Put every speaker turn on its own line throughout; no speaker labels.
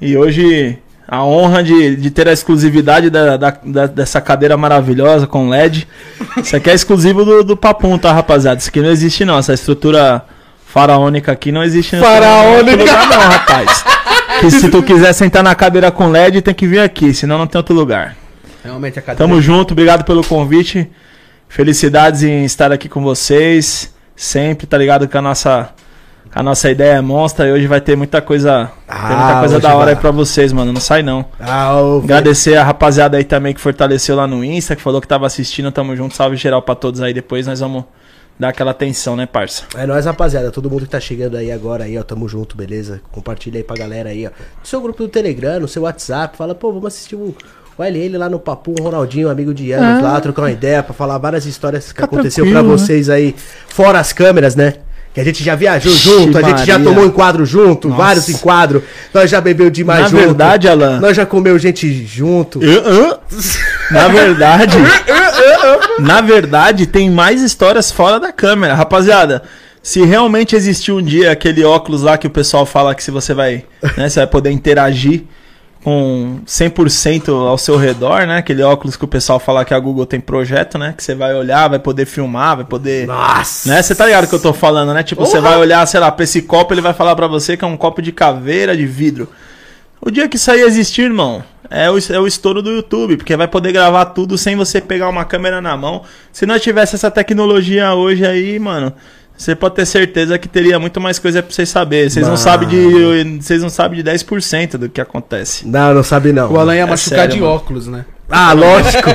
E hoje a honra de, de ter a exclusividade da, da- da- dessa cadeira maravilhosa com LED. Isso aqui é exclusivo do, do Papum, tá, rapaziada? Isso aqui não existe não. Essa estrutura faraônica aqui não existe. em outro
Faraônica.
lugar não, rapaz. Que se tu quiser sentar na cadeira com LED, tem que vir aqui, senão não tem outro lugar.
Realmente a cadeira.
Tamo junto, obrigado pelo convite. Felicidades em estar aqui com vocês. Sempre, tá ligado? Que a nossa, a nossa ideia é monstra e hoje vai ter muita coisa, tem muita
Ah,
coisa
hoje
da hora
vai.
aí pra vocês, mano. Não sai não.
Ah, o...
Agradecer a rapaziada aí também que fortaleceu lá no Insta, que falou que tava assistindo. Tamo junto, salve geral pra todos aí. Depois nós vamos dar aquela atenção, né, parça?
É nóis, rapaziada. Todo mundo que tá chegando aí agora aí, ó. Tamo junto, beleza? Compartilha aí pra galera aí, ó. No seu grupo do Telegram, no seu WhatsApp, fala, pô, vamos assistir o. o LL lá no Papo, o Ronaldinho, amigo de anos lá, trocar uma ideia pra falar várias histórias que
Fica
aconteceu pra
tranquilo, né?
vocês aí, fora as câmeras, né? Que a gente já viajou junto, a gente já
Maria.
tomou um enquadro junto, vários enquadro, nós já bebeu demais
Na
junto.
verdade, Alan.
Nós já comeu gente junto.
Na verdade. na verdade, tem mais histórias fora da câmera. Rapaziada, se realmente existiu um dia aquele óculos lá que o pessoal fala que se você vai. Né, você vai poder interagir com 100% ao seu redor, né? Aquele óculos que o pessoal fala que a Google tem projeto, né? Que você vai olhar, vai poder filmar, vai poder.
Nossa!
Né? Você tá ligado que eu tô falando, né? Tipo, você vai olhar, sei lá, pra esse copo, ele vai falar pra você que é um copo de caveira, de vidro. O dia que isso aí existir, irmão, é o, é o estouro do YouTube, porque vai poder gravar tudo sem você pegar uma câmera na mão. Se nós tivesse essa tecnologia hoje aí, mano, você pode ter certeza que teria muito mais coisa pra vocês saberem. Vocês não
Mano.
sabem de. Vocês não sabem de 10% do que acontece.
Não, não sabe não.
O Alan ia
É
machucar
sério,
de
mano.
óculos, né?
Ah, lógico.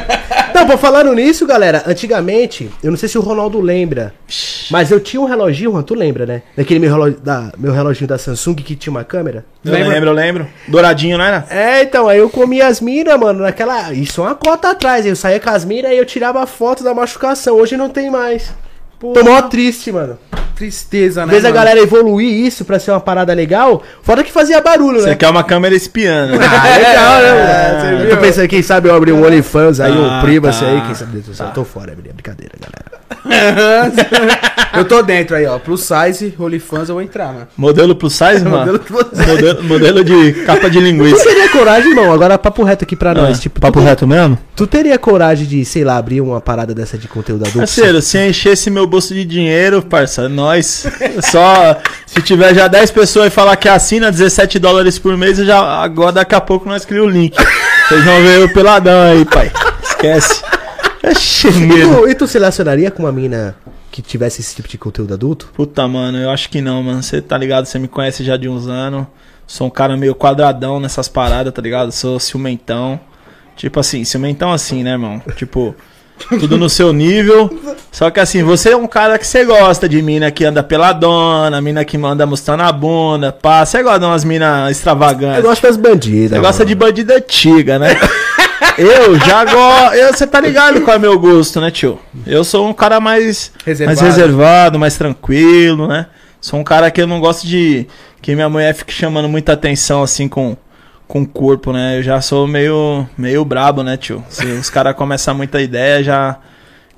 Não, pô, falando nisso, galera, antigamente, eu não sei se o Ronaldo lembra, mas eu tinha um reloginho, Juan, tu lembra, né? Daquele meu, relo- da, meu reloginho da Samsung que tinha uma câmera.
Eu
Lembra?
lembro, eu lembro. Douradinho, não era?
É, então, aí eu comia as minas, mano, naquela... Isso é uma cota atrás, eu saía com as minas e eu tirava a foto da machucação, hoje não tem mais.
Pô,
Tô mó triste, mano.
tristeza,
Em
né?
vez da
mano?
galera evoluir isso pra ser uma parada legal, fora que fazia barulho,
Você
né?
quer uma câmera espiando. né?
Ah, legal, né?
É,
mano?
você
eu tô
viu?
pensando, quem sabe eu abri um OnlyFans aí, um
Tá,
Privacy
tá,
aí, quem sabe Deus do céu. Eu tô fora, é brincadeira, galera.
Eu tô dentro aí, ó. Plus size, OnlyFans, eu vou entrar, mano.
Modelo plus size, mano?
Modelo plus size.
Modelo, modelo de capa de
Tu
linguiça. Ah.
teria coragem, irmão? Agora papo reto aqui pra nós. Tipo,
É, papo
tu,
reto mesmo?
tu teria coragem de, sei lá, abrir uma parada dessa de conteúdo adulto?
Parceiro, se enchesse meu bolso de dinheiro, parça, nós. Só se tiver já 10 pessoas e falar que assina 17 dólares por mês, eu já, agora daqui a pouco nós criamos o link. Vocês vão ver o peladão aí, pai. Esquece. Oxi,
E
medo.
tu, e tu se relacionaria com uma mina que tivesse esse tipo de conteúdo adulto?
Puta, mano, eu acho que não, mano. Você tá ligado? Você me conhece já de uns anos. Sou um cara meio quadradão nessas paradas, tá ligado? Sou ciumentão. Tipo assim, ciumentão assim, né, irmão? Tipo, tudo no seu nível. Só que assim, você é um cara que você gosta de mina que anda peladona, mina que manda mostrando a bunda, pá. Você gosta de umas minas
Eu
extravagantes.
gosto das bandidas.
Você gosta
mano.
É. de bandida antiga, né? Eu já gosto. Você tá ligado qual é meu gosto, né, tio? Eu sou um cara mais
Reservado.
mais reservado, mais tranquilo, né? Sou um cara que eu não gosto de. Que minha mulher fique chamando muita atenção, assim, com, com o corpo, né? Eu já sou meio, meio brabo, né, tio? Se os caras começam muita ideia, já.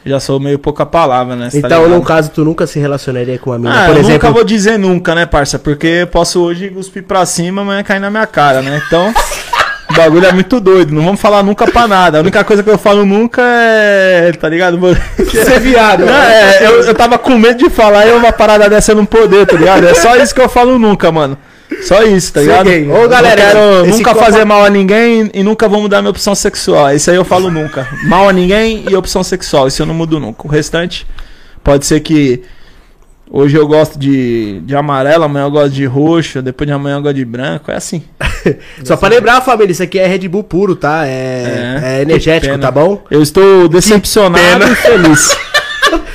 Já sou meio pouca palavra, né? Cê tá
Então,
ligado?
no caso, tu nunca se relacionaria com uma mina,
Ah,
por
eu
exemplo...
nunca vou dizer nunca, né, parça? Porque eu posso hoje cuspir pra cima, amanhã cair na minha cara, né? Então, o bagulho é muito doido. Não vamos falar nunca pra nada. A única coisa que eu falo nunca é. Tá ligado?
ser viado.
Não, é, eu, eu tava com medo de falar e é uma parada dessa eu não poder, tá ligado? É só isso que eu falo nunca, mano. Só isso, tá ligado?
Cheguei.
Ô, galera,
Não quero
eu
esse
nunca
copo-
fazer mal a ninguém e nunca vou mudar minha opção sexual. Isso aí eu falo nunca. Mal a ninguém e opção sexual. Isso eu não mudo nunca. O restante, pode ser que hoje eu gosto de, de amarelo, amanhã eu gosto de roxo, depois de amanhã eu gosto de branco. É assim.
Só pra lembrar, família, isso aqui é Red Bull puro, tá? É,
É.
é energético,
Pena.
tá bom?
Eu estou decepcionado e feliz.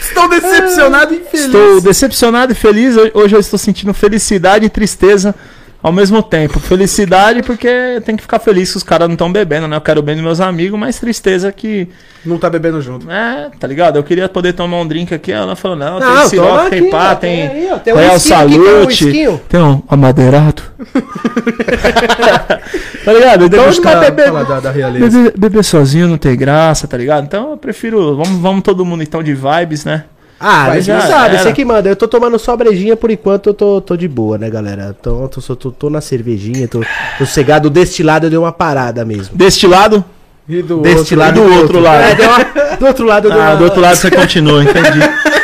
Estou decepcionado e infeliz.
Estou decepcionado e feliz. Ho- Hoje eu estou sentindo felicidade e tristeza ao mesmo tempo. Felicidade porque tem que ficar feliz que os caras não estão bebendo, né? Eu quero bem dos meus amigos, mas tristeza que.
Não tá bebendo junto.
É, tá ligado? Eu queria poder tomar um drink aqui. Ela falou: não, tem
Não, toma
siroca, tem
aqui,
pá,
ó,
tem.
tem aí, ó, tem um
Real
whiskinho aqui, tem um
Salute. Tem um,
whiskinho.
amadeirado. tá ligado? Então
Depois
não
tá-
vai beber.
fala da- da realeza.
beber- beber sozinho não tem graça, tá ligado? Então eu prefiro. Vamos, vamos todo mundo então de vibes, né?
Ah,
Vai,
mas
já
não sabe,
era.
você que manda. Eu tô tomando só brejinha por enquanto, eu tô, tô de boa, né, galera? Então, eu tô, só- tô, tô na cervejinha, tô, tô sossegado. O destilado deu uma parada mesmo.
Deste lado?
E do
Deste lado
e do outro lado.
É, deu uma- do outro lado deu
Ah,
uma...
do outro lado você continua, entendi.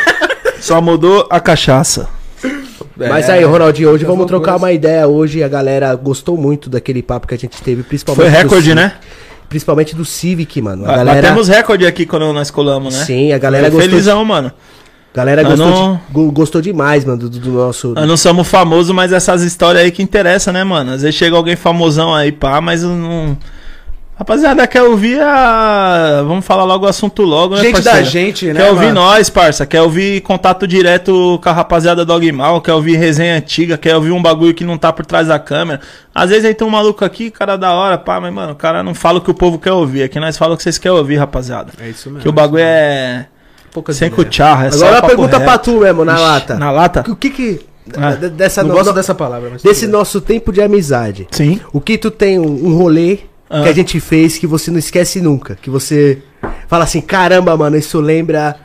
Só mudou a cachaça.
né?
É.
É.
Mas aí, Ronaldinho, hoje
As
vamos
loucuras.
trocar uma ideia. Hoje a galera gostou muito daquele papo que a gente teve, principalmente.
Foi
do
recorde,
Civ-
né?
Principalmente do Civic, mano. A
Ba-
galera.
Batemos recorde aqui quando nós colamos, né?
Sim, a galera
Foi
gostou.
Felizão, mano.
Galera
Nós
gostou,
não-
de- go- gostou demais, mano, do, do nosso.
Nós Ah, não somos famosos, mas essas histórias aí que interessam, né, mano? Às vezes chega alguém famosão aí, pá, mas eu não. Rapaziada, quer ouvir a. Vamos falar logo o assunto logo, né,
Gente da
parceiro?
gente, né?
Quer ouvir
mano?
nós, parça? Quer ouvir contato direto com a rapaziada Dogmal? Quer ouvir resenha antiga? Quer ouvir um bagulho que não tá por trás da câmera? Às vezes aí tem um maluco aqui, cara da hora, pá, mas mano, o cara não fala o que o povo quer ouvir. Aqui nós falamos o que vocês querem ouvir, rapaziada.
É isso mesmo.
Que o bagulho é.
Poucas
Sem
ideias.
cucharra, é só
Agora a
papo
pergunta
reto.
pra tu mesmo, na
Ixi,
lata.
Na lata?
O que que.
Ah,
d- Dessa
Não
no-
gosto
no-
dessa palavra, mas.
Desse
tudo bem.
nosso tempo de amizade.
Sim.
O que tu tem um, um rolê
Ah.
que a gente fez que você não esquece nunca. Que você fala assim, caramba, mano, isso lembra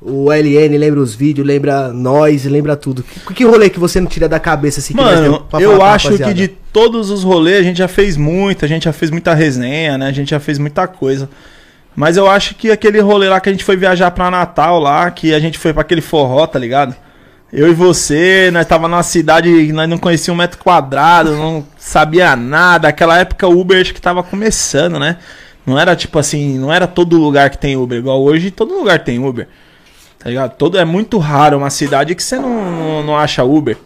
o LN, lembra os vídeos, lembra nós, lembra tudo. Que, que rolê que você não tira da cabeça assim? que nós temos
Mano,
pra falar
eu
pra
acho que
rapaziada?
de todos os rolês a gente já fez muito, a gente já fez muita resenha, né? A gente já fez muita coisa. Mas eu acho que aquele rolê lá que a gente foi viajar pra Natal lá, que a gente foi pra aquele forró, tá ligado? Eu e você, nós tava numa cidade, que nós não conhecia um metro quadrado, não sabia nada. Aquela época o Uber acho que tava começando, né? Não era tipo assim, não era todo lugar que tem Uber, igual hoje todo lugar tem Uber. Tá ligado? Todo, é muito raro uma cidade que você não, não, não acha Uber.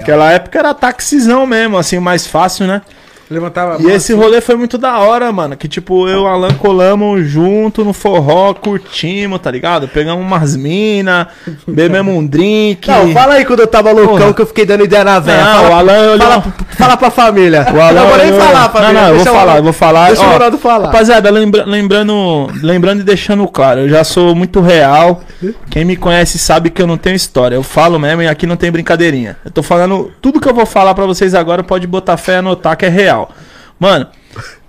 Aquela época era taxizão mesmo, assim, o mais fácil, né?
Levantava.
E esse rolê foi muito da hora, mano. Que tipo, eu e o Alan colamos junto no forró, curtimos, tá ligado? Pegamos umas minas, bebemos um drink.
Não, fala aí quando eu tava loucão
Porra.
que eu fiquei dando ideia na velha.
Não,
Fala-
o Alan olhou-
Fala, fala pra família.
O Alan
não vou nem
olhou-
falar,
Não,
família.
não, eu vou
deixa o-
falar, eu vou falar.
Deixa o
Ó,
Ronaldo falar.
Rapaziada, lembra- lembrando, lembrando e deixando claro, eu já sou muito real. Quem me conhece sabe que eu não tenho história. Eu falo mesmo e aqui não tem brincadeirinha. Eu tô falando tudo que eu vou falar pra vocês agora, pode botar fé e anotar que é real. Mano,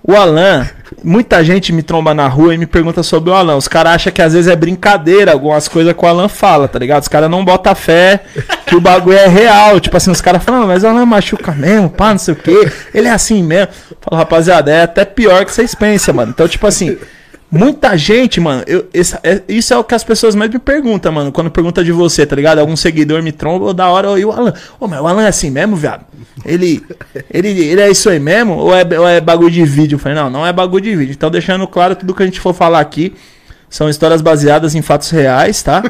o Alan, muita gente me tromba na rua e me pergunta sobre o Alan. Os caras acham que às vezes é brincadeira algumas coisas que o Alan fala, tá ligado? Os caras não botam fé que o bagulho é real. Tipo assim, os caras falam, "Ah, mas o Alan machuca mesmo, pá, não sei o quê. Ele é assim mesmo. Eu Falo, rapaziada, é até pior que vocês pensam, mano. Então, tipo assim, Muita gente, mano, eu- essa- é- isso é o que as pessoas mais me perguntam, mano. Quando pergunta de você, tá ligado? Algum seguidor me tromba, ô, da hora, ô, e o Alan? Ô, mas o Alan é assim mesmo, viado? Ele, ele, ele é isso aí mesmo? Ou é, ou é bagulho de vídeo? Eu falei, não, não é bagulho de vídeo. Então, deixando claro, tudo que a gente for falar aqui são histórias baseadas em fatos reais, tá?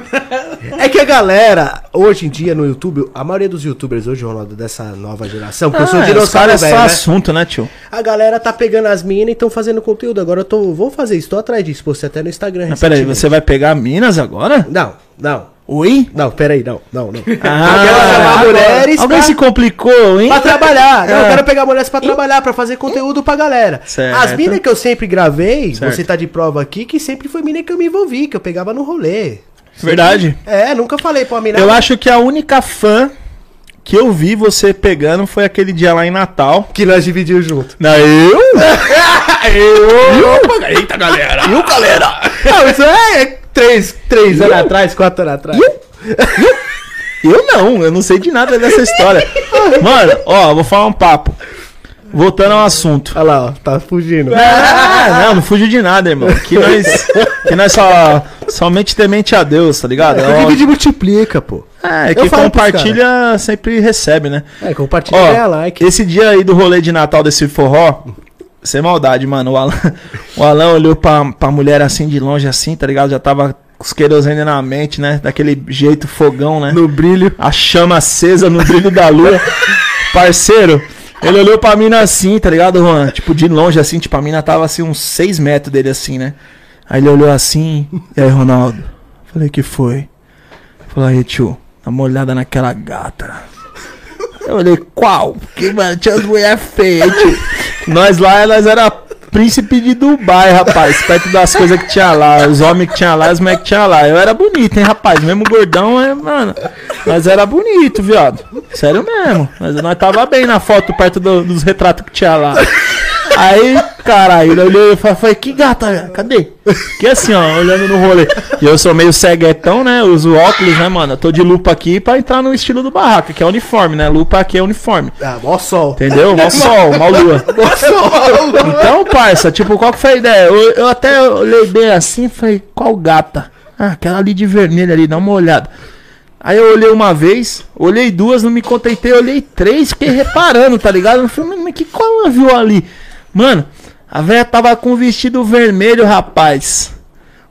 É que a galera, hoje em dia no YouTube, a maioria dos youtubers hoje, Ronaldo, é dessa nova geração, porque eu sou um
Ah, os
dinossauro
caras é
velho,
só
né?
assunto, né, tio?
A galera tá pegando as minas e tão fazendo conteúdo. Agora eu tô, vou fazer isso, tô atrás disso. Postei até no Instagram.
Mas peraí,
recentemente.
você vai pegar Minas agora?
Não, não,
Oi?
não, peraí, não, não, não.
Ah,
quero levar
agora-
mulheres
Alguém
pra-
se complicou, hein?
Pra trabalhar, né?
Ah.
eu quero pegar mulheres pra trabalhar, pra fazer conteúdo pra galera.
Certo.
As minas que eu sempre gravei,
Certo.
você tá de prova aqui, que sempre foi mina que eu me envolvi, que eu pegava no rolê.
Verdade.
É, nunca falei pra uma mina.
Eu acho que a única fã que eu vi você pegando foi aquele dia lá em Natal.
que nós dividimos junto.
Não, eu? eu? Eita, galera! Viu, galera?
Não, isso é três, três anos atrás, quatro anos atrás.
Eu não, eu não sei de nada dessa história. Mano, ó, vou falar um papo. Voltando ao assunto.
Olha lá, ó, tá fugindo.
Ah, não, não fugiu de nada, irmão. Que nós, que nós só, somente temente a Deus, tá ligado?
É, divide e multiplica, pô.
É, é
Eu
que
falo pros
compartilha sempre recebe, né?
É, compartilha
Ó,
e dá like.
Esse dia aí do rolê de Natal desse forró, sem maldade, mano. O Alan, o Alan olhou pra, pra mulher assim de longe, assim, tá ligado? Já tava com os querosene na mente, né? Daquele jeito fogão, né?
No brilho.
A chama acesa no brilho da lua. Parceiro, ele olhou pra mina assim, tá ligado, Juan? Tipo, de longe assim, tipo, a mina tava assim, uns 6 metros dele assim, né? Aí ele olhou assim, e aí, Ronaldo? Falei, que foi? Falei, aí, tio, dá uma olhada naquela gata. Eu olhei, qual? Porque, mano, tinha as mulher feia, hein, tio. Nós lá, nós era príncipe de Dubai, rapaz. Perto das coisas que tinha lá. Os homens que tinha lá, os moleques que tinha lá. Eu era bonito, hein, rapaz. Mesmo gordão, é, mano. Nós era bonito, viado. Sério mesmo. Mas nós tava bem na foto, perto do- dos retratos que tinha lá. Aí Caralho, ele olhou e falou, falei, que gata, velho? cadê? Que assim, ó, olhando no rolê. E eu sou meio ceguetão, né? Uso óculos, né, mano? Eu tô de lupa aqui pra entrar no estilo do barraca, que é uniforme, né? Lupa aqui é uniforme.
Ah, mó sol.
Entendeu? Mal sol, mal lua.
Mó sol.
Então, parça, tipo, qual que foi a ideia? Eu, eu até olhei bem assim e falei, qual gata? Ah, aquela ali de vermelho ali, dá uma olhada. Aí eu olhei uma vez, olhei duas, não me contentei, olhei três, fiquei reparando, tá ligado? Eu falei, mas que qual ela viu ali? Mano, a velha tava com um vestido vermelho, rapaz.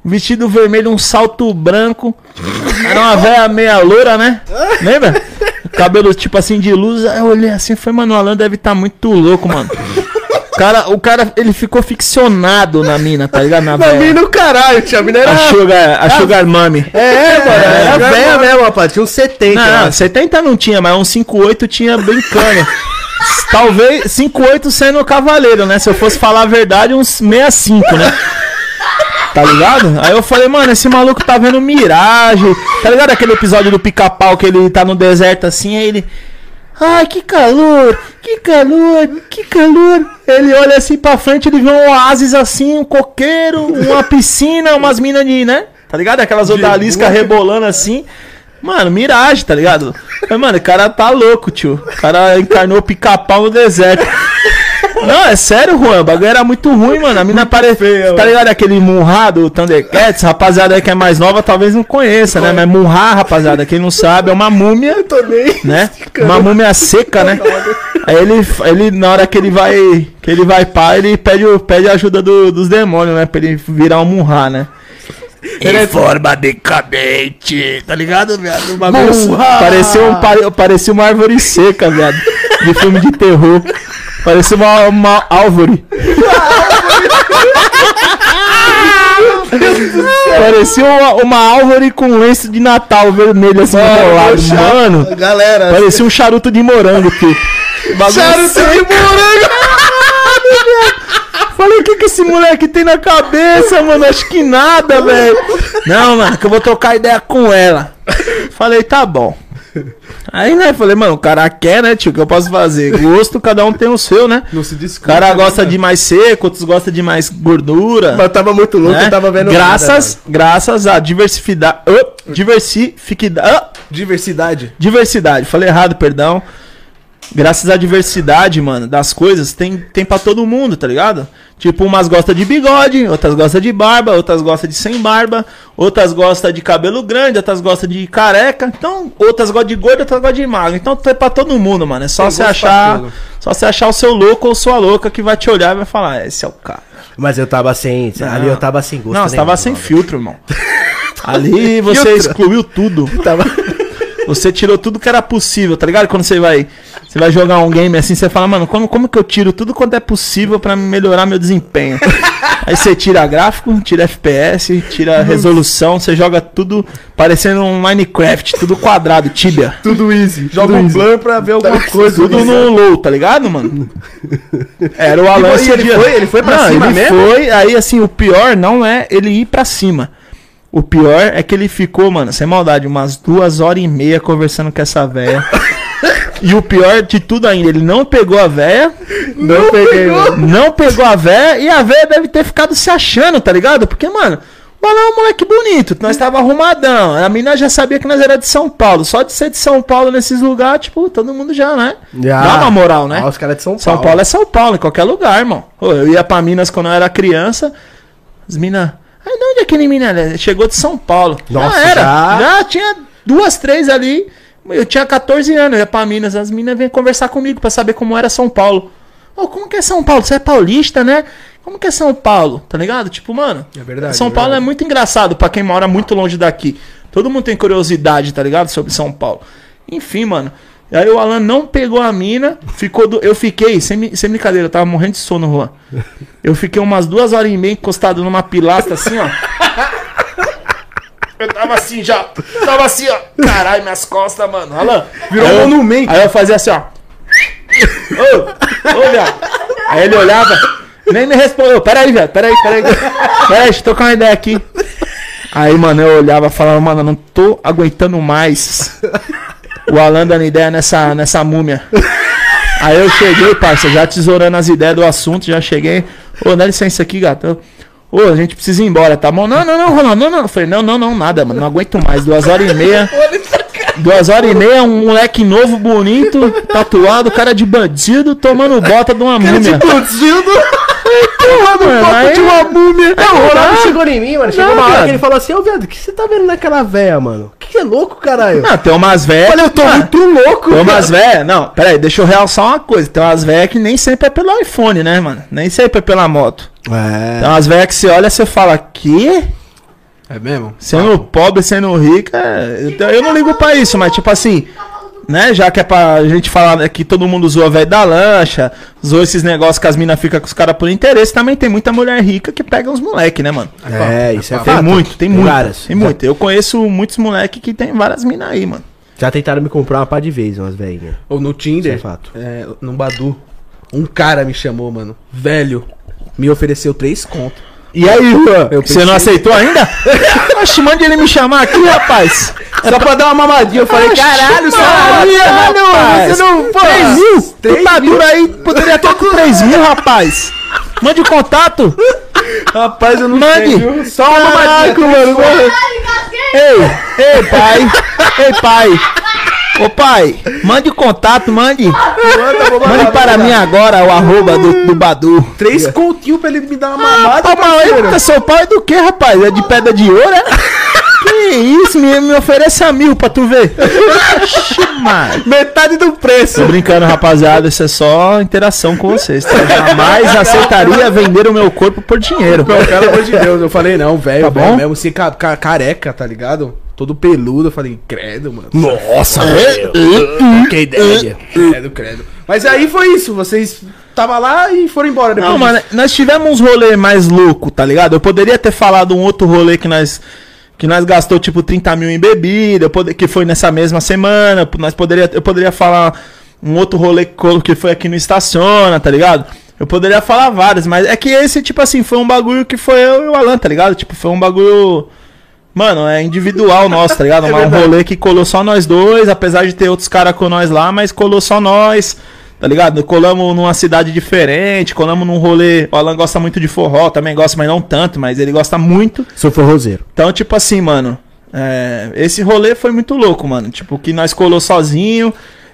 Um vestido vermelho, um salto branco. Era uma velha meia loura, né? Lembra? Cabelo tipo assim de luz. Aí eu olhei assim, foi, mano, o Alan deve tá muito louco, mano. O cara, o cara, ele ficou ficcionado na mina, Ah. tá ligado? Na,
Pra
véia.
mim, no caralho, tia. A mina era...
A Sugar, a sugar Mami.
É, mano. Era
agora- é Ah,
velha mesmo, rapaz. Tinha uns 70.
Não,
né?
não, 70 não tinha, mas uns 58 tinha brincando. Talvez 58 sendo o cavaleiro, né? Se eu fosse falar a verdade, uns 65, né? Tá ligado? Aí eu falei, mano, esse maluco tá vendo miragem. Tá ligado aquele episódio do pica-pau que ele tá no deserto assim, aí ele. Ai, que calor, que calor, que calor. Ele olha assim pra frente, ele vê um oásis assim, um coqueiro, uma piscina, umas minas de, né? Tá ligado? Aquelas odaliscas rebolando assim. Mano, miragem, tá ligado? Mas, mano, o cara tá louco, tio. O cara encarnou pica-pau no deserto. Não, é sério, Juan. O bagulho era muito ruim, mano. A mina parecia. Tá ligado aquele Munra do Thundercats? Rapaziada aí que é mais nova talvez não conheça, né? Mas Munra, rapaziada, quem não sabe, é uma múmia
Também.
né? Uma múmia seca, né? Aí ele, ele, na hora que ele vai, que ele vai pá, ele pede, o- pede a ajuda do- dos demônios, né? Pra ele virar um murra, né? Em forma decadente, tá ligado, viado? O bagulho parecia, um, pare- parecia uma árvore seca, viado. De filme de terror. Parecia uma, uma árvore. parecia uma, uma árvore com lenço de Natal vermelho assim, enrolado. Mano,
Galera.
Parecia um charuto de morango, tio.
Sério,
Charuto.
tem morango.
Falei, o que, que esse moleque tem na cabeça, mano? Acho que nada, velho. Não, mano, que eu vou trocar ideia com ela. Falei, tá bom. Aí, né, falei, mano, o cara quer, né, tio, o que eu posso fazer? Gosto, cada um tem o seu, né?
Não se
O
discute.
cara gosta de mais seco, outros gostam de mais gordura.
Mas eu tava muito louco,
né?
eu tava vendo...
graças, graças à diversifida- Ô, diversificidade. Ô,
Diversidade.
Diversidade, falei errado, perdão. Graças à diversidade, mano, das coisas, tem, tem pra todo mundo, tá ligado? Tipo, umas gostam de bigode, outras gostam de barba, outras gostam de sem barba, outras gostam de cabelo grande, outras gostam de careca, então, outras gostam de gordo, outras gostam de magro. Então tem pra todo mundo, mano. É só
Tem
você
gosto pra
achar.
tudo.
Só você achar o seu louco ou sua louca que vai te olhar e vai falar, esse é o cara.
Mas eu tava sem... Ali eu tava sem gosto.
Ah. Não, você tava
nenhum,
sem
mano.
filtro, irmão. Ali você excluiu tudo.
Tava...
Você tirou tudo que era possível, tá ligado? Quando você vai, você vai jogar um game assim, você fala, mano, como, como que eu tiro tudo quanto é possível pra melhorar meu desempenho? Aí você tira gráfico, tira FPS, tira resolução, você joga tudo parecendo um Minecraft, tudo quadrado, tibia.
Tudo easy. Joga um plan pra ver alguma coisa.
Tudo no low, tá ligado, mano? Era o Alan.
E
esse
ele
dia.
foi- ele foi pra
Não,
cima
ele
mesmo?
Foi, aí assim, o pior não é ele ir pra cima. O pior é que ele ficou, mano, sem maldade, umas duas horas e meia conversando com essa véia. E o pior de tudo ainda, ele não pegou a véia. Não, peguei, Não pegou a véia e a véia deve ter ficado se achando, tá ligado? Porque, mano, o Balão é um moleque bonito, nós tava arrumadão. A mina já sabia que nós era de São Paulo. Só de ser de São Paulo nesses lugares, tipo, todo mundo já, né?
Já.
Dá uma moral, né?
Ah, os caras de São Paulo.
São Paulo é São Paulo, em qualquer lugar, irmão. Ô, eu ia pra Minas quando eu era criança, as minas. Aí de onde é aquele menino? é? Chegou de São Paulo.
Nossa,
já era.
já?
Já tinha duas, três ali. Eu tinha 14 anos, eu ia pra Minas. As minas vinham conversar comigo pra saber como era São Paulo. Ô, como que é São Paulo? Você é paulista, né? Como que é São Paulo? Tá ligado? Tipo, mano.
É verdade,
São
é
Paulo é
verdade.
muito engraçado pra quem mora muito longe daqui. Todo mundo tem curiosidade, tá ligado? Sobre São Paulo. Enfim, mano. E Aí o Alan não pegou a mina, ficou do... Eu fiquei, sem, mi- sem brincadeira, eu tava morrendo de sono, Juan. Eu fiquei umas duas horas e meia encostado numa pilastra assim, ó. Eu tava assim já. Tava assim, ó. Caralho, minhas costas, mano. Alan.
Virou
aí
um
eu-
monumento.
Aí eu fazia assim, ó. Ô, ô, viado. Aí ele olhava, nem me respondeu. Peraí, viado, peraí, peraí. Peraí, deixa eu tocar uma ideia aqui. Aí, mano, eu olhava e falava, mano, eu não tô aguentando mais o Alan dando ideia nessa, nessa múmia. Aí eu cheguei, parça, já tesourando as ideias do assunto, já cheguei. Ô, dá licença aqui, gatão. Ô, a gente precisa ir embora, tá bom? Não, não, não, Ronaldo, não, não. Eu falei, não, não, não, nada, mano. Não aguento mais. Duas horas e meia. Duas horas e meia, um moleque novo, bonito, tatuado, cara de bandido, tomando bota de uma múmia.
Explodindo.
Porra, mano, aí-
de uma múmia.
É,
O Ronaldo
Ronaldo
chegou em mim, mano. Chegou
Não,
uma hora
cara.
que ele falou assim, ô viado, o que você tá vendo naquela véia, mano? Que que é louco, caralho? Ah.
Não, tem umas velhas.
Olha, eu tô muito louco,
Tem
mano.
umas velhas. Não, peraí, deixa eu realçar uma coisa. Tem umas velhas que nem sempre é pelo iPhone, né, mano? Nem sempre é pela moto.
É.
Tem umas velhas que você olha e você fala, quê?
É mesmo?
Sendo pobre, sendo rica, é, eu, eu não ligo pra isso, mas tipo assim, né? Já que é pra gente falar né, que todo mundo zoa velho da lancha, zoa esses negócios que as minas ficam com os caras por interesse, também tem muita mulher rica que pega uns moleque, né, mano?
É, isso é
Tem
fato.
muito, tem
Tem
muito.
várias.
Tem muito. Eu conheço muitos moleque que tem várias minas aí, mano.
Já tentaram me comprar uma pá de vez, umas velhinhas.
Ou no Tinder.
Isso é fato.
é, no Badu. Um cara me chamou, mano. Velho. Me ofereceu três contos.
E aí, Juan?
Eu
Você não
pensei-
aceitou ainda? Oxe, mande ele me chamar aqui, rapaz.
Era pra dar uma mamadinha. Eu
Ah,
falei, caralho, salaria, mano. Você não. Pô,
3 mil?
três
tu tá duro aí, poderia estar com 3 mil, rapaz. Mande o contato.
Rapaz, eu não
Mande.
viu? Só uma
Caraca,
mamadinha.
mano. Ei, ei, pai. Ei, pai. Ô, pai, mande o contato, mande. Mande para mim agora o arroba do, do Badu.
Três continhos pra ele me dar uma mamada.
Tá mal aí, puta, seu pai do que, rapaz? É de pedra de ouro, é? Que isso, me, me oferece a mil pra tu ver. Oxi, mano.
Metade do preço.
Tô brincando, rapaziada. Isso é só interação com vocês. tá? Eu jamais aceitaria vender o meu corpo por dinheiro.
Não, pelo amor de Deus, eu falei, não, velho,
Tá
velho
bom?
mesmo, assim, ca- ca- careca, tá ligado? Todo peludo, eu falei, credo, mano.
Nossa,
É?
velho. Que ideia.
Credo, credo. Mas aí foi isso, vocês tava lá e foram embora depois.
Não, mano, nós tivemos uns rolê mais louco, tá ligado? Eu poderia ter falado um outro rolê que nós. Que nós gastou tipo 30 mil em bebida, eu pode- que foi nessa mesma semana. Nós poderia, eu poderia falar um outro rolê que colo- que foi aqui no Estaciona, tá ligado? Eu poderia falar vários, mas é que esse, tipo assim, foi um bagulho que foi eu e o Alan, tá ligado? Tipo, foi um bagulho. Mano, é individual nosso, tá
É
ligado? Mas um rolê que colou só nós dois, apesar de ter outros caras com nós lá, mas colou só nós, tá ligado? Colamos numa cidade diferente, colamos num rolê. O Alan gosta muito de forró, também gosta, mas não tanto, mas ele gosta muito.
Sou forrozeiro.
Então, tipo assim, mano, é, esse rolê foi muito louco, mano. Tipo, que nós colou sozinho.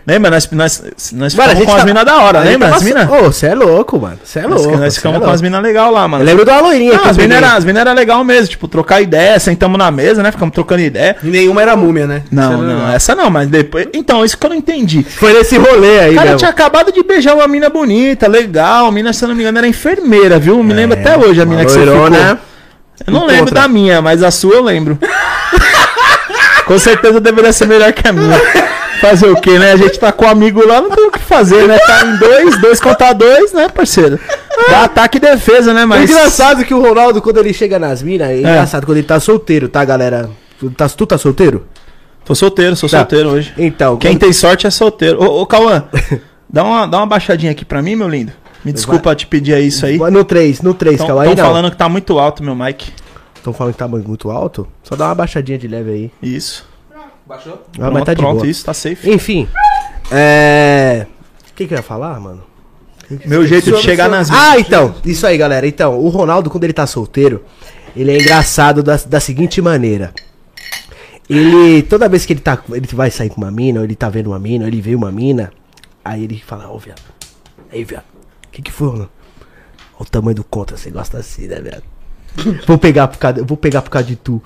Lembra? Nós, nós, nós
Mano,
ficamos
a gente
com as
tava-
minas da hora,
Aí
lembra?
tava
As
assim,
minas?
Ô, você é louco, mano. Você é louco.
Nós, nós
cê
ficamos
é
com as
louco.
minas legal lá, mano.
Eu lembro da loirinha né?
Não,
eu
as minas
peguei.
era, as mina era legal mesmo, tipo, trocar ideia, sentamos na mesa, né? Ficamos trocando ideia.
E nenhuma era múmia, né?
Não,
Isso era
não,
legal.
essa não, mas depois. Então, isso que eu não entendi.
Foi nesse rolê aí,
é O cara
mesmo.
tinha acabado de beijar uma mina bonita, legal. A mina, se eu não me engano, era enfermeira, viu? Me lembro até hoje a
Uma
mina que você ficou.
loirona.
Eu não
E
lembro
outra?
da minha, mas a sua eu lembro. com certeza deveria ser melhor que a minha. Fazer o quê, né? A gente tá com um amigo lá, não tem o que fazer, né? Tá em dois, dois contra dois, né, parceiro? Dá ataque e defesa, né?
O
Mas.
É Engraçado que o Ronaldo, quando ele chega nas minas, é engraçado quando ele tá solteiro, tá, galera? Tu tá, tu tá solteiro?
Tô solteiro, sou
Tá.
solteiro hoje.
Então,
Quem
quando-
tem sorte é solteiro. Ô, ô Cauã, dá uma, dá uma baixadinha aqui pra mim, meu lindo. Me desculpa te pedir aí isso aí.
No 3, no 3,
Estão
calma aí, não.
falando que tá muito alto meu mic.
Tão falando que tá muito alto? Só dá uma baixadinha de leve aí.
Isso.
Baixou?
Ah, mas tá de
pronto,
boa.
isso, tá safe.
Enfim, é... O que que eu ia falar, mano?
Meu jeito de chegar nas minas.
Ah, então, isso aí, galera. Então, o Ronaldo, quando ele tá solteiro, ele é engraçado da, da seguinte maneira. Ele, toda vez que ele, tá, ele vai sair com uma mina, ou ele tá vendo uma mina, ou ele vê uma mina, aí ele fala, ô, viado, aí, viado, o que que foi, Ronaldo? Olha o tamanho do contra, você gosta assim, né, viado? Vou pegar por causa, eu vou pegar por causa de tu.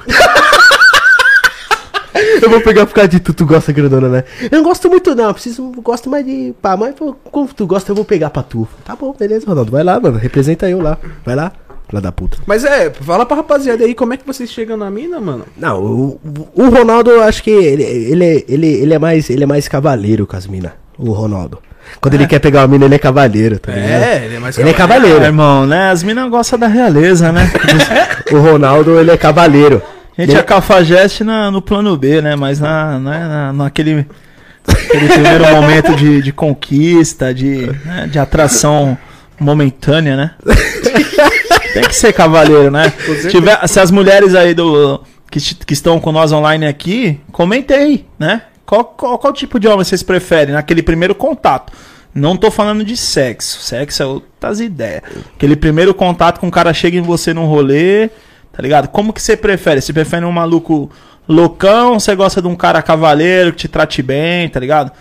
Eu vou pegar por causa de tu, tu gosta grandona, né? Eu não gosto muito não, eu preciso, eu gosto mais de pá, mas pô, como tu gosta, eu vou pegar pra tu. Tá bom, beleza, Ronaldo, vai lá, mano, representa eu lá, vai lá, lá da puta.
Mas é, fala pra rapaziada aí, como é que vocês chegam na mina, mano?
Não, o, o o Ronaldo, eu acho que ele, ele, é- ele, ele é mais, ele é mais cavaleiro com as minas, o Ronaldo. Quando ele quer pegar uma mina, ele é cavaleiro, tá ligado?
É, ele é mais
Ele é
cavaleiro.
Ah,
cavaleiro.
irmão, né? As minas gostam da realeza, né?
O Ronaldo, ele é cavaleiro.
A gente é cafajeste na, no plano B, né? Mas na, na, na- naquele aquele primeiro momento de, de conquista, de, né? de atração momentânea, né? Tem que ser cavaleiro, né? Se, tiver- se as mulheres aí do, que, est- que estão com nós online aqui, comentem aí, né? Qual, qual, qual tipo de homem vocês preferem naquele primeiro contato? Não tô falando de sexo. Sexo é outras ideias. Aquele primeiro contato com o cara chega em você num rolê, tá ligado? Como que você prefere? Você prefere um maluco loucão? Você gosta de um cara cavaleiro que te trate bem, tá ligado?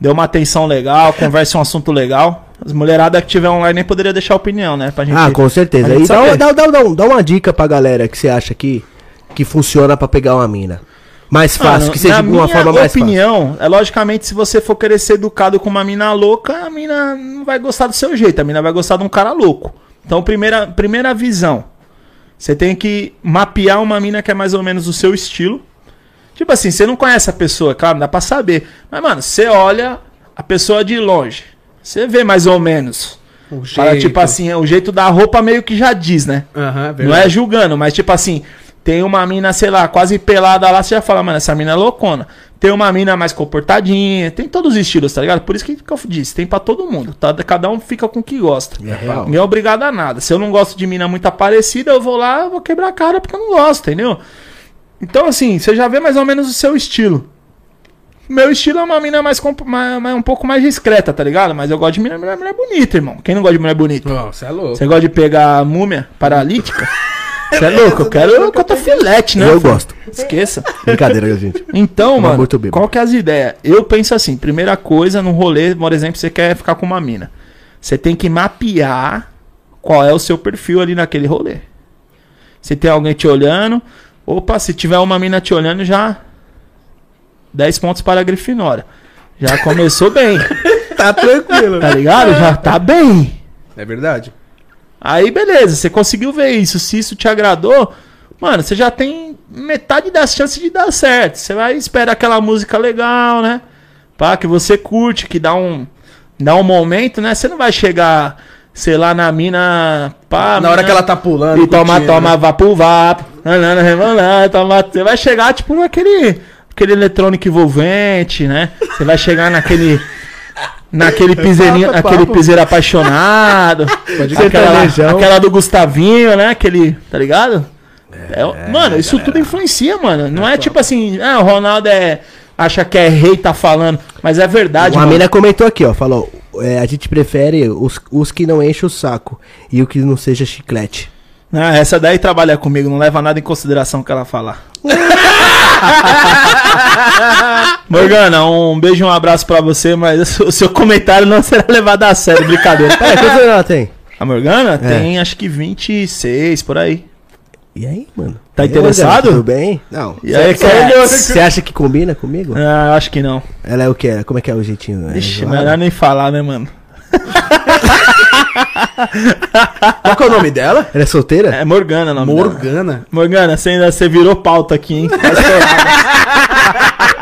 Dê uma atenção legal, converse um assunto legal. As mulheradas que tiver online poderia deixar opinião, né? Pra gente.
Ah, com certeza.
a gente
E dá,
saber.
dá, dá, dá, um- dá uma dica pra galera que você acha que, que funciona pra pegar uma mina. Mais fácil,
Mano,
que seja
Ah, na
de uma
minha
forma mais fácil.
opinião, é logicamente se você for querer ser educado com uma mina louca, a mina não vai gostar do seu jeito, a mina vai gostar de um cara louco. Então, primeira, primeira visão. Você tem que mapear uma mina que é mais ou menos o seu estilo. Tipo assim, você não conhece a pessoa, claro, não dá pra saber. Mas, mano, você olha a pessoa de longe. Você vê mais ou menos.
O
Fala,
jeito.
tipo assim, o jeito da roupa meio que já diz, né?
Aham, é
Não
verdade.
é julgando, mas tipo assim, tem uma mina, sei lá, quase pelada lá, você já fala, mano, essa mina é loucona. Tem uma mina mais comportadinha, tem todos os estilos, tá ligado? Por isso que, que eu disse, tem pra todo mundo, tá? Cada um fica com o que gosta.
É real.
Ninguém é obrigado a nada. Se eu não gosto de mina muito aparecida, eu vou lá, eu vou quebrar a cara porque eu não gosto, entendeu? Então, assim, você já vê mais ou menos o seu estilo. Meu estilo é uma mina mais, comp- mais- mais- um pouco mais discreta, tá ligado? Mas eu gosto de mina, mulher, mulher bonita, irmão. Quem não gosta de mulher bonita?
Não, você é louco.
Você gosta de pegar múmia paralítica? Você é louco, eu quero cotofilete, né?
Eu
filho?
gosto.
Esqueça.
Brincadeira, gente.
Então, mano,
muito bêbado.
qual que é as ideias? Eu penso assim, primeira coisa, num rolê, por exemplo, você quer ficar com uma mina. Você tem que mapear qual é o seu perfil ali naquele rolê. Se tem alguém te olhando, opa, se tiver uma mina te olhando, já 10 pontos para a Grifinória. Já começou bem,
tá tranquilo.
tá ligado? Já tá bem.
É verdade.
Aí beleza, você conseguiu ver isso. Se isso te agradou, mano, você já tem metade das chances de dar certo. Você vai esperar aquela música legal, né? Pá, que você curte, que dá um, dá um momento, né? Você não vai chegar, sei lá, na mina. Pá,
Na hora
mina-
que ela tá pulando.
Ah, e toma,
curtindo.
toma, vá pro vapo. Nanana, remanã, toma. Você vai chegar, tipo, naquele. Aquele eletrônico envolvente, né? Você vai chegar naquele. Naquele piseirinho,
papo, é
aquele
papo.
piseiro apaixonado. aquela,
Sertanejão.
aquela do Gustavinho, né? Aquele. Tá ligado? É, mano, isso tudo influencia, mano. Não é, tipo assim, ah, o Ronaldo é. Acha que é rei, tá falando. Mas é verdade,
Uma
mano.
mina comentou aqui, ó. Falou, é, a gente prefere os, os que não enchem o saco e o que não seja chiclete.
Ah, essa daí trabalha comigo, não leva nada em consideração o que ela falar. Morgana, um beijo e um abraço pra você, mas o seu comentário não será levado a sério, brincadeira.
É, quantos anos ela tem?
A Morgana
É.
tem acho que 26 por aí.
E aí, mano?
Tá
E aí,
interessado?
Morgana, Tudo bem? Não.
E aí, cara?
Você acha que combina comigo?
Ah, acho que não.
Ela é o quê? Como é que é o jeitinho? É
Ixi,
zoado?
melhor nem falar, né, mano?
Qual que é o nome dela?
Ela é solteira?
É Morgana, não.
Morgana.
Morgana, você ainda você virou pauta aqui, hein?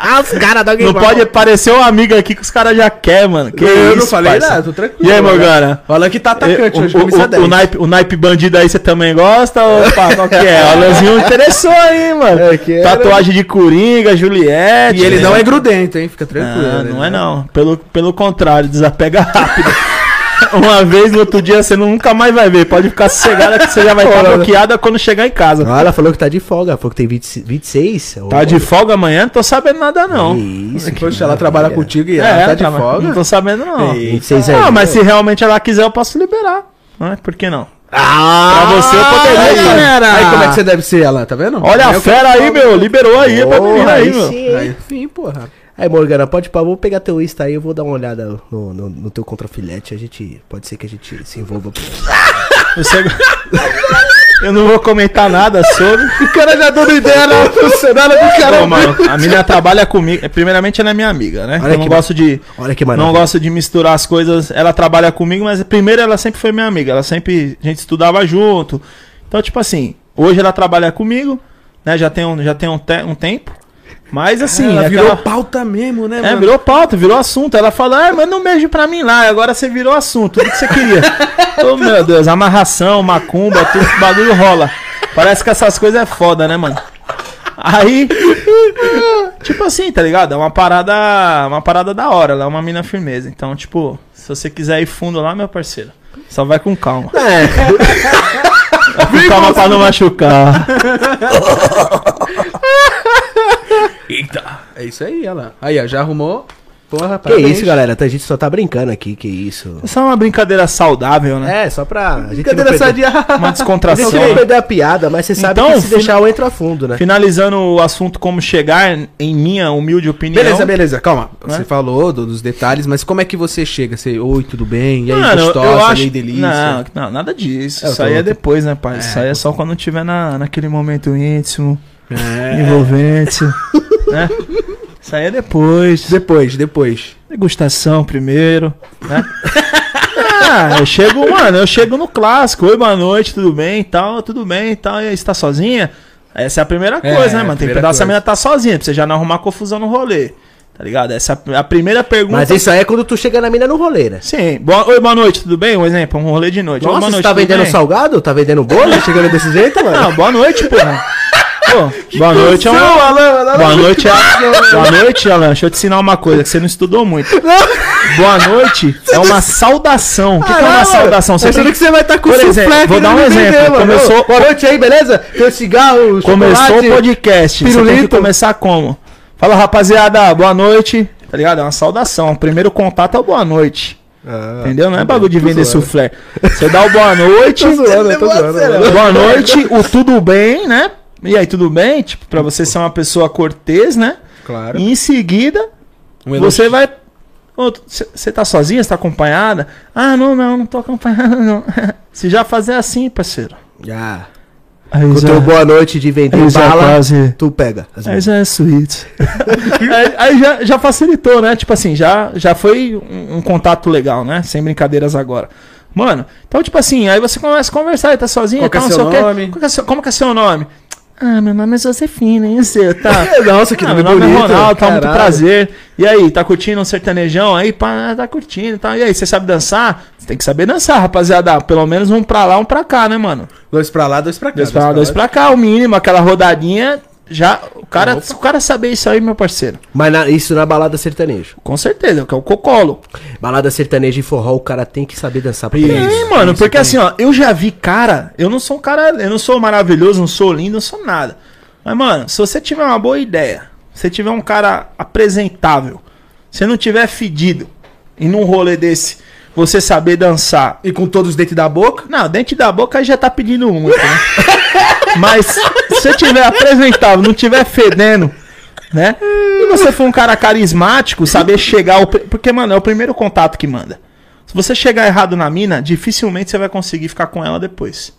Ah, os caras da
Não pode aparecer um amigo aqui que os caras já quer, mano. Que
eu não
isso,
falei
parça?
nada, tô tranquilo.
E aí, Morgana?
Olha que tá atacante
E-
hoje,
o,
camisa
o, o,
10.
o, naipe, o naipe bandido aí você também gosta? Opa, qual que é? O Alanzinho interessou aí, mano.
É que era.
Tatuagem de Coringa, Juliette.
E ele
né?
não é grudento, hein? Fica tranquilo.
Ah,
né?
não é não. Pelo, pelo contrário, desapega rápido. Uma vez, no outro dia, você nunca mais vai ver. Pode ficar sossegada que você já vai estar
Olha.
bloqueada quando chegar em casa.
Ah, ela falou que tá de folga. Ela falou que tem 20, 26.
Tá de folga amanhã? Não tô sabendo nada, não.
Isso, que
Poxa, ela trabalha
maravilha.
contigo
É,
e ela tá de
tava-
folga.
Não tô sabendo, não.
Ei.
26
Ah,
aí.
mas se realmente ela quiser, eu posso liberar. Ah, por que não?
Ah,
Pra você eu poderia,
Aí,
Ei,
galera! Aí como é que você
você...
deve ser, Alan? Tá vendo?
Olha
É
a
o que-
fera aí, meu. Liberou aí pra menina aí, meu.
Aí, enfim, porra.
Aí, Morgana, pode pá, vou pegar teu Insta aí, eu vou dar uma olhada no, no, no teu contrafilete. A gente. Pode ser que a gente se envolva.
Você- Eu não vou comentar nada sobre.
O cara já dando ideia na funcionária do
Tá
Ô, mano, a menina trabalha comigo. Primeiramente, ela é minha amiga, né?
Olha
eu não
que
gosto de.
Olha que
Não
maravilha.
gosto de misturar as coisas. Ela trabalha comigo, mas primeiro ela sempre foi minha amiga. Ela sempre. A gente estudava junto. Então, tipo assim, hoje ela trabalha comigo, né? Já tem um, já tem um, te- um tempo. Mas assim,
Ela virou
aquela-
pauta mesmo, né,
É, virou pauta, virou assunto. Ela fala, ah, manda um beijo pra mim lá, agora você virou assunto, tudo que você queria. Ô meu Deus, amarração, macumba, tudo esse bagulho rola. Parece que essas coisas é foda, né, mano? Aí, tipo assim, tá ligado? É uma parada, uma parada da hora, ela é uma mina firmeza. Então, tipo, se você quiser ir fundo lá, meu parceiro, só vai com calma. Vai com calma pra não machucar.
Eita. É isso aí, Alan. Aí, ó, já arrumou Porra,
Que
rapaz.
isso, galera? A gente só tá brincando aqui, que isso.
Isso é uma brincadeira saudável, né?
É, só pra. A gente não
Brincadeira
perder-
sadia.
Uma
A
descontração. né?
gente não perder a piada, mas você sabe
Então,
que se
fina-
deixar eu entro a fundo, né?
Finalizando o assunto como chegar, em minha humilde opinião.
Beleza, beleza, calma. Você
Né?
falou do- dos detalhes, mas como é que você chega? Você, oi, tudo bem? E aí,
Mano,
gostosa,
eu
e
acho...
aí, delícia?
Não, não, nada disso.
É, eu
Isso
tô
aí é
louco.
depois, né, pai? Isso aí é só quando tiver na, naquele momento íntimo,
É.
envolvente. né? Isso aí é depois.
Depois, depois.
Degustação primeiro, né? Ah, eu chego, mano, eu chego no clássico. Oi, boa noite, tudo bem e tal, tudo bem e tal. E aí, você tá sozinha? Essa é a primeira
É,
coisa, né,
a
mano? Tem
primeira
pedaço
coisa.
da menina tá sozinha, pra você já não arrumar confusão no rolê. Tá ligado? Essa é a primeira pergunta.
Mas isso aí é quando tu chega na mina no rolê, né?
Sim. Boa... Oi, boa noite, tudo bem? Um exemplo, um rolê de noite. Oi,
Nossa,
boa
você
noite,
tá
tudo
vendendo
bem?
salgado? Tá vendendo bolo? Chegando desse jeito, mano?
Não, boa noite, porra. Pô, boa noite, é uma... Boa noite, Alan. Boa noite, Alan. Deixa eu te ensinar uma coisa que você não estudou muito. Boa noite é uma saudação. O que, que é
Ah,
uma saudação? Você
Você
tem
que você vai
tá
estar com
Por
o
exemplo,
sotaque
vou dar
dando
um exemplo.
entender, mano.
Começou-
Boa noite aí, beleza? Teu cigarro,
Começou o
chocolate.
podcast. Você tem que
pirulito.
começar como? Fala, rapaziada, boa noite. Tá ligado? É uma saudação. O primeiro contato é o boa noite.
Ah.
entendeu? Não é bagulho de vender soufflé. Você dá o boa noite.
zoando, tô Tá zoando, mano.
boa noite, o tudo bem, né? E aí, tudo bem? Tipo, pra você ser uma pessoa cortês, né?
Claro.
E em seguida,
Um elogio.
você vai. Você tá sozinha? Você tá acompanhada? Ah, não, não, não tô acompanhada, não. Se já fazer assim, parceiro.
Já.
Aí
Com
já-
teu boa noite de vender
Eles já
bala,
é. quase-
tu pega.
Aí já é suíte. aí aí já, já facilitou, né? Tipo assim, já, já foi um, um contato legal, né? Sem brincadeiras agora. Mano, então, tipo assim, aí você começa a conversar, aí tá sozinho,
Qual que é
tal,
seu
não sei o quê.
nome?
Qual que é seu- como que é seu nome? Ah, meu nome é Josefina, e o seu, tá?
Nossa,
Ah, meu nome é Ronaldo, tá muito prazer. E aí, tá curtindo um sertanejão aí? Pá, tá curtindo e tal. E aí, você sabe dançar? Você tem que saber dançar, rapaziada. Pelo menos um pra lá, um pra cá, né, mano?
Dois pra lá, dois pra cá.
Dois pra lá, dois pra cá, o mínimo, aquela rodadinha. Já, o cara,
Opa.
se o cara saber isso aí, meu parceiro.
Mas na- isso na balada sertaneja.
Com certeza, que é o cocolo.
Balada sertaneja e forró, o cara tem que saber dançar pra
Tem, mano, porque assim, ó, eu já vi cara, eu não sou um cara, eu não sou maravilhoso, não sou lindo, não sou nada. Mas, mano, se você tiver uma boa ideia, se você tiver um cara apresentável, se não tiver fedido, e num rolê desse, você saber dançar
E com todos os dentes da boca?
Não, dente da boca aí já tá pedindo muito, né? Mas se você tiver apresentável, não tiver fedendo, né? E você for um cara carismático, saber chegar ao. pri- Porque, mano, é o primeiro contato que manda. Se você chegar errado na mina, dificilmente você vai conseguir ficar com ela depois.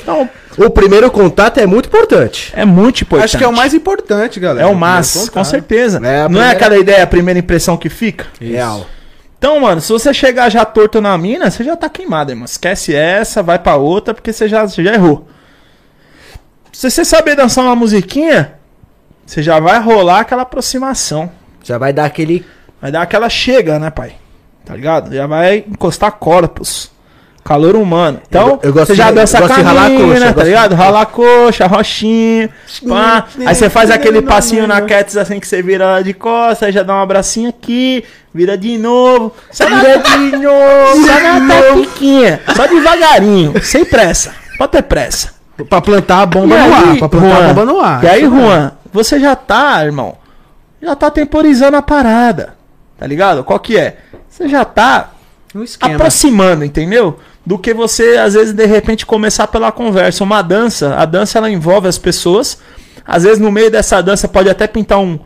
Então,
O primeiro contato é muito importante.
é muito importante.
Acho que é o mais importante, né?
É
galera.
o mais,
Primeiro
com
contato.
certeza.
É a
Não é
primeira-
aquela ideia, a primeira impressão que fica?
Isso.
Real.
Então, mano, se você chegar já torto na mina, você já tá queimado, irmão. Esquece essa, vai pra outra, porque você já, você já errou. Se você saber dançar uma musiquinha, você já vai rolar aquela aproximação.
Já vai dar aquele.
Vai dar aquela chega, né, pai? Tá ligado? Já vai encostar corpos. Calor humano. Então,
Eu- eu gosto
você já
de-
dança
eu
a
gosto de ralar a
caminha,
coxa, eu
né, tá
gosto de-
ligado? Ralar a coxa, roxinha, pá. Aí você faz aquele passinho na Cats assim que você vira ela de costas, aí já dá um abracinho aqui, vira de novo. Só na, de novo, só na tapiquinha. Só devagarinho, sem pressa. Pode ter pressa.
Pra plantar a bomba
E
no
aí,
ar. Pra plantar
Juan?
a bomba no ar.
E aí, Juan, você já tá, irmão, já tá temporizando a parada. Tá ligado? Qual que é? Você já tá
Um esquema.
aproximando, entendeu? Do que você, às vezes, de repente, começar pela conversa. Uma dança, a dança ela envolve as pessoas. Às vezes, no meio dessa dança, pode até pintar um,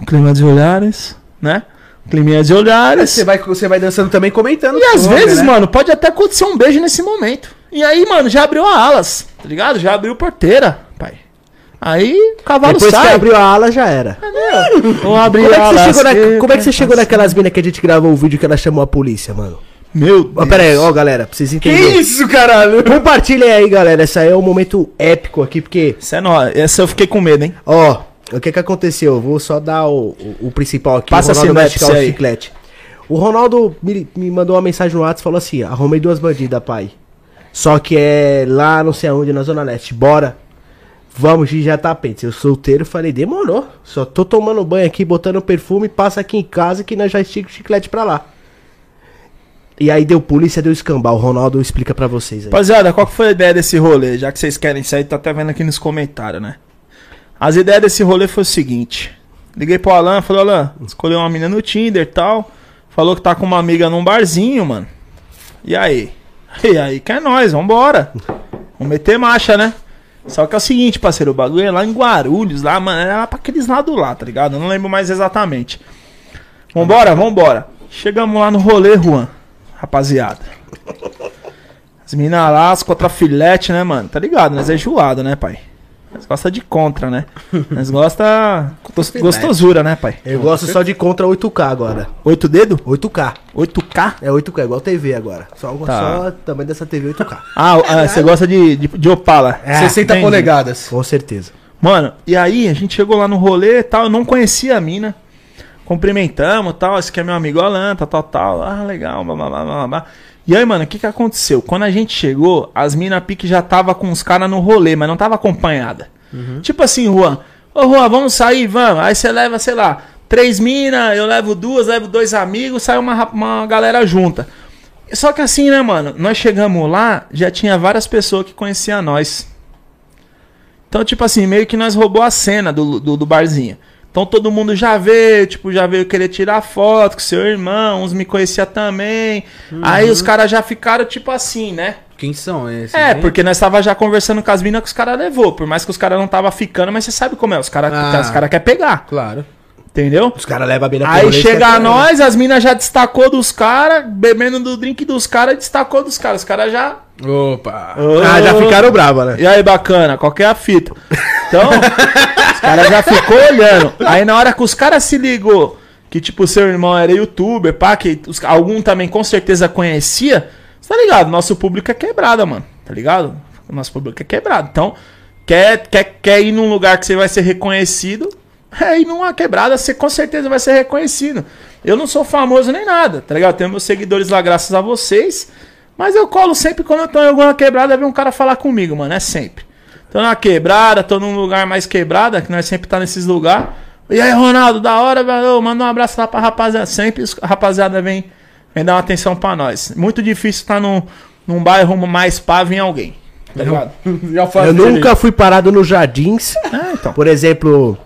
um clima de olhares, né? Um climinha de olhares.
Você vai, você vai dançando também comentando.
E às
sobre,
vezes,
né?
mano, pode até acontecer um beijo nesse momento. E aí, mano, já abriu a alas, tá ligado? Já abriu porteira, pai. Aí, o cavalo
Depois que
sai. É,
abriu a ala, já era.
Ou abriu
Como é, que você
alas,
chegou na-
que-
como é que você chegou naquelas minas que a gente gravou o vídeo que ela chamou a polícia, mano?
Meu
Ó,
Deus.
pera aí, Ah, ó, galera, pra vocês entenderem.
isso, caralho?
Compartilhem aí, galera. Esse aí é um momento épico aqui, porque,
Essa, é nó- essa eu fiquei com medo, hein?
ó, o que que aconteceu? Eu vou só dar o, o- o principal aqui.
Passa
o Ronaldo
a
vai
sinopse
esticar o
aí.
chiclete. O Ronaldo me, me mandou uma mensagem no WhatsApp e falou assim: arrumei duas bandidas, pai. Só que é lá não sei aonde, na Zona Leste. Bora. Vamos de Jatapentes. Eu solteiro falei, demorou. Só tô tomando banho aqui, botando perfume, passa aqui em casa que nós já estica o chiclete pra lá. E aí deu polícia, deu escambau. O Ronaldo explica pra vocês aí.
Rapaziada, qual que foi a ideia desse rolê? Já que vocês querem sair, tá até vendo aqui nos comentários, né? As ideias desse rolê foi o seguinte. Liguei pro Alan, falei, Alan, escolheu uma menina no Tinder e tal. Falou que tá com uma amiga num barzinho, mano. E aí? E aí, que é nóis, vambora. Vamos meter marcha, né? Só que é o seguinte, parceiro, o bagulho é lá em Guarulhos, lá, mano, era lá pra aqueles lados lá, tá ligado? Eu não lembro mais exatamente. Vambora, vambora. Chegamos lá no rolê, Juan, rapaziada. As minas lá, as contra filete, né, mano? Tá ligado? Nós é enjoado, né, pai? Nós gosta de contra, né? Nós gosta gos- gostosura, né, pai?
Eu gosto só de contra 8K agora.
Oito dedo?
8K.
8K?
É 8K, é igual TV agora. Só,
Tá.
só também dessa TV 8K.
Ah, ah, você gosta de, de, de Opala.
60
É, Entendi.
É, polegadas.
Com certeza.
Mano, e aí a gente chegou lá no rolê e tal, eu não conhecia a mina. Cumprimentamos tal, esse aqui é meu amigo Alan, tal, tal, tal. Ah, legal, blá, blá, blá, blá, blá. E aí, mano, o que que aconteceu? Quando a gente chegou, as mina pique já tava com os caras no rolê, mas não tava acompanhada. Tipo assim, Juan, ô Juan, vamos sair, vamos. Aí você leva, sei lá, três mina, eu levo duas, levo dois amigos, sai uma, rap- uma galera junta. Só que assim, né, mano, nós chegamos lá, já tinha várias pessoas que conheciam nós. Então, tipo assim, meio que nós roubou a cena do, do, do barzinho. Então todo mundo já veio, tipo, já veio querer tirar foto com seu irmão, uns me conhecia também. Aí
Uhum.
os caras já ficaram, tipo assim, né?
Quem são esses?
É,
hein?
porque nós tava já conversando com as minas que os caras levou. Por mais que os caras não tava ficando, mas você sabe como é. Os caras
Ah.
os cara quer pegar,
Claro.
entendeu?
Os caras levam a beira
Aí chega
tá né?
a nós, as minas já destacou dos caras, bebendo do drink dos caras, destacou dos caras. Os caras já.
Opa.
Ah, já ficaram brava, né?
E aí, bacana, qual que é a fita? Então, os caras já ficou olhando. Aí na hora que os caras se ligou que, tipo, seu irmão era youtuber, pá, que os- algum também com certeza conhecia, você tá ligado? Nosso público é quebrada, mano, tá ligado? Nosso público é quebrado. Então, quer, quer, quer ir num lugar que você vai ser reconhecido, é ir numa quebrada, você com certeza vai ser reconhecido. Eu não sou famoso nem nada, tá ligado? Tenho meus seguidores lá graças a vocês. Mas eu colo sempre quando eu tô em alguma quebrada, vem um cara falar comigo, mano. É sempre. Tô na quebrada, tô num lugar mais quebrada, que nós sempre tá nesses lugares. E aí, Ronaldo, da hora, velho. Manda um abraço lá pra rapaziada. Sempre os- a rapaziada vem, vem dar uma atenção pra nós. Muito difícil tá num, num bairro mais pá, vir alguém. Tá ligado?
Já
Eu nunca fui parado nos jardins.
É, então.
Por exemplo,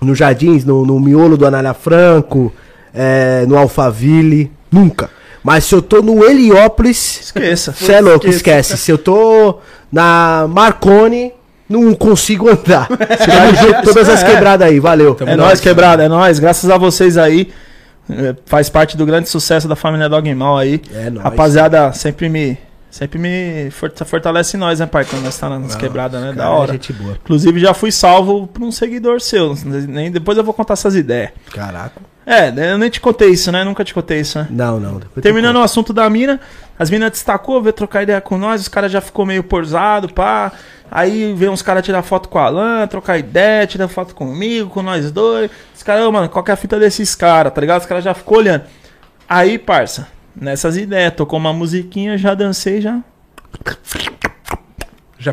nos jardins, no, no miolo do Anália Franco, é, no Alphaville. Nunca. Mas se eu tô no Heliópolis,
Esqueça.
você é louco, esquece. Se eu tô na Marconi, não consigo andar. Você vai junto todas as
É.
quebradas aí, valeu.
É nóis, quebrada, é nóis. Graças a vocês aí. eh, Faz parte do grande sucesso da família Dogmal aí.
É nóis.
Rapaziada, sempre me. Sempre me for- fortalece nós, né, pai? Quando nós tá nas quebradas, né? da
Cara,
hora.
Gente boa.
Inclusive, já fui salvo por um seguidor seu. Nem, depois eu vou contar essas ideias.
Caraca.
É, né, eu nem te contei isso, né? Nunca te contei isso, né?
Não, não. depois eu
Terminando o assunto da mina, as minas destacou, veio trocar ideia com nós, os caras já ficou meio porzado, pá. Aí veio uns caras tirar foto com o Alan, trocar ideia, tirar foto comigo, com nós dois. Os caras, "Ô, mano, qual que é a fita desses caras, tá ligado? Os caras já ficou olhando. Aí, parça, nessas ideias, tocou uma musiquinha, já dancei, já,
Já,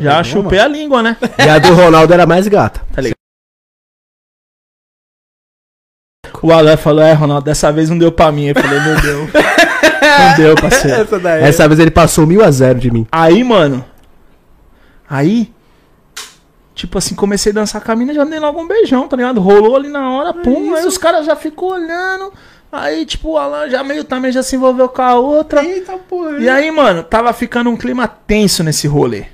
já
pegou,
chupei a língua, né?
conto. E a do Ronaldo era mais gata.
O Alan falou, é, Ronaldo, dessa vez não deu pra mim. Eu falei, não deu. não deu,
mano?
parceiro.
Essa daí.
Essa vez ele passou mil a zero de mim.
Aí, mano. Aí. Tipo assim, comecei a dançar com a mina, já dei logo um beijão, tá ligado? Rolou ali na hora, pum. Aí os caras já ficou olhando. Aí, tipo, o Alan já meio também já se envolveu com a outra.
Eita porra.
E aí, mano, tava ficando um clima tenso nesse rolê.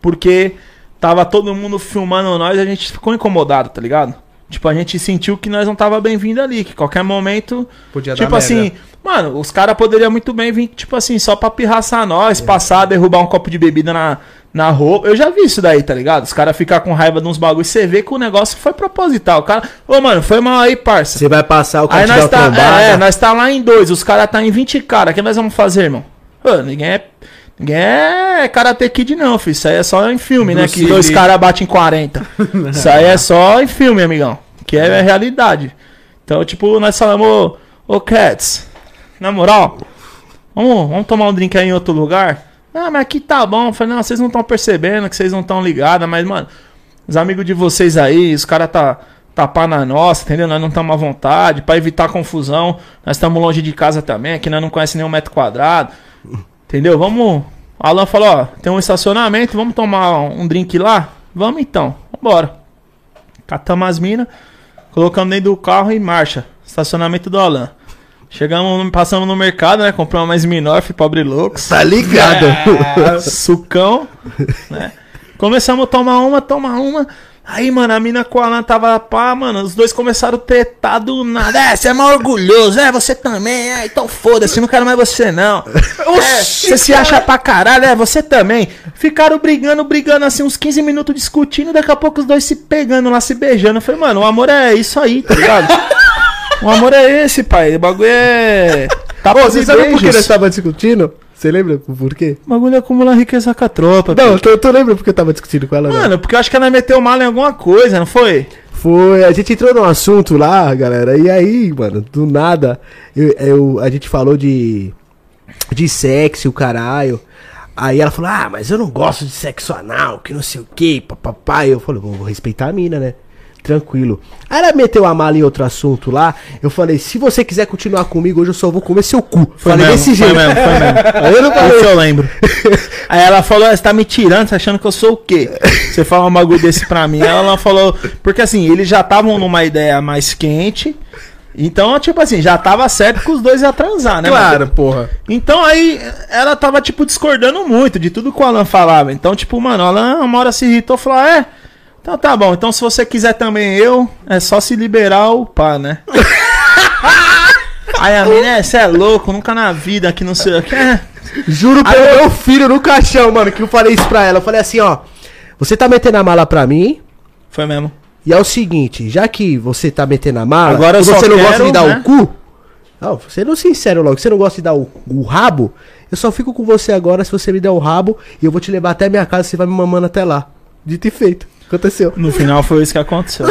Porque tava todo mundo filmando nós e a gente ficou incomodado, tá ligado? Tipo, a gente sentiu que nós não tava bem-vindo ali, que qualquer momento
Podia dar
tipo assim,
merda.
mano, os caras poderiam muito bem vir, tipo assim, só pra pirraçar nós, passar, derrubar um copo de bebida na, na roupa. Eu já vi isso daí, tá ligado? Os caras ficar com raiva de uns bagulhos. Você vê que o negócio foi proposital. O cara, ô, mano, foi mal aí, parça.
Você vai passar o
Aí
cara te dá
nós
uma
tá,
trombada.
é, é, nós tá lá em dois, os caras tá em 20 cara. O que nós vamos fazer, irmão? Ô, ninguém é. Ninguém é Karate Kid, não, filho. Isso aí é só em filme, né?
Bruce
Que dois
Lee.
caras batem 40. Isso aí é só em filme, amigão. Que é, a realidade. Então, tipo, nós falamos, ô, ô Cats, na moral, vamos, vamos tomar um drink aí em outro lugar? Ah, mas aqui tá bom. Eu falei, não, vocês não estão percebendo, que vocês não estão ligados, mas, mano, os amigos de vocês aí, os caras tá tapar na nossa, entendeu? Nós não estamos à vontade, pra evitar confusão. Nós estamos longe de casa também, aqui nós não conhecemos nenhum metro quadrado. Entendeu? Vamos. Alan falou, ó, tem um estacionamento, vamos tomar um drink lá? Vamos então, vambora. Catamos as minas. Colocamos dentro do carro e marcha. Estacionamento do Alan. Chegamos, no- passamos no mercado, né? Compramos mais Minorf, pobre louco.
Tá ligado? É.
É. sucão, né? Começamos a tomar uma, tomar uma. Aí, mano, a mina com a Alan tava pá, mano. Os dois começaram a tretar do nada. É, você é mal orgulhoso, é, você também, é, então foda-se, não quero mais você não. É, você se acha pra caralho, é, você também. Ficaram brigando, brigando assim, uns 15 minutos discutindo. Daqui a pouco os dois se pegando lá, se beijando. Eu falei, mano, o amor é isso aí, tá ligado? o amor é esse, pai. O bagulho é. Tá
Ô, você sabe por que nós estávamos discutindo? Você lembra por quê?
O bagulho é acumular riqueza com a tropa. tá
Não, tu, tu lembra porque eu tava discutindo com ela? não?
Mano, porque eu acho que ela meteu mal em alguma coisa, não foi?
Foi, a gente entrou num assunto lá, galera, e aí, mano, do nada, eu, eu- a gente falou de, de sexo, o caralho. Aí ela falou, ah, mas eu não gosto de sexo anal, que não sei o que, papapai. Eu falei, vou, vou respeitar a mina, né? Tranquilo. Aí ela meteu a mala em outro assunto lá. Eu falei, se você quiser continuar comigo hoje, eu só vou comer seu cu. falei desse jeito.
Foi mesmo, foi mesmo.
Aí eu não
Isso
falei.
eu lembro. Aí ela falou, "Ah, você tá me tirando, você achando que eu sou o quê? Você fala um bagulho desse pra mim. Aí Ela falou, porque assim, eles já estavam numa ideia mais quente. Então, tipo assim, já tava certo que os dois iam transar,
é
né? mano?
Claro, porra.
Então aí ela tava, tipo, discordando muito de tudo que o Alan falava. Então, tipo, mano, o Alan uma hora se irritou e falou, "Ah, é. Então tá bom, então se você quiser também eu, é só se liberar o pá, né? aí a menina, você é louco, nunca na vida, que não sei o que. É.
Juro pelo meu filho no caixão, mano, que eu falei isso pra ela. Eu falei assim, ó, você tá metendo a mala pra mim,
Foi mesmo.
E é o seguinte, já que você tá metendo a mala,
Agora eu
e você
só
não gosta
quero,
de dar
né?
o cu. Não, sendo sincero logo, você não gosta de dar o, o rabo, eu só fico com você agora se você me der o rabo e eu vou te levar até minha casa, você vai me mamando até lá. Dito e feito. Aconteceu.
No final foi isso que aconteceu.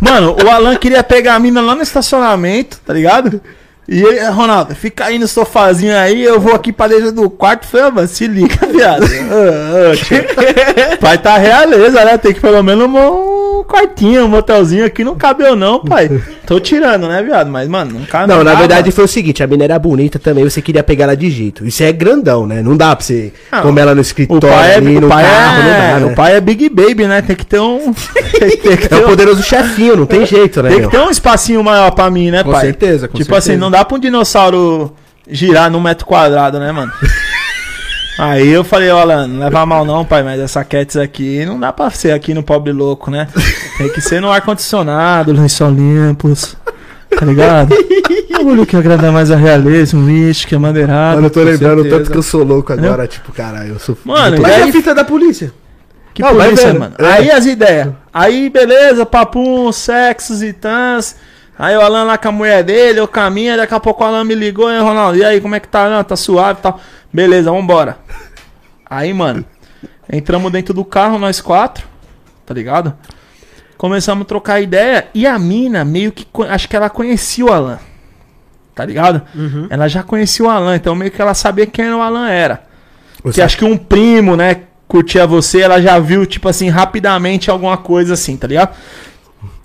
Mano, o Alan queria pegar a mina lá no estacionamento, tá ligado? E ele, Ronaldo, fica aí no sofazinho aí, eu vou aqui pra dentro do quarto. Falei, "Ah, mano, se liga, viado. Ah, ah, tio. pai tá realeza, né? Tem que pelo menos um quartinho, um motelzinho aqui. Não cabeu não, pai. Tô tirando, né, viado? Mas, mano, não cabe
Não, na
dá,
verdade
mano.
foi o seguinte, a mina era bonita também, você queria pegar ela de jeito. Isso é grandão, né? Não dá pra você
Ah,
comer ela no
O
escritório,
pai, é,
ali,
o,
no
pai
carro,
é,
não dá, né?
o pai é Big Baby, né? Tem que ter um. tem que ter-
É o poderoso chefinho, não tem jeito, né?
Tem que
meu?
ter um espacinho maior pra mim, né,
Com
pai?
certeza, com
Tipo
certeza.
assim, não dá pra um dinossauro girar num metro quadrado, né, mano? Aí eu falei, ó, Alan, não leva mal não, pai, mas essa Cats aqui não dá pra ser aqui no pobre louco, né? Tem que ser no ar-condicionado, lençol limpos, tá ligado? Um bagulho que agrada mais a realeza, um lixo que é madeirado.
Mano, eu tô lembrando
certeza.
tanto que eu sou louco agora, tipo, caralho, eu sou...
Mano, é
muito
e
Mas
aí
e a fita da polícia?
Que
Não, vai
polícia,
vendo.
mano.
É.
Aí as ideias. Aí, beleza, papum, sexos e tans. Aí o Alan lá com a mulher dele, eu caminho, aí daqui a pouco o Alan me ligou, e Ronaldo, e aí, como é que tá? Não, tá suave e tal. Beleza, vambora. Aí, mano, entramos dentro do carro, nós quatro, tá ligado? Começamos a trocar ideia, e a mina meio que, co- acho que ela conhecia o Alan, tá ligado? Ela já conhecia o Alan, então meio que ela sabia quem o Alan era. Que acho que um primo, né, curtia você, ela já viu, tipo assim, rapidamente alguma coisa assim, tá ligado?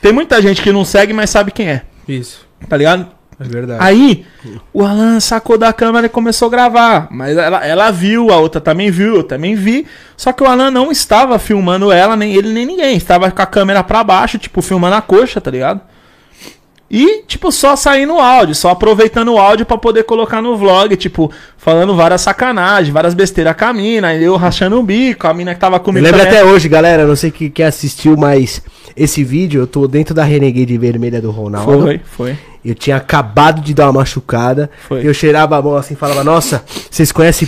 Tem muita gente que não segue, mas sabe quem é,
Isso,
tá ligado?
é verdade.
Aí, o Alan sacou da câmera e começou a gravar. Mas ela, ela viu, a outra também viu, eu também vi. Só que o Alan não estava filmando ela, nem ele, nem ninguém. Estava com a câmera pra baixo, tipo, filmando a coxa, tá ligado? E, tipo, só saindo o áudio, só aproveitando o áudio pra poder colocar no vlog, tipo, falando várias sacanagens, várias besteiras com a mina, eu rachando o bico, a mina que tava
Eu
comigo.
lembro
também-
até hoje, galera, não sei quem quem assistiu, mas esse vídeo eu tô dentro da Renegade vermelha do Ronaldo.
Foi, foi.
Eu tinha acabado de dar uma machucada.
Foi.
Eu cheirava a mão assim e falava, nossa, vocês conhecem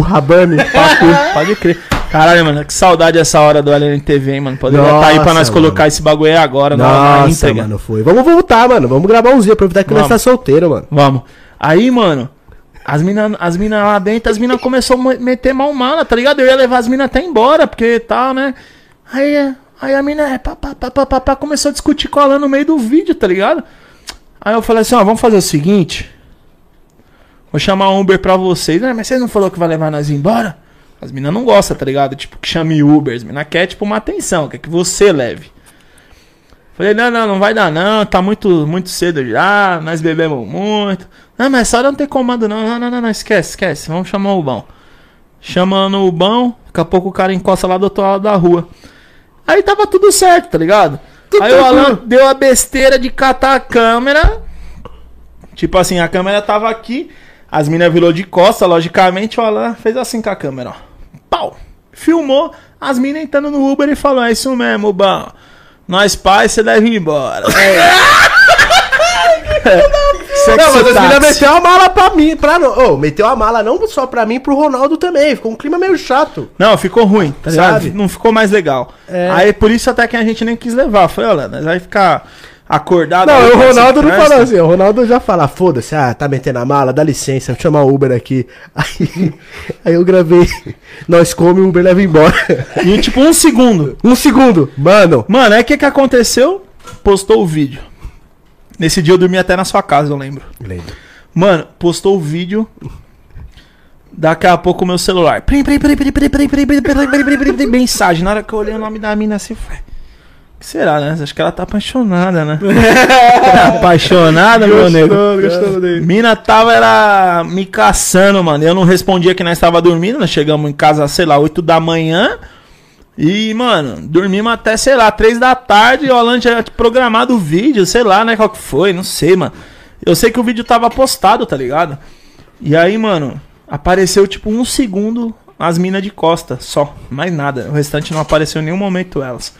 Rabanne? Pacu.
Pode crer. Caralho, mano, que saudade essa hora do LNTV, hein, mano. Poderia estar aí pra nós
Nossa,
colocar esse bagulho aí agora na- na
nossa,
íntegra.
mano, foi. Vamos voltar, mano. Vamos gravar uns dias, aproveitar que nós
Vamos.
tá solteiro, mano.
Vamos. Aí, mano, as minas as mina lá dentro, as minas começou a me- meter mal mala, tá ligado? Eu ia levar as minas até embora, porque tal, né? Aí, aí a mina é, pá, pá, pá, pá, pá, pá, começou a discutir com a Alan no meio do vídeo, tá ligado? Aí eu falei assim, ó, vamos fazer o seguinte. Vou chamar um Uber pra vocês. Ah, mas vocês não falou que vai levar nós embora? As minas não gostam, tá ligado? Tipo, que chame Uber. As minas quer, tipo, uma atenção, quer que você leve. Falei, não, não, não vai dar não, tá muito, muito cedo já, nós bebemos muito. Não, mas essa hora não tem comando não, não, não, não, não, esquece, esquece, vamos chamar o Ubão. Chamando o Ubão, daqui a pouco o cara encosta lá do outro lado da rua. Aí tava tudo certo, tá ligado? Aí o Alan deu a besteira de catar a câmera. Tipo assim, a câmera tava aqui, as minas virou de costa, logicamente, o Alan fez assim com a câmera, ó. Pau! Filmou as minas entrando no Uber e falou: é isso mesmo, bom. Nós pais, você deve ir embora. Sexy
É. Não, mas as
táxi.
meninas meteu a mala pra mim, pra não. Ô, meteu a mala não só pra mim, pro Ronaldo também. Ficou um clima meio chato.
Não, ficou ruim,
Tá
sabe?
ligado?
Não ficou mais legal.
É.
Aí por isso até que a gente nem quis levar. Falei, olha, nós vai ficar acordado.
Não,
aí
o
pra essa
Ronaldo não
festa.
falou assim. O Ronaldo já fala, foda-se, ah, tá metendo a mala, dá licença, vou chamar o Uber aqui. Aí, aí eu gravei, nós come, o Uber leva embora.
E tipo, um segundo.
Um segundo, mano.
Mano, aí o que, que aconteceu? Postou o vídeo. Nesse dia eu dormi até na sua casa, eu lembro. Mano, postou o vídeo. Daqui a pouco o meu celular. Prim, prim, prim, prim, prim, prim, prim, prim, prim, prim, prim, prim, prim, Mensagem. Na hora que eu olhei o nome da mina assim, foi. Que será, né? Acho que ela tá apaixonada, né? Tá apaixonada, meu nego. Mina tava era me caçando, mano. Eu não respondia que nós tava dormindo. Nós chegamos em casa, sei lá, 8 da manhã. E, mano, dormimos até, sei lá, 3 da tarde. E o Alan tinha programado o vídeo, sei lá, né? Qual que foi, não sei, mano. Eu sei que o vídeo tava postado, tá ligado? E aí, mano, apareceu tipo um segundo as minas de costa, só. Mais nada. O restante não apareceu em nenhum momento elas.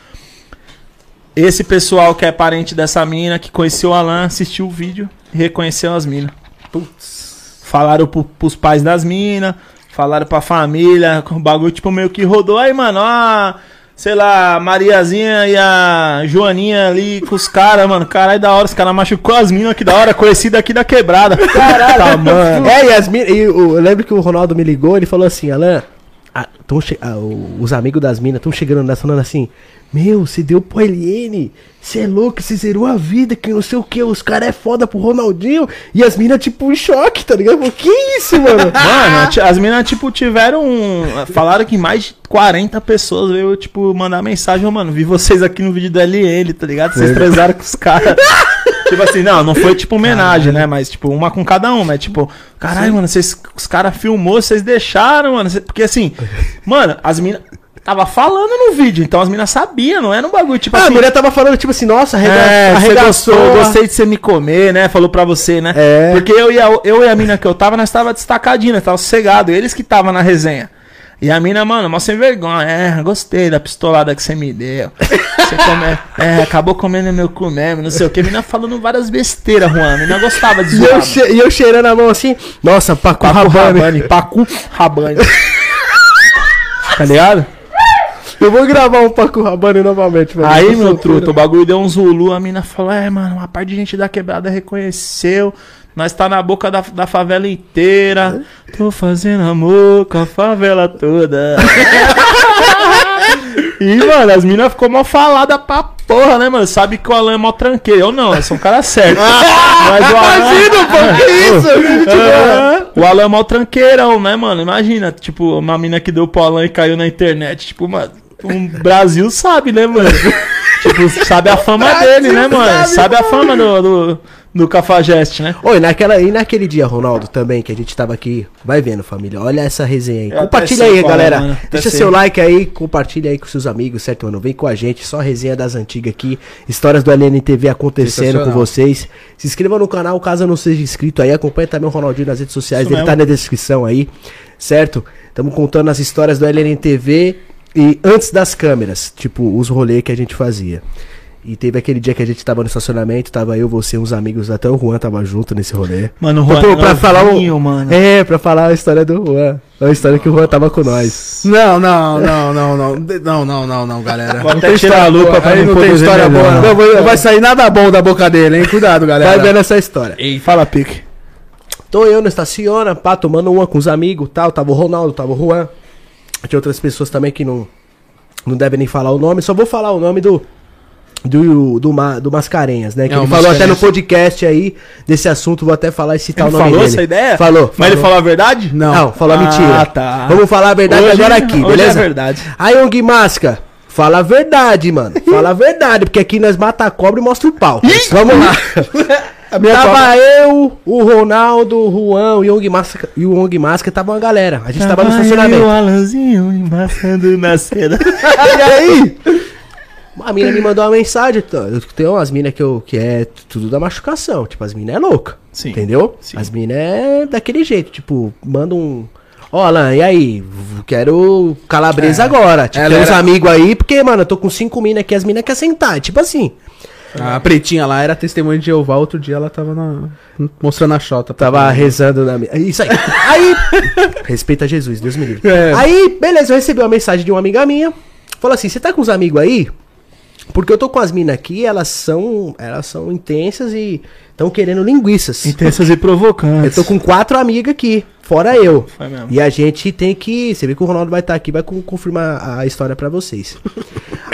Esse pessoal que é parente dessa mina, que conheceu o Alan, assistiu o vídeo e reconheceu as minas.
Putz.
Falaram pro, pros pais das minas, falaram pra família, com o bagulho tipo meio que rodou. Aí, mano, ó, sei lá, a Mariazinha e a Joaninha ali com os caras, mano. Caralho, da hora, os caras machucou as minas, que da hora, conhecida aqui da quebrada. Caralho, mano.
É, e as minas. E o- eu lembro que o Ronaldo me ligou, ele falou assim, Alan, a- tão che- a- o- os amigos das minas estão chegando nessa falando assim, meu, você deu pro Eliene, você é louco, você zerou a vida, que não sei o que, os caras é foda pro Ronaldinho, e as minas, tipo, em choque, tá ligado? Eu falei, Que isso, mano?
Mano, ti- as minas, tipo, tiveram. um- Falaram que mais de 40 pessoas veio, tipo, mandar mensagem, "Ô, mano. Vi vocês aqui no vídeo do LL, tá ligado? Vocês transaram com os caras. tipo assim, não, não foi tipo homenagem, né? Mas, tipo, uma com cada uma. É tipo, caralho, mano, vocês, os caras filmou, vocês deixaram, mano. Cê- Porque assim, mano, as minas. Tava falando no vídeo, então as minas sabiam, não era um bagulho, tipo
Ah, a
assim.
mulher tava falando, tipo assim, nossa, arrega-
É, você
arregaçou,
gostou, gostei de você me comer, né? Falou pra você, né?
É.
Porque eu e a, eu e a mina que eu tava, nós tava destacadinho, nós tava sossegado. Eles que tava na resenha. E a mina, mano, mó sem vergonha. É, gostei da pistolada que você me deu. Você come... É, acabou comendo meu cu mesmo, não sei o que. A mina falando várias besteiras, Juan. A mina gostava de
E
zoar.
eu,
mano.
che e eu cheirando a mão assim, nossa, Paco
Paco
Rabanne.
Rabanne, Paco Rabanne. tá ligado?
Eu vou gravar um Paco Rabanne novamente, velho.
Aí,
Essa
meu
loucura.
truto, o bagulho deu um zulu, a mina falou, é, mano, uma parte de gente da quebrada reconheceu, nós tá na boca da, da favela inteira, tô fazendo amor com a favela toda. e, mano, as minas ficou mó falada pra porra, né, mano? Sabe que o Alan é mó tranqueiro, eu não, eu sou um cara certo. Mas o Alan...
Imagina, pô, que isso?
Ah, O Alan é mó tranqueirão, né, mano? Imagina, tipo, uma mina que deu pro Alan e caiu na internet. Tipo, mano, um Brasil sabe, né, mano? tipo, sabe a fama dele, né, mano? Sabe a fama do, do, do Cafajeste, né?
Oi, naquela, e naquele dia, Ronaldo, também, que a gente tava aqui. Vai vendo, família. Olha essa resenha aí.
Eu
compartilha
até sei
aí,
qual é,
galera.
mano. Até
Deixa
sei.
seu like aí, compartilha aí com seus amigos, certo, mano? Vem com a gente, só resenha das antigas aqui. Histórias do LNTV acontecendo com
Sensacional.
vocês. Se inscreva no canal caso eu não seja inscrito aí. Acompanha também o Ronaldinho nas redes sociais
Isso
dele,
mesmo.
tá na descrição aí, certo? Estamos contando as histórias do LNTV e antes das câmeras, tipo, os rolês que a gente fazia. E teve aquele dia que a gente tava no estacionamento, tava eu, você, uns amigos, até o Juan tava junto nesse rolê.
Mano, o
Pra-
Juan
pra,
é
pra falar o,
novinho, mano.
É, pra falar a história do Juan. A história que o Juan tava com nós.
Não, não, não, não, não. De- Não, não, não, não, galera.
Vou
Não
até
tem
tirar
história
a lupa
boa.
pra
Aí
me
tá não
poder
tem
ver
história
melhor.
boa. Não, vai, vai sair nada bom da boca dele, hein? Cuidado,
Vai
galera.
vendo essa história.
Fala, Pique.
Tô eu no estaciona, pá, tomando uma com os amigos tal. Tava o Ronaldo, tava o Juan. Tinha outras pessoas também que não, não devem nem falar o nome. Só vou falar o nome do. Do, do, Ma- do Mascarenhas, né? Que
É,
ele
o
falou até no
Mascarenhas.
podcast aí desse assunto, vou até falar e citar
Ele
o nome
falou
dele.
essa ideia?
Falou.
Mas ele falou a verdade?
Não.
Não, falou a
Ah,
mentira.
tá.
Vamos falar a verdade
Hoje-
agora aqui,
hoje é
beleza?
verdade.
Aí, Ong Masca, fala a verdade, mano. Fala a verdade, porque aqui nós mata a cobra e mostra o pau. Vamos lá. tava eu, o Ronaldo, o Juan, o Young Masca e o Ong Masca, tava uma galera. A gente tava, no
Tava eu e
estacionamento.
O Alanzinho embaçando na cena.
E aí? A mina me mandou uma mensagem. tá? Eu tenho umas minas que, eu- que é tudo da machucação. Tipo, as minas é louca.
Sim.
Entendeu?
Sim.
As minas é daquele jeito. Tipo, manda um. Ó, Alan, e aí? V- Quero calabresa
É.
agora. Tipo,
Ela
tem uns
era-
amigos aí, porque, mano, eu tô com cinco minas aqui, as minas querem sentar. Tipo assim.
A pretinha lá era testemunha de Jeová, outro dia ela tava na- mostrando a xota. pra
Tava
todo mundo.
rezando na minha. Isso aí. Aí. Respeita Jesus, Deus me livre.
É.
Aí, beleza, eu recebi uma mensagem de uma amiga minha. Falou assim: você tá com os amigos aí? Porque eu tô com as minas aqui, elas são. Elas são intensas e estão querendo linguiças.
Intensas e
Eu
provocantes.
tô com quatro amigas aqui, fora eu.
Foi mesmo.
E a gente tem que. Você vê que o Ronaldo vai estar aqui, vai co- confirmar a história pra vocês.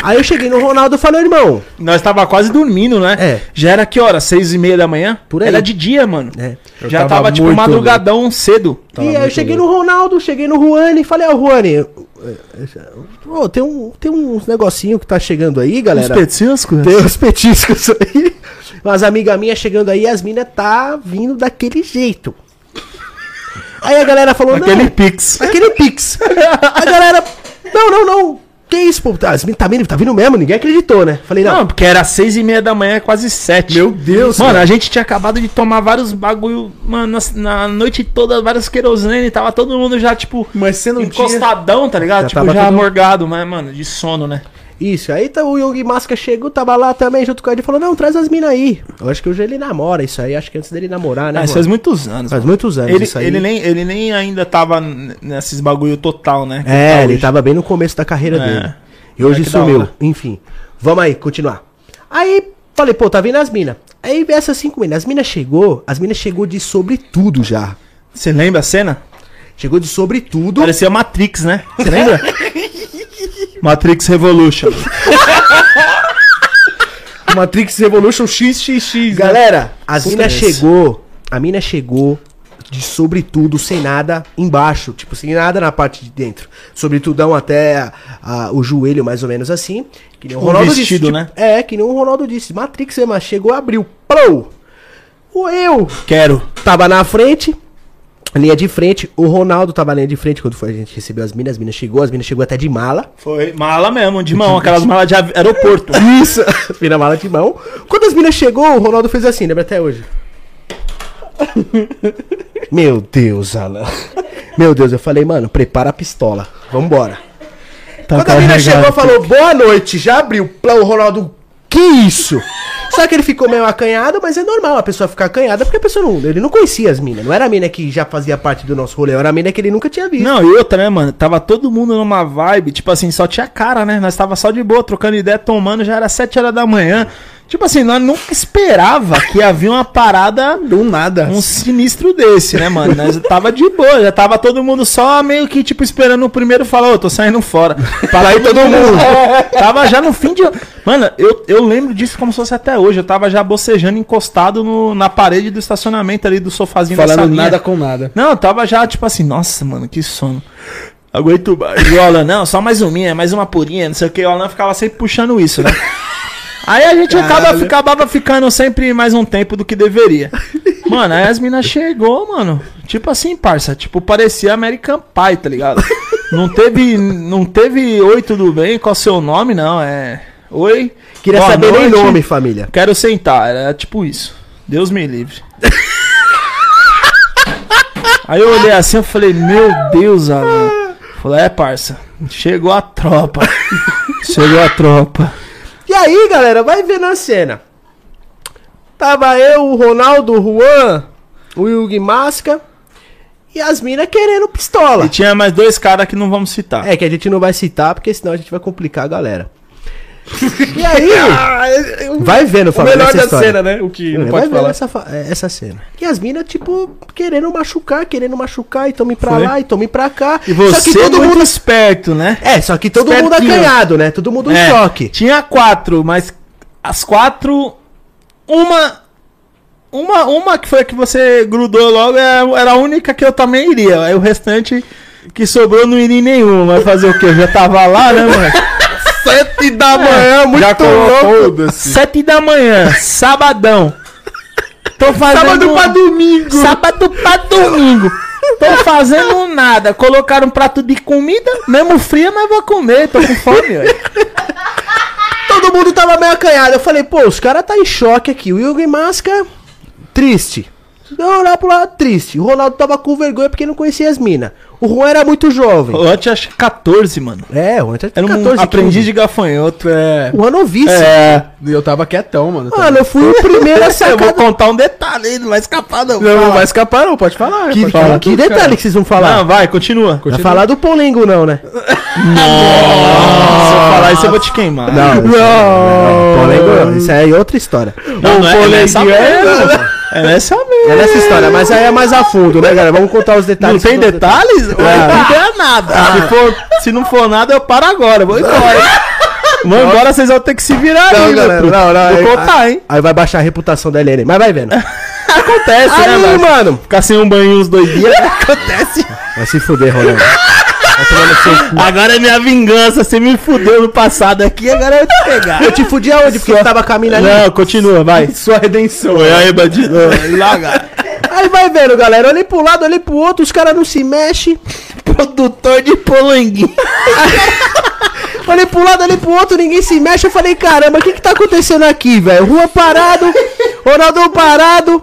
aí eu cheguei no Ronaldo e falei, irmão,
Nós tava quase dormindo, né?
É.
Já era que hora? Seis e meia da manhã?
Por aí.
Era de dia, mano.
né?
Eu
Já tava,
tava
tipo
muito
madrugadão cedo.
Tava
e aí eu
muito
cheguei no Ronaldo, cheguei no Ruane, falei, ó, Ruane, eh, eh, ô, tem, um, tem uns negocinho que tá chegando aí, galera.
petiscos?
Tem uns petiscos aí. Umas amigas minhas chegando aí, as minas tá vindo daquele jeito. Aí a galera falou,
Aquele
não,
pix.
aquele pix. A galera, não, não, não, que isso, pô, tá, as minas tá vindo, tá vindo mesmo, ninguém acreditou, né? Falei, não,
Não, porque era seis e meia da manhã, é quase sete.
Meu Deus,
Mano,
cara.
a gente tinha acabado de tomar vários bagulho, mano, na, na noite toda, vários querosene, tava todo mundo já, tipo,
Mas você não tinha...
encostadão, tá ligado?
Já
tipo,
tava
já
todo-
morgado, mas, mano, de sono, né?
Isso, aí tá, o Yogi Masca chegou, tava lá também junto com ele e falou, não, traz as minas aí. Eu acho que hoje ele namora isso aí, acho que antes dele namorar, né?
Ah, isso
mano?
faz muitos anos.
Faz
mano.
muitos anos
Ele,
isso aí.
ele nem, ele nem ainda tava n- nesses bagulho total, né? que
É,
tá
ele
hoje.
tava bem no começo da carreira
É.
dele. E hoje
Moleque da
sumiu.
hora.
Enfim, vamos aí, continuar. Aí, falei, pô, tá vindo as minas. Aí, essas cinco minas. As minas chegou, as minas chegou de sobretudo já.
Você lembra a cena?
Chegou de sobretudo.
Parecia Matrix, né? Você lembra? Matrix Revolution.
Matrix Revolution XXX. né?
Galera, as
é. Puta
mina
esse.
chegou, a mina chegou de sobretudo, sem nada embaixo, tipo, sem nada na parte de dentro. Sobretudão até a- a- o joelho, mais ou menos assim. Que nem o
Um
Ronaldo
vestido,
disse,
né?
tipo, É, que nem o Ronaldo disse. Matrix, mas chegou, abriu, plou! O eu
Quero.
tava na frente, linha de frente, o Ronaldo tava na linha de frente quando foi, a gente recebeu as minas, as minas chegou, as minas chegou até de mala.
Foi mala mesmo, de mão, aquelas malas de avi- aeroporto.
Isso, vira mala de mão. Quando as minas chegou, o Ronaldo fez assim, lembra até hoje. Meu Deus, Alan. Meu Deus, eu falei, mano, prepara a pistola. Vambora.
Tá
Quando Tá a mina chegou e falou, boa noite, já abriu. Plá, O Ronaldo, que isso? Só que ele ficou meio acanhado, mas é normal a pessoa ficar acanhada, porque a pessoa não. Ele não conhecia as minas. Não era a mina que já fazia parte do nosso rolê, era a mina que ele nunca tinha visto.
Não, e outra, né, mano? Tava todo mundo numa vibe, tipo assim, só tinha cara, né? Nós tava só de boa, trocando ideia, tomando, já era 7 horas da manhã. Tipo assim, nós nunca esperava que havia uma parada,
Do nada.
um sinistro desse, né, mano? Nós tava de boa, já tava todo mundo só meio que, tipo, esperando o primeiro falar, ô, tô saindo fora. Pra aí todo mundo. tava já no fim de. Mano, eu, eu lembro disso como se fosse até hoje. Eu tava já bocejando, encostado no- na parede do estacionamento ali, do sofazinho da
Falando
salinha.
nada com nada.
Não, eu tava já, tipo assim, nossa, mano, que sono. Aguento mais. E o Alan, não, só mais uminha, mais uma purinha, não sei o que. O Alan ficava sempre puxando isso, né? Aí a gente acaba,
Caralho.
fica- acabava ficando sempre mais um tempo do que deveria. Mano, aí as minas chegou, mano. Tipo assim, parça, tipo, parecia American Pie, tá ligado? Não teve, não teve oi, tudo bem? Qual seu nome, não, é... Oi?
Queria
boa
saber nem
noite.
nome, família.
Quero sentar, era tipo isso. Deus me livre. Aí eu olhei assim, eu falei, meu Deus, Alan. Falei, é, parça, chegou a tropa. Chegou a tropa.
E aí, galera, vai vendo a cena. Tava eu, o Ronaldo, o Juan, o Yugi Masca e as minas querendo
E
pistola.
tinha mais dois caras que não vamos citar.
É que a gente não vai citar, porque senão a gente vai complicar a galera. e aí, vai vendo,
Ah, O
família,
melhor
essa
da
história. É,
cena, né? O que não
vai
pode
vendo
falar.
Essa, fa- é, essa cena. E as minas, tipo, querendo machucar, querendo machucar, e tome pra
Foi.
lá, e tome pra cá.
E você
só que todo
muito
mundo.
esperto, né?
É, só que todo mundo
espertinho.
acanhado, né? Todo mundo em
É,
choque.
Tinha quatro, mas as quatro, uma, uma, uma que foi a que você grudou logo é- era a única que eu também iria. Aí o restante que sobrou eu não iria em nenhuma. Vai fazer o quê? Eu já tava lá, né, mano? É,
Sete da
É,
manhã, É, muito
já colocou-
Foda-se.
Sete da manhã, sabadão. Tô fazendo um
Sábado pra domingo.
Sábado pra domingo. Tô fazendo nada. Colocaram um prato de comida, mesmo fria, mas vou comer. Tô com fome, velho.
Todo
todo mundo tava meio acanhado. Eu falei, pô, os caras tá em choque aqui. O Wilgen Masca, triste. Não, lá pro lado, triste. O Ronaldo tava com vergonha porque não conhecia as minas. O Juan era muito jovem.
O Ant acho que 14, mano.
É, o Juan tinha
Era um
14,
aprendiz
15.
de gafanhoto, é.
O Juan novíssimo.
É.
E eu tava quietão, mano.
Mano, eu fui o primeiro a
Eu vou
sacar.
contar um detalhe aí, não vai escapar, não.
Não, não
Fala.
vai escapar, não. Pode falar.
Que,
pode falar
que
tudo,
detalhe
cara.
que vocês vão falar?
Não, vai, continua.
Não vai
Continua.
falar do Paulingo, não, né?
Se eu falar isso, eu vou te queimar.
Não, não. Paulingo, isso aí é outra história.
Não, não é, é nessa mesmo. É nessa mesmo.
É nessa história, mas aí é mais a fundo, né, galera? Vamos contar os
Não
detalhes.
tem detalhes? Não, tem nada. Se, for, se não for nada, eu paro agora. Vou embora. Vou embora, vocês vão ter que se virar aí,
Não,
meu
galera,
truta.
não, não, aí-
Vou contar, hein?
Aí vai baixar a reputação da Helene, mas vai vendo.
Acontece, né,
Aí,
mano?
mano.
Ficar sem um banho uns dois dias, acontece.
Vai se fuder, Ronaldo. Vai tomar no seu cu.
Agora é minha vingança. Você me fudeu no passado é aqui, agora eu te pegar.
Eu te fudi aonde? Porque eu tava com a mina ali.
Não, continua, vai.
Sua redenção.
Foi aí, bandido. Larga.
Aí vai vendo, galera. Olhei pro lado, olhei pro outro, os caras não se mexem.
Produtor de polanguinho.
Olhei pro lado, olhei pro outro, ninguém se mexe. Eu falei, caramba, o que que tá acontecendo aqui, velho? Rua parado, Ronaldo parado.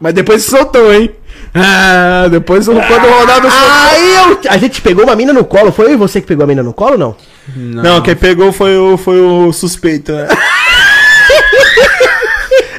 Mas depois se soltou, hein? Ah, depois quando o Ronaldo soltou.
Aí eu... A gente pegou uma mina no colo. Foi eu e você que pegou a mina no colo, não?
Não, quem pegou foi o, foi o suspeito, né?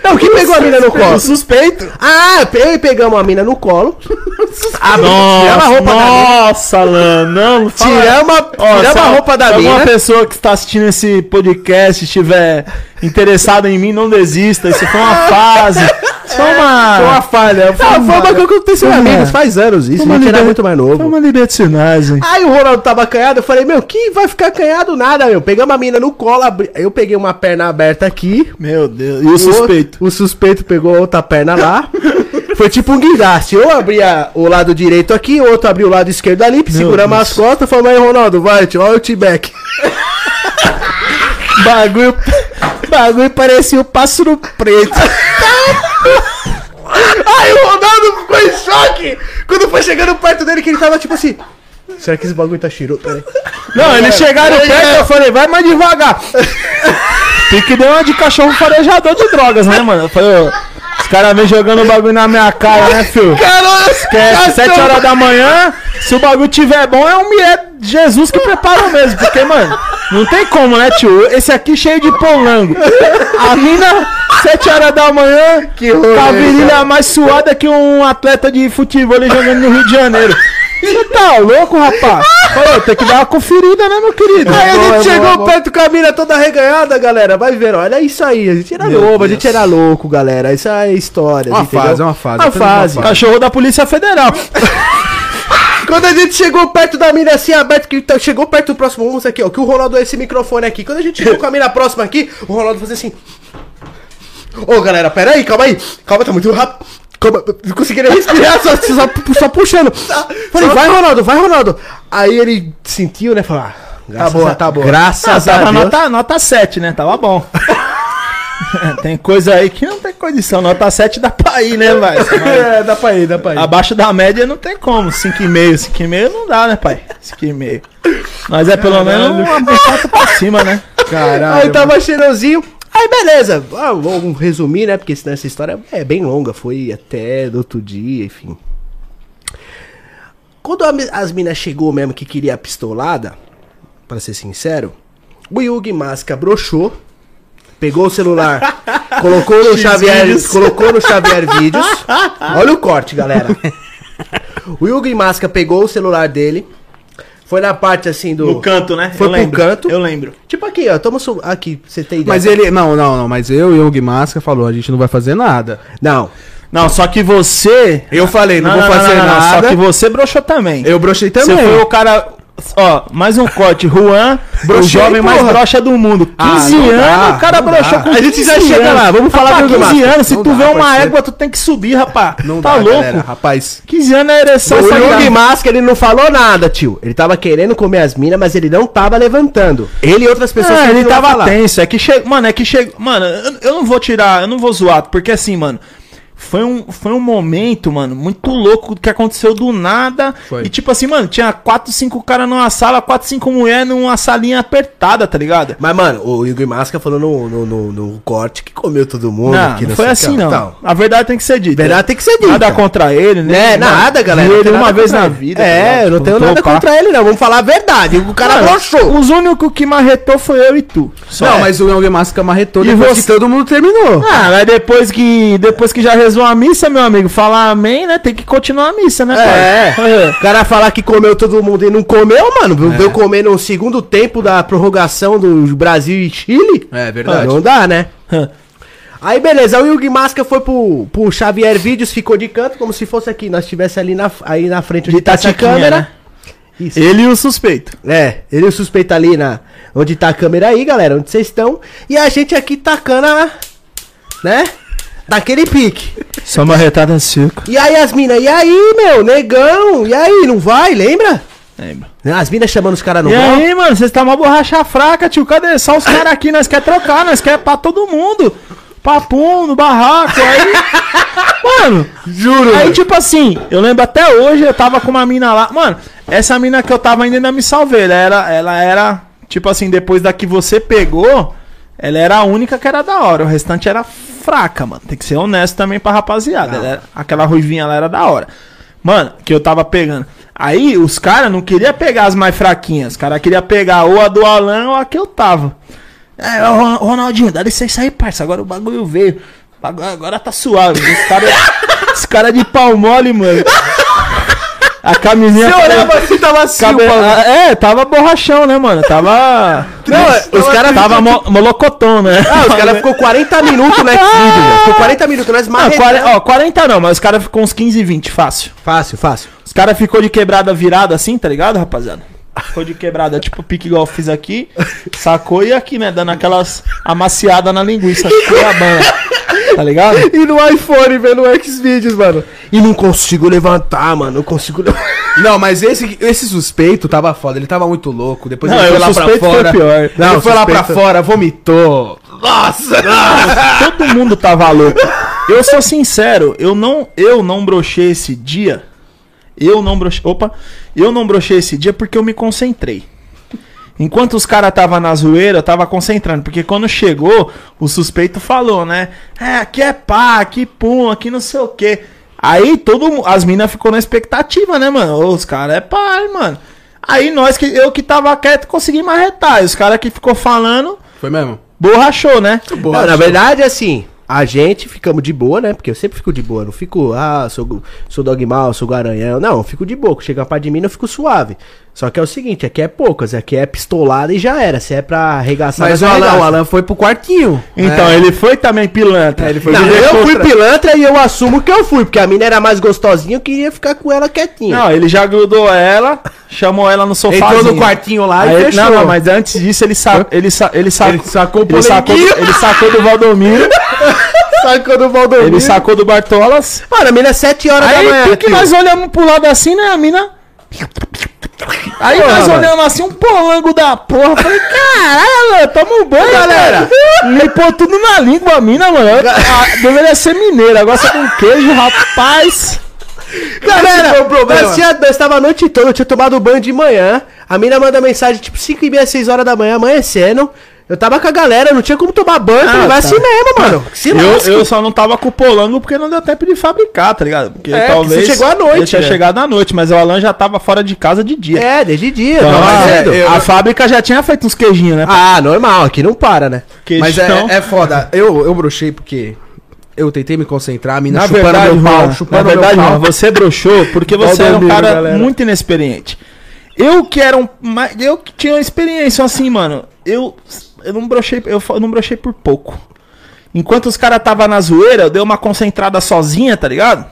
Não, quem É pegou a mina no colo?
O suspeito?
Ah, eu e pegamos a mina no colo.
nossa,
Ah, a roupa da
nossa, Lan, não, não fala-
Tiramos a,
Ó,
tiramos
se
a roupa da
se
mina.
alguma pessoa que está assistindo esse podcast estiver interessada em mim, não desista. Isso foi uma fase. Isso foi uma.
Foi uma falha. Foi
Ah,
uma
É. foi uma coisa que aconteceu
Vamos
comigo,
lá.
faz anos isso. Mas era é muito mais novo.
Foi uma libertinagem.
Aí o Ronaldo tava acanhado, eu falei, meu, que vai ficar acanhado nada, meu. Pegamos a mina no colo, abri- eu peguei uma perna aberta aqui.
Meu Deus. E o
outro-
suspeito?
o suspeito pegou a outra perna lá. Foi tipo um guindaste. Eu abria o lado direito aqui, o outro abria o lado esquerdo ali, seguramos
Deus.
as costas, falou, aí, Ronaldo, vai, tio, olha o T-back.
Bagulho.
bagulho parecia o pássaro preto. Aí o Ronaldo ficou em choque quando foi chegando perto dele, que ele tava tipo assim. Será que esse bagulho tá cheiroso? Peraí.
Não, eles
É.
chegaram perto, eu falei, vai mais devagar. E que deu uma de cachorro farejador de drogas, né, mano? Eu falei, ô, os caras vêm jogando bagulho na minha cara, né, filho?
Caralho,
Esquece, 7 horas da manhã, se o bagulho tiver bom, é um é Jesus que preparou mesmo, porque, mano, não tem como, né, tio? Esse aqui cheio de polango. A mina, 7 horas da manhã,
Que rolê,
com a virilha
cara.
mais suada que um atleta de futebol ali jogando no Rio de Janeiro. Você tá louco, rapaz? Falei, tem que dar uma conferida, né, meu querido?
Aí a gente
é
Boa,
chegou
boa, boa.
perto com a mina toda arreganhada, galera. Vai ver, olha é isso aí. A gente era
Meu
novo, a
Deus.
gente era louco, galera. Isso é história.
Uma fase, é uma
Ah,
fase,
Uma
apenas uma
fase.
fase.
Cachorro da Polícia Federal.
Quando a gente chegou perto da mina assim aberta, que tá- chegou perto do próximo vamos aqui, ó. Que o Ronaldo é esse microfone aqui. Quando a gente chegou com a mina próxima aqui, o Ronaldo fazia assim. Ô galera, pera aí, calma aí. Calma, tá muito rápido. Calma, eu não consegui nem respirar, só, só, só puxando.
Tá,
Falei, vai Ronaldo, vai Ronaldo. Aí ele sentiu, né? Falou, ah, graças
boa,
a-
tá boa.
Ah,
Graças
tava
a Deus.
nota, nota 7, né? Tava bom. tem coisa aí que não tem condição. Nota 7 dá pra ir, né, vai? Mas
É, dá pra ir, dá pra ir.
Abaixo da média não tem como. 5,5. 5,5 não dá, né, pai? 5,5. Mas é pelo menos uma bicota pra cima, né?
Caralho.
Aí tava cheirosinho. Aí beleza, Ah, vamos resumir, né? Porque senão essa história é bem longa, foi até do outro dia, enfim. Quando a mi- as minas chegou mesmo que queria a pistolada, pra ser sincero, o Yugi Masca broxou, pegou o celular, colocou no Xavier,
X-Vídeos.
colocou no Xavier Vídeos. Olha o corte, galera. O Yugi Masca pegou o celular dele, foi na parte assim do
No canto, né?
Foi
eu
pro
lembro.
canto.
Eu lembro.
Tipo aqui, ó, toma su... aqui, você tem ideia.
Mas ele. Não, não, não. Mas eu e o Gui Masca falou: a gente não vai fazer nada.
Não.
Não, só que você.
Eu falei, não, vou fazer nada.
Só que você broxou também.
Eu brochei
Você
também.
foi o cara. Ó, mais um corte. Juan, o
Broxei,
jovem mais
porra.
broxa do mundo. 15
Ah, não
anos,
dá,
o cara
não
broxou
dá.
com
A gente já chega lá, vamos falar
rapaz,
do Edu
15
Matos.
anos, se
Não
tu
dá,
vê uma
parceiro.
égua, tu tem que subir, rapaz.
Não
tá
dá,
louco?
galera, rapaz.
15 anos é ereção,
o
sagrada.
Yugi Masca, ele não falou nada, tio. Ele tava querendo comer as minas, mas ele não tava levantando. Ele e outras pessoas
Ah, ele
conseguiram
tava
falar.
tenso. É que chega. Mano, é que chega. Mano, eu, eu não vou tirar, eu não vou zoar, porque assim, mano. Foi um, foi um momento, mano, muito louco que aconteceu do nada.
Foi.
E tipo assim, mano, tinha quatro, cinco caras numa sala, quatro, cinco mulheres numa salinha apertada, tá ligado?
Mas, mano, o Igor Masca falou no, no, no, no corte que comeu todo mundo.
Não,
que
não foi
sei o
assim
que lá.
não.
Então,
A verdade tem que ser dita.
verdade tem que ser dita.
Nada contra ele, né?
É, nada, galera.
Vi
não
ele
tem
uma
nada
vez
contra
na
ele.
vida. tipo,
É, eu não tenho nada contra ele, não. Vamos falar a verdade. O cara
Mano,
broxou. é.
Os únicos que marretou foi eu e tu. Só. é.
Não, mas o Young Masca marretou
E
depois
você-
que todo mundo terminou.
Ah, mas depois que, depois que já rezou a missa, meu amigo, falar amém, né? Tem que continuar a missa, né, pai?
É, o cara falar que comeu todo mundo e não comeu, mano. Deu comer no segundo tempo da prorrogação do Brasil e Chile.
É
Ah, não dá, né? Aí beleza, o Yugi Masca foi pro, pro Xavier Vídeos, ficou de canto, como se fosse aqui, nós estivesse ali na, aí na frente onde
De
tá essa
taquiquinha,
câmera.
né?
Isso.
Ele e o suspeito.
É, ele suspeita ali na, onde tá a câmera aí, galera, onde vocês estão. E a gente aqui tacando a. né? Daquele pique.
Só marretada no circo.
E aí as minas, e aí, meu, negão, e aí, não vai, lembra?
Lembra.
As minas chamando os caras
É,
no
E
bloco.
aí, mano, vocês tá uma borracha fraca, tio. Cadê? Só os caras aqui, nós quer trocar, nós quer pra todo mundo. Papum, no barraco, aí. mano,
Juro.
aí tipo assim, eu lembro até hoje, eu tava com uma mina lá. Mano, essa mina que eu tava ainda ainda me salvei. Ela era, ela era, tipo assim, depois da que você pegou, ela era a única que era da hora. O restante era fraca, mano. Tem que ser honesto também pra rapaziada. Ela era- aquela ruivinha lá era da hora. Mano, que eu tava pegando. Aí os caras não queriam pegar as mais fraquinhas. Os caras queriam pegar ou a do Alan ou a que eu tava. É, ô, Ron- Ronaldinho, dá licença aí, parça. Agora o bagulho veio. Agora, agora tá suave. Esse cara, é, esse cara de pau mole, mano. A camisinha.
Você olhava assim,
tá
tava assim,
Cabe...
o bagulho.
Ah, É, tava borrachão, né, mano? Tava.
Não, os caras
Tava mo... molocotão, né?
né? Ah, os caras ficou 40 minutos no X-Video, velho. Ficou 40 minutos, nós
Não,
marretamos.
quare- ó, 40 não, mas os caras ficou uns 15 e 20, fácil.
Fácil, fácil.
Os caras ficou de quebrada virada assim, tá ligado, rapaziada? Ficou de quebrada, tipo pique igual eu fiz aqui, sacou e aqui, né? Dando aquelas amaciadas na linguiça, cuiabana. Tá ligado?
E no iPhone, vendo o X-Videos, mano. E não consigo levantar, mano. Não consigo levantar.
Não, mas esse, esse suspeito tava foda, ele tava muito louco. Depois
Não,
ele
o suspeito foi pior.
Não, ele
Não,
foi lá pra
suspeito-
fora, vomitou. Nossa!
Todo mundo tava louco. Eu sou sincero, eu não, eu não brochei esse dia. Eu não brochei. Opa! Eu não brochei esse dia porque eu me concentrei. Enquanto os caras tava na zoeira, eu tava concentrando, porque quando chegou, o suspeito falou, né? É, aqui é pá, aqui pum, aqui não sei o quê. Aí todo mu- as minas ficou na expectativa, né, mano? Ô, os caras é pá, mano. Aí nós que eu que tava quieto consegui marretar, e os caras que ficou falando,
Foi mesmo?
borrachou, né?
Não, na verdade, assim, a gente ficamos de boa, né? Porque eu sempre fico de boa. Não fico, ah, sou, sou dogmal, sou garanhão. Não, eu fico de boa. Chega pra de mim, eu fico suave. Só que é o seguinte, aqui é poucas. Aqui é pistolada e já era. Se é pra arregaçar,
Mas o
nós
Alan, o
arregaça.
Alan foi pro quartinho.
Então, ele foi também pilantra.
ele foi
Não,
Ele é
eu fui
contra-
pilantra e eu assumo que eu fui, porque a mina era mais gostosinha, eu queria ficar com ela quietinha.
Não, ele já grudou ela, chamou ela no sofá.
Entrou no quartinho lá e fechou.
Não, não, mas antes disso ele, sa ele, sa ele, sa
Ele sacou o
ele sacou,
polenguinho.
ele sacou do Valdomiro,
Sacou do Valdomiro.
ele sacou do Bartolas.
Mano, a mina é 7 horas da manhã.
Aí que
tio.
nós olhamos pro lado assim, né, a mina... Aí
Porra,
nós
mano.
olhamos assim, um polango da porra. Falei, caralho, mano, toma um banho, galera. Limpou tudo na língua, a mina, mano. Eu- a- deveria ser mineira, agora só com queijo, rapaz.
Galera,
Esse foi o problema.
nós, tinha, nós tava a noite toda, eu tinha tomado banho de manhã. A mina manda mensagem tipo 5 e meia, 6 horas da manhã, amanhecendo. Eu tava com a galera, não tinha como tomar banho,
Ah,
falei, vai
tá.
assim mesmo, mano. Se lasca.
Eu, eu só não tava com o Polanco porque não deu tempo de fabricar, tá ligado? Porque
É,
talvez.
que você chegou à noite,
Ele tinha
né?
chegado à noite, mas o Alan já tava fora de casa de dia.
É, desde dia,
Então,
tava
a-
é,
cedo.
a fábrica já tinha feito uns queijinhos, né?
Ah, normal, aqui não para, né?
Mas é,
Queijão.
é foda. Eu, eu brochei porque eu tentei me concentrar, a mina
Na
chupando
verdade,
meu pau,
Juan,
chupando
na verdade,
meu pau.
Juan, você broxou porque você era um
Valdomiro,
cara
galera.
muito inexperiente. Eu que era um. ma- Eu que tinha uma experiência assim, mano. Eu, eu não brochei, eu fa- não brochei por pouco. Enquanto os caras tava na zoeira, eu dei uma concentrada sozinha, tá ligado?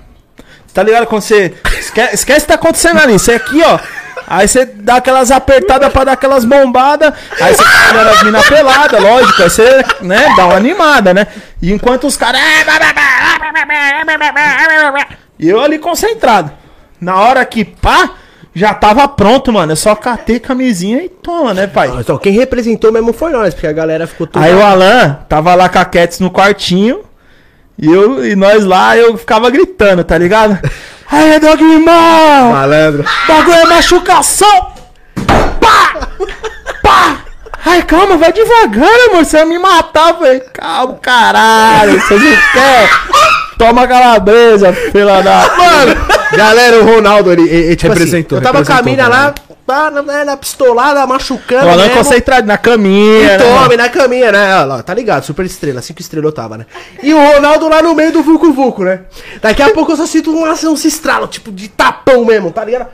Tá ligado quando você. Esquece, esquece o que tá acontecendo ali. Você aqui, ó. Aí você dá aquelas apertadas pra dar aquelas bombadas. Aí você tá olhando as minas peladas, lógico. Aí você, né, dá uma animada, né? E enquanto os caras. E eu ali concentrado. Na hora que pá, já tava pronto, mano. Eu só catei camisinha e toma, né, pai?
Então, quem representou mesmo foi nós, porque a galera ficou toda.
Aí o Alan tava lá com a Cats no quartinho. E, eu, e nós lá, eu ficava gritando, tá ligado? Aê, dog irmão!
Malandro.
Bagulho é machucação! Pá! Pá! Ai, calma, vai devagar, né, amor, você vai me matar. Eu falei, calma, caralho, você não quer? Toma calabresa, filha da... Mano!
Galera, o Ronaldo, ele, ele, ele te representou.
Tipo assim, eu tava com a
representou,
mina lá,
cara.
pá, na, na- na pistolada, machucando.
Falando
mesmo.
concentrado na caminha. né, mano?
Tome Então, na caminha, né? Olha lá, tá ligado, super estrela, cinco estrelas eu tava, né? E o Ronaldo lá no meio do Vucu Vucu, né? Daqui a pouco eu só sinto um, um se estralo, tipo de tapão mesmo, tá ligado?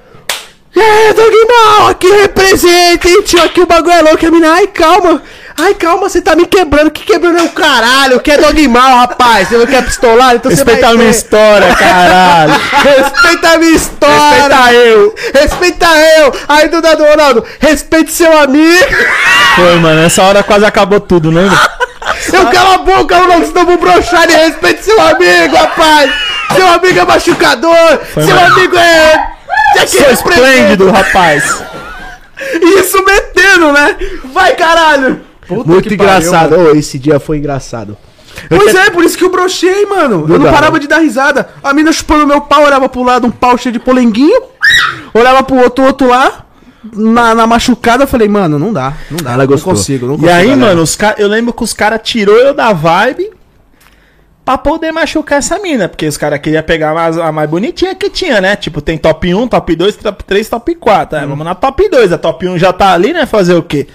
É, Dogmal, aqui representa, hein, tio, aqui o bagulho é louco, a mina, ai, calma, ai, calma, você tá me quebrando, que quebrando é o caralho, que é Dogmal, rapaz, você não quer pistolar, então você vai
Respeita a minha
ver.
história, caralho.
Respeita a minha história!
Respeita eu.
Respeita eu! Aí do nada, Ronaldo, respeite seu amigo!
Foi, mano, essa hora quase acabou tudo, né?
Eu cala a boca, Ronaldo, senão eu vou broxar e respeite seu amigo, rapaz! Seu amigo é machucador! seu
mal.
amigo é. é que
Sou
representa.
esplêndido, rapaz.
Isso metendo, né? Vai, caralho!
Muito engraçado.
Ô, esse dia foi engraçado.
Pois é, por isso que eu brochei, mano. eu não
dá,
parava
né?
de dar risada. A mina chupando meu pau, olhava pro lado um pau cheio de polenguinho, olhava pro outro, outro lá. Na, na machucada, eu falei, mano, não dá, não dá.
Ela gostou.
Não consigo, não
E
consigo.
aí,
galera.
mano, os ca- eu lembro que os caras tirou eu da vibe pra poder machucar essa mina. Porque os caras queriam pegar mais- a mais bonitinha que tinha, né? Tipo, tem top 1, top 2, top 3, top 4. Aí, Vamos na top 2. A top 1 já tá ali, né? Fazer o quê?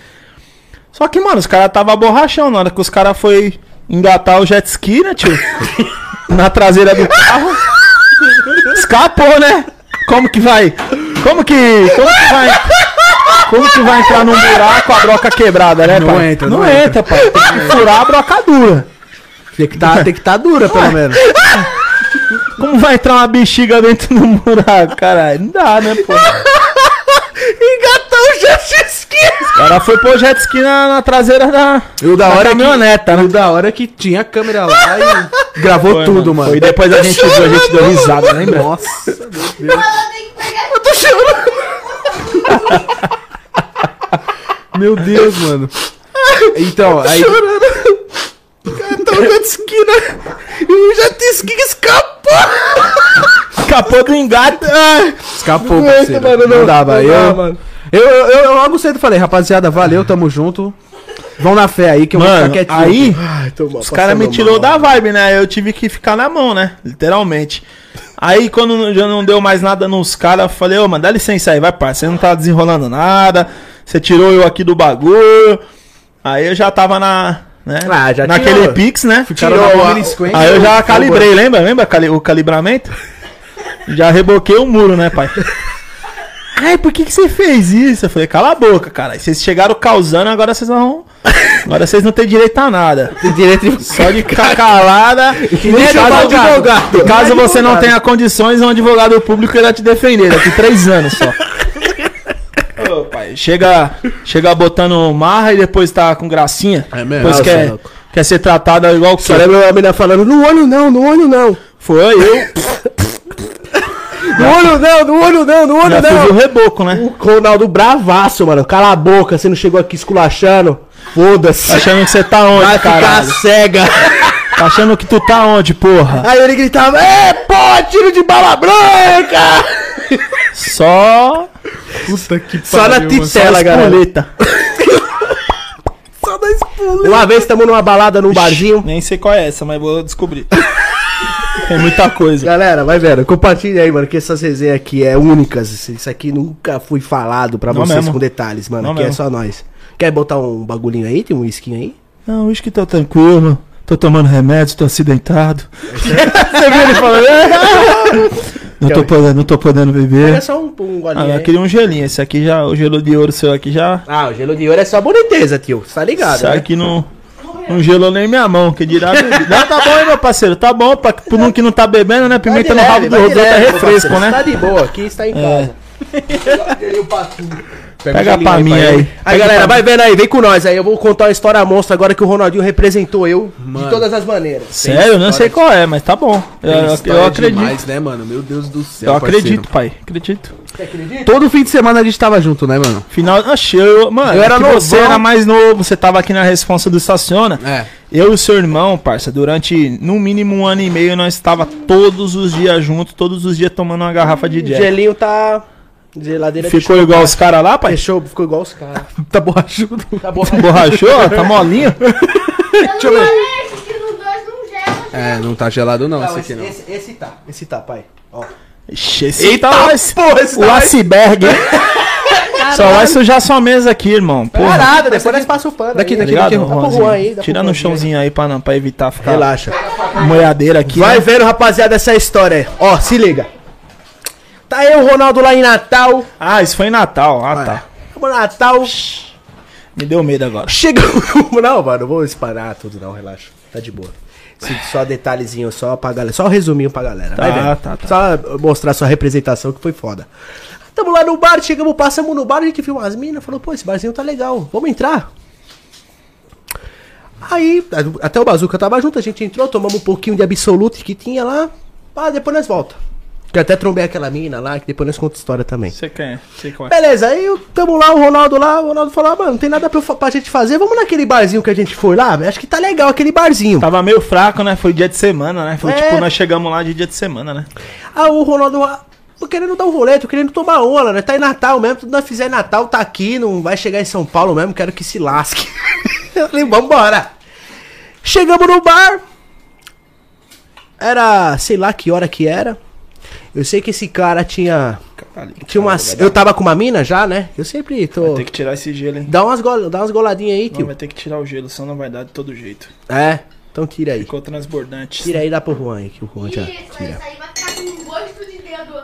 Só que, mano, os caras tava borrachão na hora que os caras foi engatar o jet ski, né, tio? na traseira do carro. Escapou, né? Como que vai? Como que. Como que vai? Como que vai entrar num buraco a broca quebrada, né,
Não
pai?
entra,
não,
não
entra, pai. Tem que furar a broca dura.
Tem que tá, tem que tá dura, pelo menos.
Como vai entrar uma bexiga dentro do buraco, caralho? Não dá, né, pô?
Engatou o jet ski!
O cara foi pôr jet ski na, na traseira da,
E o da hora é que-
caminhoneta,
E
né?
o da hora é que tinha a câmera lá e gravou
Foi,
tudo, mano.
Foi. E depois a gente, viu, a gente deu risada,
né,
lembra?
Nossa.
Ela tem que pegar
Eu tô chorando!
Meu Deus, mano. Então, aí.
Tá o jet ski, né? E o jet ski escapou!
Escapou do engate.
Escapou,
Não aguento,
parceiro.
mano,
não,
não. Não
dava. eu,
dá, mano.
Eu, eu, eu logo cedo falei, rapaziada, valeu, tamo junto. Vão na fé aí que eu
Mano,
vou ficar quietinho.
aí
Ai, tô mal,
os caras me tirou da vibe, né? Eu tive que ficar na mão, né? Literalmente. Aí, quando já não deu mais nada nos caras, eu falei, ô, mano, dá licença aí, vai, parceiro. Você não tá desenrolando nada. Você tirou eu aqui do bagulho. Aí eu já tava na. Né?
Ah, já
Naquele
tirou.
Pix, né?
Tirou
Cara,
a-
na- Aí eu já calibrei, lembra? Lembra cali- o calibramento? Já reboquei o muro, né, pai? Ai, por que, que você fez isso? Eu falei, cala a boca, cara. Vocês chegaram causando, agora vocês vão. Agora vocês não têm direito a nada.
Direito de...
Só de ficar calada. E
nem
caso,
advogado.
advogado. caso
Nem
você não
advogado.
tenha condições, um advogado público irá te defender daqui três anos só. Ô, pai, chega, chega botando marra e depois tá com gracinha.
É mesmo?
Depois
Nossa,
quer,
Ah, louco.
quer ser tratada igual o que
Só lembra a menina falando, no olho não, no olho não!
foi eu.
No olho não, no olho não, no olho
Já
não!
fiz o reboco, né?
O Ronaldo bravaço, mano. Cala a boca, você não chegou aqui esculachando. Foda-se.
Achando que você tá
Vai
onde,
ficar
caralho?
cega.
Tá Achando que tu tá onde, porra?
Aí ele gritava, é, pô, tiro de bala branca!
Só.
Puta que pariu.
Só na
mano.
titela.
só
Tela,
as
galera.
puleta.
Só na espuma.
Uma vez estamos numa balada num barzinho.
Nem sei qual é essa, mas vou descobrir. É muita coisa.
Galera, vai vendo, compartilha aí, mano, que essas resenhas aqui é únicas. Isso aqui nunca foi falado pra
Não
vocês
mesmo.
com detalhes, mano.
Não
aqui é
mesmo.
só nós. Quer botar um bagulhinho aí? Tem um skin aí?
Não, isso que tá tranquilo. Tô tomando remédio, tô acidentado.
Você viu ele falando?
Não tô, podendo, não tô podendo
É
beber.
só um, um golinho.
Ah,
aí.
eu queria um gelinho. Esse aqui já, o gelo de ouro seu aqui já.
Ah, o gelo de ouro é só boniteza, tio. Você tá ligado?
Isso
né?
aqui não, não gelou nem minha mão. Que dirá. bebida. não, tá bom, hein, meu parceiro. Tá bom. Pra, pro um que não tá bebendo, né?
Vai de
Pimenta no
leve,
rabo do
vai de
Rodolfo é
leve, meu
refresco, né?
parceiro. Tá de boa, aqui está em casa.
Pega
gelinho
pra mim aí. tá.
Aí,
Pega
galera,
pra
vai vendo aí, vem com nós. Aí eu vou contar uma história monstra agora que o Ronaldinho representou eu
Mano.
de todas as maneiras.
Sério, não sei qual é, mas tá bom. Eu,
Tem
eu- eu
história
acredito.
Demais, né, mano? Meu Deus do céu.
eu
parceiro.
acredito, pai. Acredito.
Você acredita?
Todo fim de semana a gente tava junto, né, mano?
Final. Oxi, eu, mano,
Eu
é
era
que Você
novão.
era mais novo, você tava aqui na responsa do Estaciona.
É.
Eu e o seu irmão, parça, durante no mínimo um ano e meio, nós estava todos os dias juntos, todos os dias tomando uma garrafa de
O
Jack.
gelinho tá. Geladeira
Ficou igual os caras lá, pai?
Fechou, ficou igual os caras.
Tá borrachudo.
Tá bom.
Borrachou? Tá molinho?
Deixa eu ver.
Os dois não gelam.
É, não tá gelado não,
Não,
esse
esse,
aqui não.
esse- esse tá, esse tá, pai. Ó.
Ixi, esse tá mais-
porra, esse
o
tá mais-
iceberg. hein? Só vai sujar sua mesa aqui, irmão. Porra.
Parada, depois nós passa o pano.
Daqui,
aí.
Tá
daqui,
ligado,
daqui,
Dá pro
Juanzinho?
Juan aí, dá pro
Tira no
Juanzinho aí.
chãozinho aí pra, não, pra evitar ficar
Relaxa.
molhadeira aqui.
Vai
né?
vendo, rapaziada, essa história. aí. Ó, se liga. Tá eu, o Ronaldo, lá em Natal.
Ah, isso foi em Natal. Ah, tá.
Tamo no Natal.
Me deu medo agora.
Chegamos. Não, mano, não vou espanar tudo, não, relaxa. Tá de boa. Se- Só detalhezinho, só pra galera. Só um resuminho pra galera.
Tá,
vai vendo?
tá, tá.
Só mostrar sua representação que foi foda. Tamo lá no bar, chegamos, passamos no bar, a gente viu umas minas, falou, pô, esse barzinho tá legal, vamos entrar. Aí, a- até o Bazuca tava junto, a gente entrou, tomamos um pouquinho de absoluto que tinha lá. Ah, depois nós volta. Que eu até trombei aquela mina lá, que depois nós conta história também.
Você quer? Sei qual é.
Beleza, aí eu- tamo lá, o Ronaldo lá, o Ronaldo falou, ah, mano, não tem nada pra, eu fa- pra gente fazer, vamos naquele barzinho que a gente foi lá, acho que tá legal aquele barzinho.
Tava meio fraco, né? Foi dia de semana, né? Foi
É.
tipo, nós chegamos lá de dia de semana, né?
Aí o Ronaldo, ah, tô querendo dar um rolê, tô querendo tomar onda, né, tá em Natal mesmo, tudo nós fizer em Natal tá aqui, não vai chegar em São Paulo mesmo, quero que se lasque. eu falei, vambora. Chegamos no bar, era, sei lá que hora que era, eu sei que esse cara tinha, tinha uma, eu tava com uma mina já, né, eu sempre tô...
Tem que tirar esse gelo, hein?
Dá umas, gol- dá umas goladinhas aí,
Não,
tio.
vai ter que tirar o gelo, senão não vai dar de todo jeito.
É, então tira aí.
Ficou transbordante.
Tira aí, dá pro Juan aí, que o Juan já
Isso,
tira.
isso aí vai ficar com um gosto de dedo.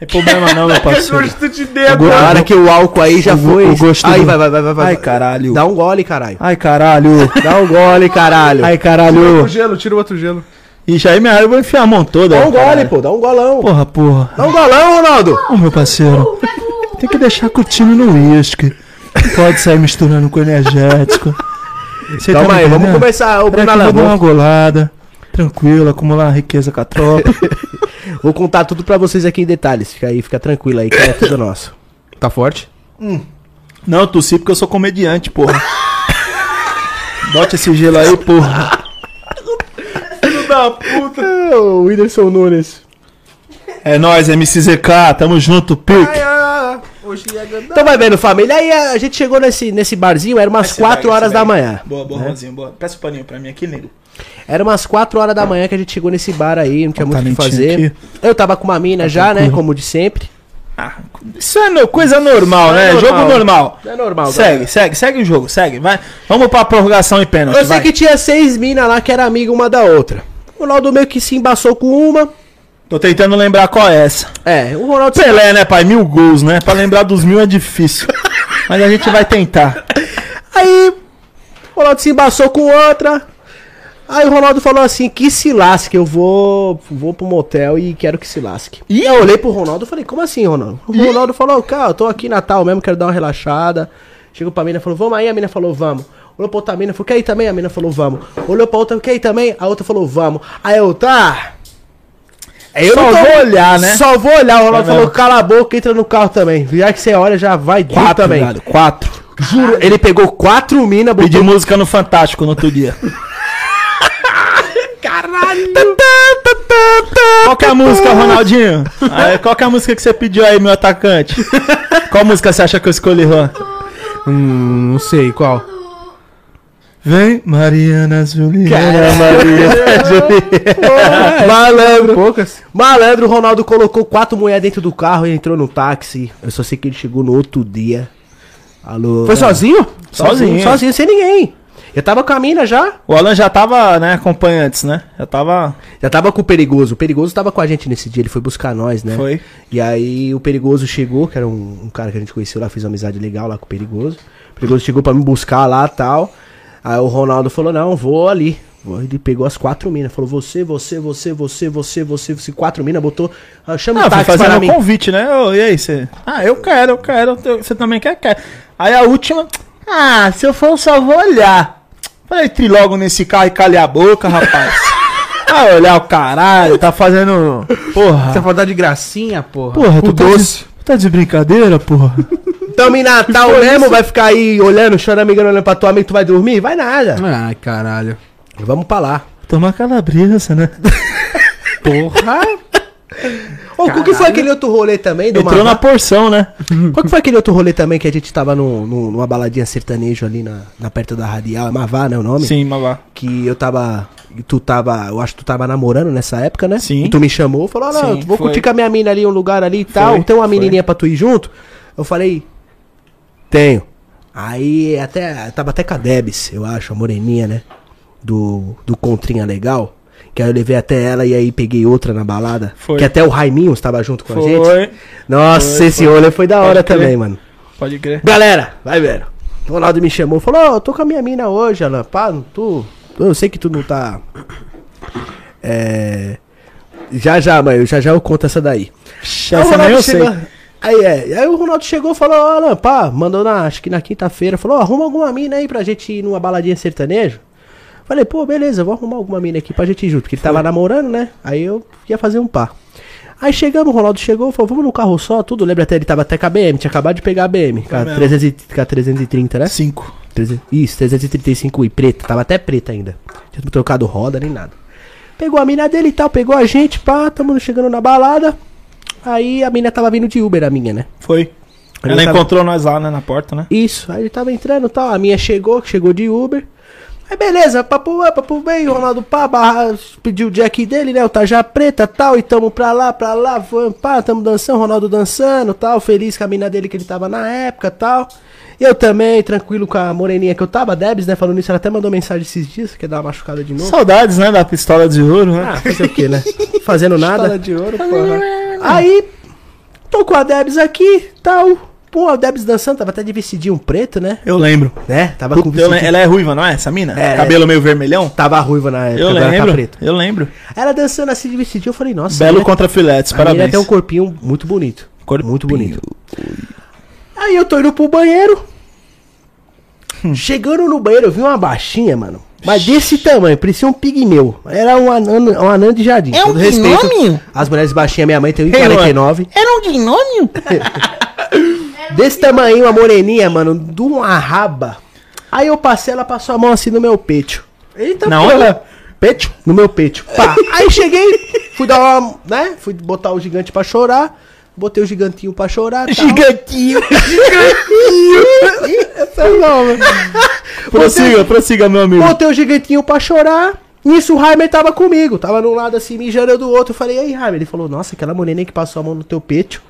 É problema não, meu parceiro.
de dedo.
Na hora que o álcool aí já
O go-
foi.
o gosto
aí,
do-
vai, vai, vai, vai, vai.
Ai, caralho.
Dá um gole, caralho.
Ai, caralho.
Dá um gole, caralho.
Ai,
Tira
caralho.
o gelo, tira o outro gelo.
E já aí minha área eu vou enfiar a mão toda.
Dá um gole,
caralho.
pô, dá um golão.
Porra, porra.
Dá um golão, Ronaldo.
Ô, meu parceiro. Tem que deixar curtindo no uísque. Não Pode sair misturando com energético. Você
Calma aí, vamos
começar.
começar o
Peraí
Bruno
que eu vou dar uma
Alamão.
golada. Tranquilo, acumular riqueza com a tropa.
Vou contar tudo pra vocês aqui em detalhes. Fica aí, fica tranquilo aí, que é tudo nosso.
Tá forte?
Não, eu tossi porque eu sou comediante, porra. Bote esse gelo aí, porra.
o Whindersson Nunes.
É nóis, MCZK, tamo junto, pique.
Então vai vendo, família. Aí a gente chegou nesse, nesse barzinho, era umas 4 horas da manhã.
Boa, boa, Ronzinho, boa. Peça o paninho pra mim aqui, nego.
Era umas 4 horas da manhã que a gente chegou nesse bar aí, não tinha
Ó,
muito o
talentinho
que fazer.
Tá aqui. Tá
Eu tava com uma mina já, né?
tranquilo.
Como de sempre.
Ah, isso é no- coisa normal, né?
É normal.
Jogo normal.
É normal,
Segue,
galera.
segue, segue o jogo, segue. Vai. Vamos pra prorrogação e pênalti.
Eu sei
vai.
que tinha seis minas lá que era amiga uma da outra. O Ronaldo meio que se embaçou com uma.
Tô tentando lembrar qual é essa.
É, o Ronaldo se
Pelé, né, pai? Mil gols, né? Pra lembrar dos mil é difícil. Mas a gente vai tentar.
Aí o Ronaldo se embaçou com outra. Aí o Ronaldo falou assim: que se lasque, eu vou, vou pro motel e quero que se lasque. E eu olhei pro Ronaldo e falei: como assim, Ronaldo? O Ronaldo falou: cara, eu tô aqui em Natal mesmo, quero dar uma relaxada. Chegou pra mina e falou: vamos aí. A mina falou: vamos. Olhou pra outra mina, falou: quer ir também? A mina falou: vamos. Olhou pra outra, quer ir também? A outra falou: vamos. Aí eu, tá. Aí eu
Só
não
vou olhar, né?
Só vou olhar. O Ronaldo
mesmo.
falou: cala a boca, entra no carro também. Já que você olha, já vai duro também.
velho, quatro.
Juro, ele pegou quatro minas, botou
Pedi música no Fantástico no outro dia. Tá,
Caralho!
Qual que é a música, Ronaldinho? Ah, qual que é a música que você pediu aí, meu atacante? Qual música você acha que eu escolhi, Juan?
Hum, não sei qual.
Vem, Mariana Juliana.
Malandro!
Poucas.
Malandro, o Ronaldo colocou quatro mulheres dentro do carro e entrou no táxi. Eu só sei que ele chegou no outro dia. Alô?
Foi sozinho?
Sozinho.
Sozinho, sozinho, sem ninguém. Eu tava com a mina já.
O Alan já tava, né, acompanhantes, né? Já tava.
Já tava com o Perigoso. O Perigoso tava com a gente nesse dia, ele foi buscar nós, né?
Foi.
E aí o Perigoso chegou, que era um, um cara que a gente conheceu lá, fez uma amizade legal lá com o Perigoso. O Perigoso chegou pra me buscar lá e tal. Aí o Ronaldo falou, não, vou ali. Ele pegou as quatro minas, falou você, você, você, você, você, você, você, quatro minas, botou. ah, Chama
Ah,
o
fui
táxi
fazendo
para
um
mim.
convite, né? Ô, e aí, você? Ah, eu quero, eu quero. eu- Você também quer, quer. Aí a última. Ah, se eu for, eu só vou olhar. Falei, entre logo nesse carro e calha a boca, rapaz. Vai olhar o caralho, tá fazendo.
Essa
Porra.
vontade de gracinha, porra.
Porra, tu
o
tá
doce.
de- tá de brincadeira, porra?
Tamo em Natal mesmo, vai ficar aí olhando, choramingando, olhando pra tua amiga, tu vai dormir? Vai nada.
Ai, caralho.
Vamos pra lá.
Tomar calabresa, né?
Porra.
Ô, qual que foi aquele outro rolê também? do
Entrou
Mavá?
na porção, né?
Qual que foi aquele outro rolê também que a gente tava num- num- numa baladinha sertanejo ali na, na perto da Radial? É Mavá, né o nome?
Sim, Mavá.
Que eu tava. e Tu tava. Eu acho que tu tava namorando nessa época, né?
Sim.
E tu me chamou, falou: ah, não,
Sim,
vou
foi.
curtir com a minha mina ali, um lugar ali e tal.
Foi,
Tem uma
foi.
menininha pra tu ir junto? Eu falei: Tenho. Aí até. Tava até com a Debs, eu acho, a moreninha, né? Do, do Contrinha Legal. Que aí eu levei até ela e aí peguei outra na balada.
Foi.
Que até o Raiminhos tava junto com a gente.
Foi.
Nossa,
Foi,
esse rolê foi da
Pode
hora
crer.
também, mano.
Pode crer.
Galera, vai vendo. O Ronaldo me chamou, falou, ó, eu tô com a minha mina hoje, Alan. Pá, não tu. Eu sei que tu não tá. É. Já já, mãe, já já eu conto essa daí. Aí o
Essa nem
Ronaldo
eu sei.
chegou- Aí, é, aí o Ronaldo chegou e falou, ó, Alan, pá, mandou na, acho que na quinta-feira, falou, ó, arruma alguma mina aí pra gente ir numa baladinha sertanejo. Falei, pô, beleza, vou arrumar alguma mina aqui pra gente ir junto, porque ele tava namorando, né? Aí eu ia fazer um par. Aí chegamos, o Ronaldo chegou, falou, vamos no carro só, tudo, lembra até, ele tava até com a BM, tinha acabado de pegar a BM, com a,
mesmo.
300 e- com a 330, né?
Cinco.
300 Isso, 335 e preta, tava até preta ainda. Tinha trocado roda nem nada. Pegou a mina dele e tal, pegou a gente, pá, tamo chegando na balada. Aí a mina tava vindo de Uber, a minha, né?
Foi.
Ele
Ela
tava-
encontrou nós lá, né, na porta, né?
Isso, aí ele tava entrando e tal, a minha chegou, que chegou de Uber. Aí beleza, papo up, papo bem, o Ronaldo pá, barra, pediu o jack dele, né, o Tajá Preta tal, e tamo pra lá, pra lá, foi, pá, tamo dançando, Ronaldo dançando tal, feliz com a mina dele que ele tava na época tal. Eu também, tranquilo com a moreninha que eu tava, a Debs, né, falando isso, ela até mandou mensagem esses dias, quer dar uma machucada de novo.
Saudades, né, da pistola de ouro, né?
Ah, fazer o quê, né? Fazendo nada.
de ouro, porra.
Aí, tô com a Debs aqui, tal. Pô, a Debs dançando, tava até de vestidinho preto, né?
Eu lembro.
Né? Tava com
Eu le-
vestidinho
ela é ruiva, não é? Essa mina?
É,
Cabelo meio vermelhão?
Tava ruiva na época,
Eu
agora tá
lembro.
preta.
eu lembro.
Ela dançando assim de vestidinho, eu falei, nossa.
Belo
a mina-
contra filetes,
a menina
parabéns.
tem um corpinho muito bonito.
Corpinho.
Muito bonito. Aí eu tô indo pro banheiro.
Hum.
Chegando no banheiro, eu vi uma baixinha, mano. Mas desse tamanho, parecia um pigmeu. Era um anã, um anã de jardim. É um respeito. As mulheres baixinhas, minha mãe tem
é?
1,49. Desse tamanho, uma moreninha, mano, de uma raba. Aí eu passei, ela passou a mão assim no meu peito. Eita,
Na
porra.
onde?
Peito? No meu peito. Pá. Aí cheguei, fui dar uma, né? Fui botar o gigante pra chorar. Botei o gigantinho pra chorar. tal.
Gigantinho.
é
prossiga, prossiga, meu amigo.
Botei o gigantinho pra chorar. Nisso o Heimer tava comigo. Tava de um lado assim, mijando eu do outro. Eu falei, e aí, Heimer? Ele falou, nossa, aquela moreninha que passou a mão no teu peito.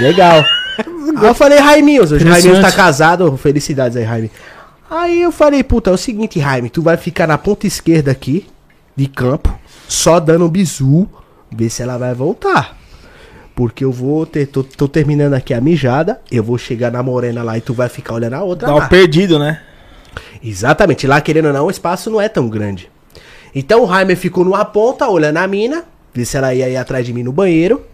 Legal. aí eu falei, Raiminhos, hoje o Raiminhos tá
Interessante.
casado. Felicidades aí, Raime. Aí eu falei, puta, é o seguinte, Raime, tu vai ficar na ponta esquerda aqui, de campo, só dando um bizu, ver se ela vai voltar. Porque eu vou ter, tô, tô terminando aqui a mijada, eu vou chegar na morena lá e tu vai ficar olhando a outra
Dá
lá.
um perdido, né?
Exatamente. Lá, querendo ou não, o espaço não é tão grande. Então o Heimer ficou numa ponta, olhando a mina, vi se ela ia ir atrás de mim no banheiro.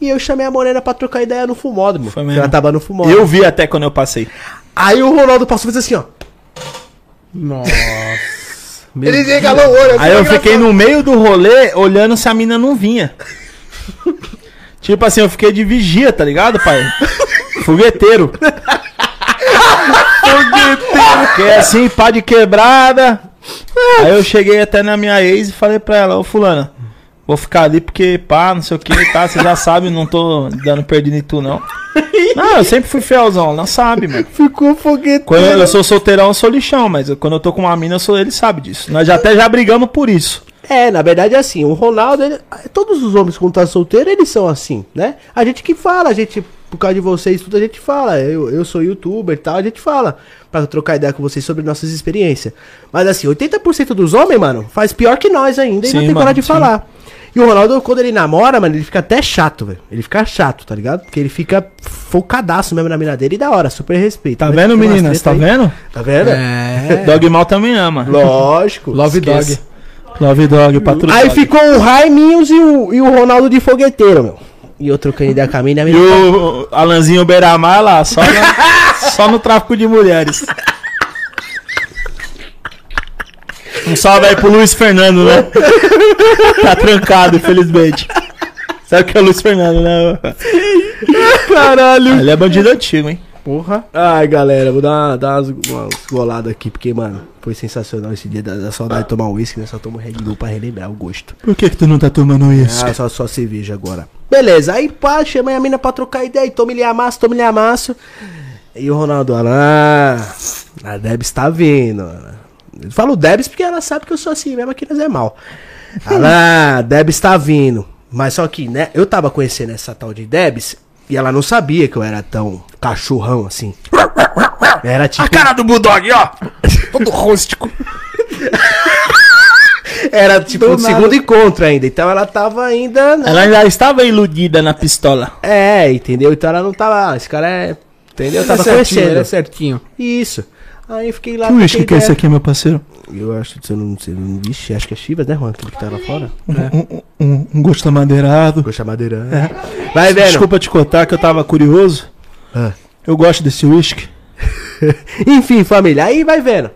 E eu chamei a Morena pra trocar ideia no fumódromo.
Foi
porque
mesmo.
Ela tava no fumódromo.
Eu vi até quando eu passei.
Aí o Ronaldo passou e fez assim, ó.
Nossa. Meu
Ele regalou o olho.
Aí eu fiquei no meio do rolê olhando se a mina não vinha. tipo assim, eu fiquei de vigia, tá ligado, pai? Fogueteiro. Fogueteiro. Fiquei assim, pá de quebrada. Aí eu cheguei até na minha ex e falei pra ela, ô fulana, vou ficar ali porque pá, não sei o que, tá? Você já sabe, não tô dando perdido em tu, não. Não, Ah, eu sempre fui fielzão, não sabe, mano.
Ficou foguete.
Quando eu, eu sou solteirão, eu sou lixão, mas eu- quando eu tô com uma mina, eu sou, ele sabe disso. Nós já até já brigamos por isso.
É, na verdade é assim, o Ronaldo, ele- todos os homens quando tá solteiro, eles são assim, né? A gente que fala, a gente, por causa de vocês, tudo a gente fala. Eu, eu sou youtuber e tal, a gente fala. Pra trocar ideia com vocês sobre nossas experiências. Mas assim, 80% dos homens, mano, faz pior que nós ainda e
Sim,
não tem
mano,
coragem de
sim.
falar. E o Ronaldo, quando ele namora, mano, ele fica até chato, velho. Ele fica chato, tá ligado? Porque ele fica focadaço mesmo na mina dele e da hora, super respeito.
Tá
Mas
vendo,
tem umas
meninas? Tá
treta aí.
vendo?
Tá vendo?
É.
Dogmal também ama.
Lógico.
Love
esquece.
Dog.
Love Dog, patrulha.
Aí ficou o Raiminhos e o, e o Ronaldo de fogueteiro, meu. E eu trocando ideia com a mina, a
E
mina
o
Tá.
Alanzinho Beiramar lá, só no, só no tráfico de mulheres. Um salve aí pro Luiz Fernando, né? Tá trancado, infelizmente. Sabe o que é o Luiz Fernando, né?
Caralho.
Ele é bandido antigo, hein?
Porra.
Ai, galera, vou dar, uma- dar umas, umas goladas aqui, porque, mano, foi sensacional esse dia da, da saudade de tomar uísque, né? Só tomo Red Bull pra relembrar o gosto.
Por que, que tu não tá tomando isso?
Ah, só, só cerveja agora. Beleza, aí pá, chamei a mina pra trocar ideia e tome-lhe amasso, tome-lhe amasso. E o Ronaldo, ah, a Debs tá vindo. Eu falo Debs porque ela sabe que eu sou assim mesmo, aqui nós é mal. Ah, a Debs tá vindo. Mas só que, né, eu tava conhecendo essa tal de Debs e ela não sabia que eu era tão cachorrão assim. Era tipo.
cara do Bulldog, ó! Todo rústico.
Era tipo
Do
o segundo encontro ainda. Então ela tava ainda. né?
Ela já estava iludida na pistola.
É, entendeu? Então ela não tava. "Ah, Esse cara é. Entendeu? Tava conhecendo.
é certinho.
Isso. Aí eu fiquei lá.
né? Que uísque
troquei
que é esse
ideia.
aqui, meu parceiro?
Eu acho que eu não sei. Não, vixe, acho que é Chivas, né, Juan? Aquele que tá lá fora.
Um, um- um- um gosto madeirado.
Coxa madeira. Vai, velho.
Desculpa te contar que eu tava curioso.
Ah.
Eu gosto desse uísque.
Enfim, família, aí vai vendo.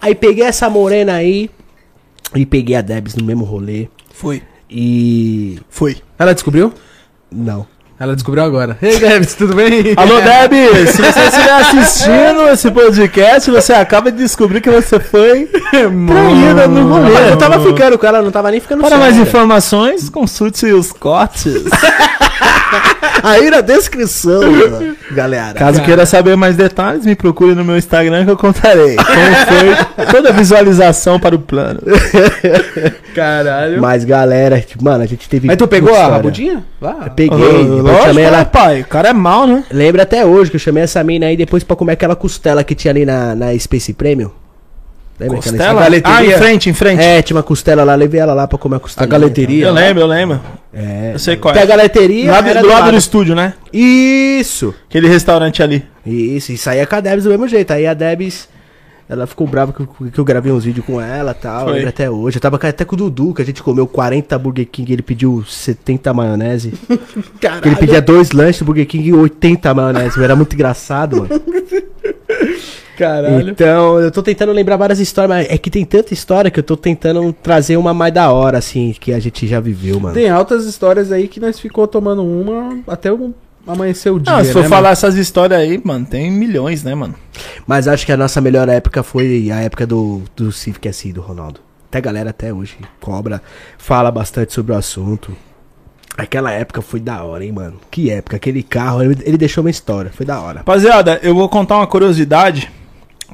Aí peguei essa morena aí e peguei a Debs no mesmo rolê.
Foi.
E.
Foi.
Ela descobriu?
Não.
Ela descobriu agora. Ei, Debs, tudo bem?
Alô, Deb, se você estiver assistindo esse podcast, você acaba de descobrir que você foi traída no
Mas
rolê.
eu tava ficando com ela, não tava nem ficando
Para
sério.
mais informações, consulte os cortes.
Aí na descrição, mano, galera.
Caso queira saber mais detalhes, me procure no meu Instagram que eu contarei como foi toda a visualização para o plano.
Caralho.
Mas galera, tipo, mano, a gente teve.
Mas tu pegou
muita
a
história.
rabudinha? Lá.
Peguei. eu
Lógico,
chamei
né,
ela.
pai. O cara é mal, né?
Lembra até hoje que eu chamei essa mina aí depois pra comer aquela costela que tinha ali na, na Space Premium? Lembra aquela
Costela? Ah, em frente, em frente.
É, tinha uma costela lá, levei ela lá pra comer a costela.
A galeteria?
Eu lembro, eu lembro.
É.
Eu sei qual
Tem a
é.
galeteria.
Lá do-
era
do lado
lado.
do estúdio, né?
Isso!
Aquele restaurante ali.
Isso, e saía com a Debs do mesmo jeito. Aí a Debs, ela ficou brava que eu, que eu gravei uns vídeos com ela e tal.
Foi.
Lembro até hoje. Eu tava com- até com o Dudu, que a gente comeu 40 Burger King, ele pediu 70 maionese. Que ele pedia dois lanches do Burger King e 80 maionese. Era muito engraçado, mano.
Caralho.
Então, eu tô tentando lembrar várias histórias, mas é que tem tanta história que eu tô tentando trazer uma mais da hora, assim, que a gente já viveu, mano.
Tem altas histórias aí que nós ficou tomando uma até o amanhecer o dia.
Não, Ah, se for
né,
falar essas histórias aí, mano, tem milhões, né, mano?
Mas acho que a nossa melhor época foi a época do, do Civic SI do Ronaldo. Até a galera até hoje cobra, fala bastante sobre o assunto. Aquela época foi da hora, hein, mano? Que época, aquele carro, ele, ele deixou uma história, foi da hora.
Rapaziada, eu vou contar uma curiosidade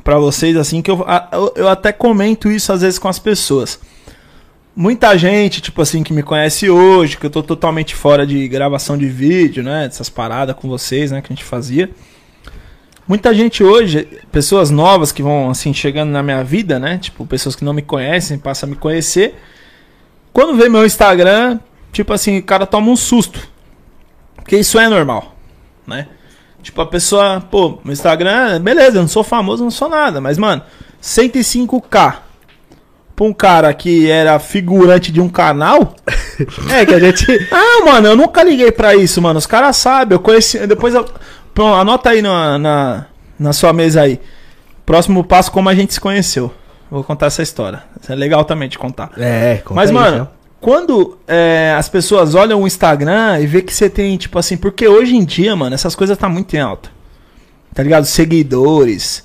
pra vocês, assim, que eu, a- eu- eu até comento isso às vezes com as pessoas. Muita gente, tipo assim, que me conhece hoje, que eu tô totalmente fora de gravação de vídeo, né? Dessas paradas com vocês, né? Que a gente fazia. Muita gente hoje, pessoas novas que vão, assim, chegando na minha vida, né? Tipo, pessoas que não me conhecem, passam a me conhecer. Quando vê meu Instagram, tipo assim, o cara toma um susto. Porque isso é normal, né? Tipo, a pessoa, pô, no Instagram, beleza, eu não sou famoso, não sou nada, mas, mano, 105k pra um cara que era figurante de um canal.
É, que a gente.
Ah, mano, eu nunca liguei pra isso, mano. Os caras sabem, eu conheci. Depois eu. Pronto, anota aí na, na, na sua mesa aí. Próximo passo, como a gente se conheceu. Vou contar essa história. Isso é legal também de contar.
É, conta
Mas,
aí,
mano,
então.
quando é, as pessoas olham o Instagram e vê que você tem, tipo assim, porque hoje em dia, mano, essas coisas tá muito em alta. Tá ligado? Seguidores,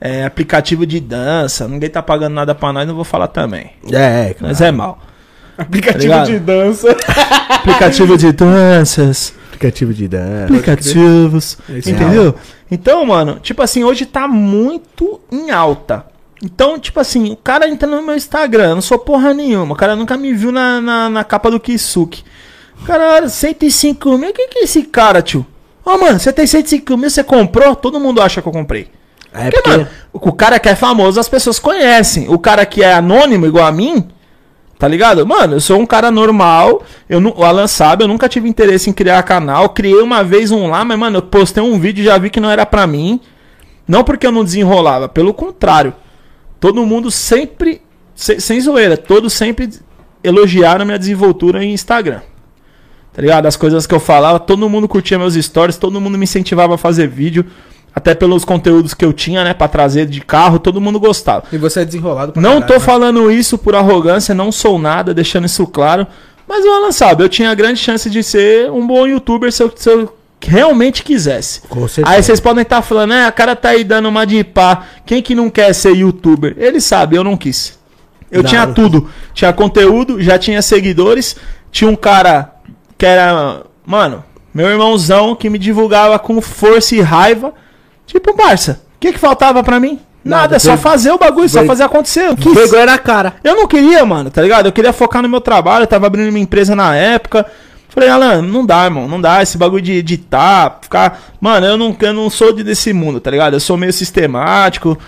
é, aplicativo de dança, ninguém tá pagando nada pra nós, não vou falar também.
É, é,
Mas
claro.
é mal.
Aplicativo
Tá ligado?
de dança.
Aplicativo de danças,
aplicativo de dança.
aplicativos,
isso
entendeu? Então, mano, tipo assim, hoje tá muito em alta. Então, tipo assim, o cara entra no meu Instagram, eu não sou porra nenhuma, o cara nunca me viu na, na, na capa do Kisuki. Cara, 105 mil, o que que é esse cara, tio? Ô, mano, você tem 105 mil, você comprou? Todo mundo acha que eu comprei.
É
Porque, mano, o cara que é famoso, as pessoas conhecem. O cara que é anônimo, igual a mim, Tá ligado? Mano, eu sou um cara normal. Eu não, o Alan sabe, eu nunca tive interesse em criar canal. Criei uma vez um lá, mas, mano, eu postei um vídeo e já vi que não era pra mim. Não porque eu não desenrolava, pelo contrário. Todo mundo sempre. se- sem zoeira, todos sempre elogiaram minha desenvoltura em Instagram. Tá ligado? As coisas que eu falava, todo mundo curtia meus stories, todo mundo me incentivava a fazer vídeo. Até pelos conteúdos que eu tinha, né, pra trazer de carro, todo mundo gostava.
E você é desenrolado pra
Não
caralho,
tô
né?
falando isso por arrogância, não sou nada, deixando isso claro. Mas o Alan sabe, eu tinha grande chance de ser um bom youtuber se eu, se eu realmente quisesse.
Com certeza.
Aí vocês podem estar falando, né? A cara tá aí dando uma de pá. Quem que não quer ser youtuber? Ele sabe, eu não quis. Eu
Não,
tinha
não
tudo. Tinha conteúdo, já tinha seguidores. Tinha um cara que era. Mano, meu irmãozão que me divulgava com força e raiva. Tipo, parça, o que, que faltava pra mim? Nada,
Nada,
é só
ver-
fazer o bagulho, só
ver-
fazer acontecer. Eu
né?
quis.
Vergonha na cara.
Eu não queria, mano, tá ligado? Eu queria focar no meu trabalho, eu tava abrindo minha empresa na época. Falei, Alan, não dá, irmão, não dá. Esse bagulho de editar, ficar. Mano, eu não, eu não sou de- desse mundo, tá ligado? Eu sou meio sistemático.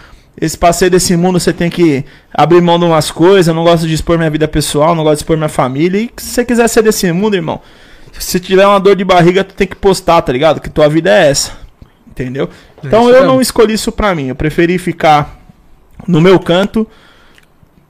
Esse passeio desse mundo você tem que abrir mão de umas coisas. Eu não gosto de expor minha vida pessoal, não gosto de expor minha família. E se você quiser ser desse mundo, irmão, se tiver uma dor de barriga, tu tem que postar, tá ligado? Que tua vida é essa. Entendeu? Então
É isso
eu
mesmo.
não escolhi isso pra mim. Eu preferi ficar no meu canto,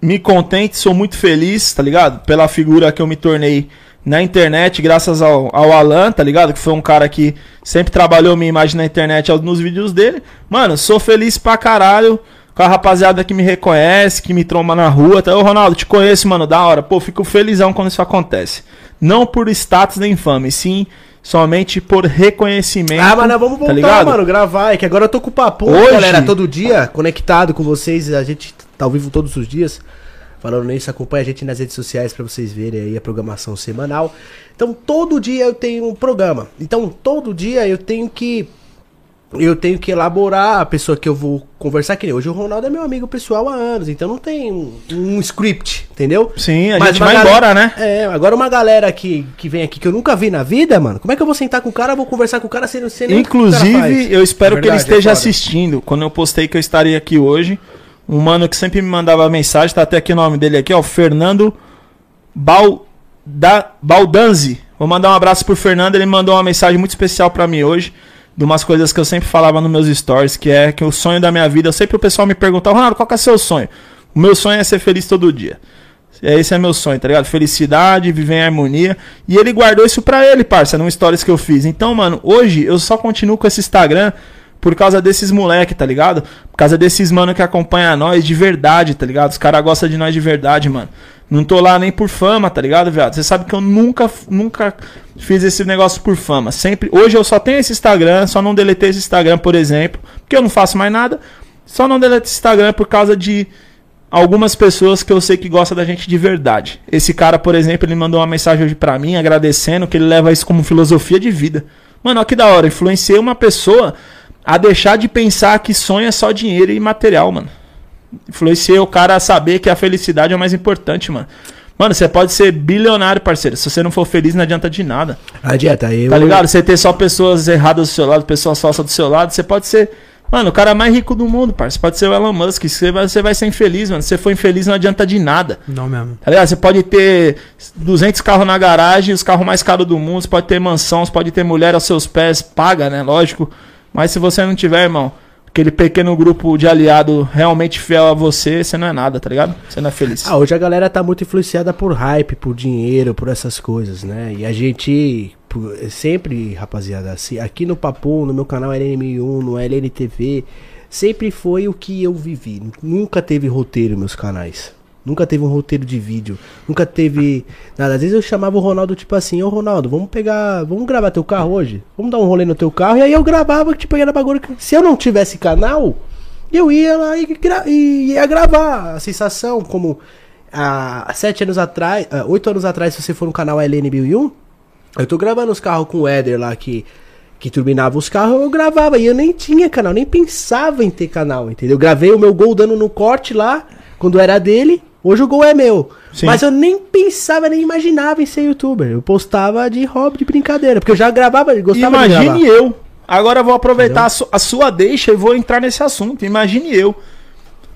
me contente, sou muito feliz, tá ligado? Pela figura que eu me tornei na internet, graças ao, ao Alan, tá ligado? Que foi um cara que sempre trabalhou minha imagem na internet ao- nos vídeos dele. Mano, sou feliz pra caralho. Com a rapaziada que me reconhece, que me tromba na rua. Tá, ô Ronaldo, te conheço, mano, da hora. Pô, fico felizão quando isso acontece. Não por status nem fama, e sim somente por reconhecimento.
Ah, mas nós vamos
tá
voltar,
ligado?
mano, gravar. É que agora eu tô com o papo,
Hoje?
galera, todo dia, conectado com vocês. A gente tá ao vivo todos os dias. Falando nisso, acompanha a gente nas redes sociais pra vocês verem aí a programação semanal. Então, todo dia eu tenho um programa. Então, todo dia eu tenho que eu tenho que elaborar a pessoa que eu vou conversar que nem Hoje o Ronaldo é meu amigo pessoal há anos, então não tem um, um script, entendeu?
Sim, a gente
uma
vai
galera-
embora, né?
É, agora uma galera que, que vem aqui que eu nunca vi na vida, mano, como é que eu vou sentar com o cara, vou conversar com o cara sem, não sei nem o que o cara faz?
Inclusive, eu espero
É
que ele
verdade,
esteja
é foda.
assistindo. Quando eu postei que eu estaria aqui hoje, um mano que sempre me mandava mensagem, tá até aqui o nome dele aqui, ó, Fernando Balda, Baldanzi. Vou mandar um abraço pro Fernando, ele mandou uma mensagem muito especial pra mim hoje, de umas coisas que eu sempre falava nos meus stories, que é que o sonho da minha vida, sempre o pessoal me perguntava, Ronaldo, qual que é seu sonho? O meu sonho é ser feliz todo dia. É, Esse é meu sonho, tá ligado? Felicidade, viver em harmonia. E ele guardou isso pra ele, parça, num stories que eu fiz. Então, mano, hoje eu só continuo com esse Instagram por causa desses moleque, tá ligado? Por causa desses mano que acompanha nós de verdade, tá ligado? Os caras gostam de nós de verdade, mano. Não tô lá nem por fama, tá ligado, viado? Você sabe que eu nunca, nunca fiz esse negócio por fama. Sempre. Hoje eu só tenho esse Instagram, só não deletei esse Instagram, por exemplo, porque eu não faço mais nada. Só não deleto esse Instagram por causa de algumas pessoas que eu sei que gostam da gente de verdade. Esse cara, por exemplo, ele mandou uma mensagem hoje pra mim agradecendo que ele leva isso como filosofia de vida. Mano, olha que da hora, influenciei uma pessoa a deixar de pensar que sonho é só dinheiro e material, mano. Influenciei o cara a saber que a felicidade é o mais importante, mano. Mano, você pode ser bilionário, parceiro. Se você não for feliz, não adianta de nada.
Adianta, eu...
Tá ligado? Você ter só pessoas erradas do seu lado, pessoas falsas do seu lado, você pode ser. Mano, o cara mais rico do mundo, parça. Pode ser o Elon Musk. Você vai, você vai ser infeliz, mano. Se você for infeliz, não adianta de nada.
Não mesmo.
Tá ligado? Você pode ter 200 carros na garagem, os carros mais caros do mundo. Você pode ter mansão, você pode ter mulher aos seus pés. Paga, né? Lógico. Mas se você não tiver, irmão, aquele pequeno grupo de aliado realmente fiel a você, você não é nada, tá ligado? Você não é feliz.
Ah, hoje a galera tá muito influenciada por hype, por dinheiro, por essas coisas, né? E a gente pu- sempre, rapaziada, se- aqui no Papo, no meu canal LN1001, no LNTV, sempre foi o que eu vivi. Nunca teve roteiro meus canais. Nunca teve um roteiro de vídeo. Nunca teve nada. Às vezes eu chamava o Ronaldo tipo assim, ô Ronaldo, vamos pegar. Vamos gravar teu carro hoje? Vamos dar um rolê no teu carro. E aí eu gravava, tipo, era bagulho. que- Se eu não tivesse canal, eu ia lá e, gra- e ia gravar. A sensação, como há sete anos atrás, ah, oito anos atrás, se você for no canal LN1001, eu tô gravando os carros com o Éder lá que, que turbinava os carros, eu gravava. E eu nem tinha canal, nem pensava em ter canal, entendeu? Gravei o meu gol dando no corte lá, quando era dele. Hoje o gol é meu.
Sim.
Mas eu nem pensava, nem imaginava em ser youtuber. Eu postava de hobby, de brincadeira. Porque eu já gravava, gostava de gravar.
Imagine eu. Agora eu vou aproveitar a, su- a sua deixa e vou entrar nesse assunto. Imagine eu.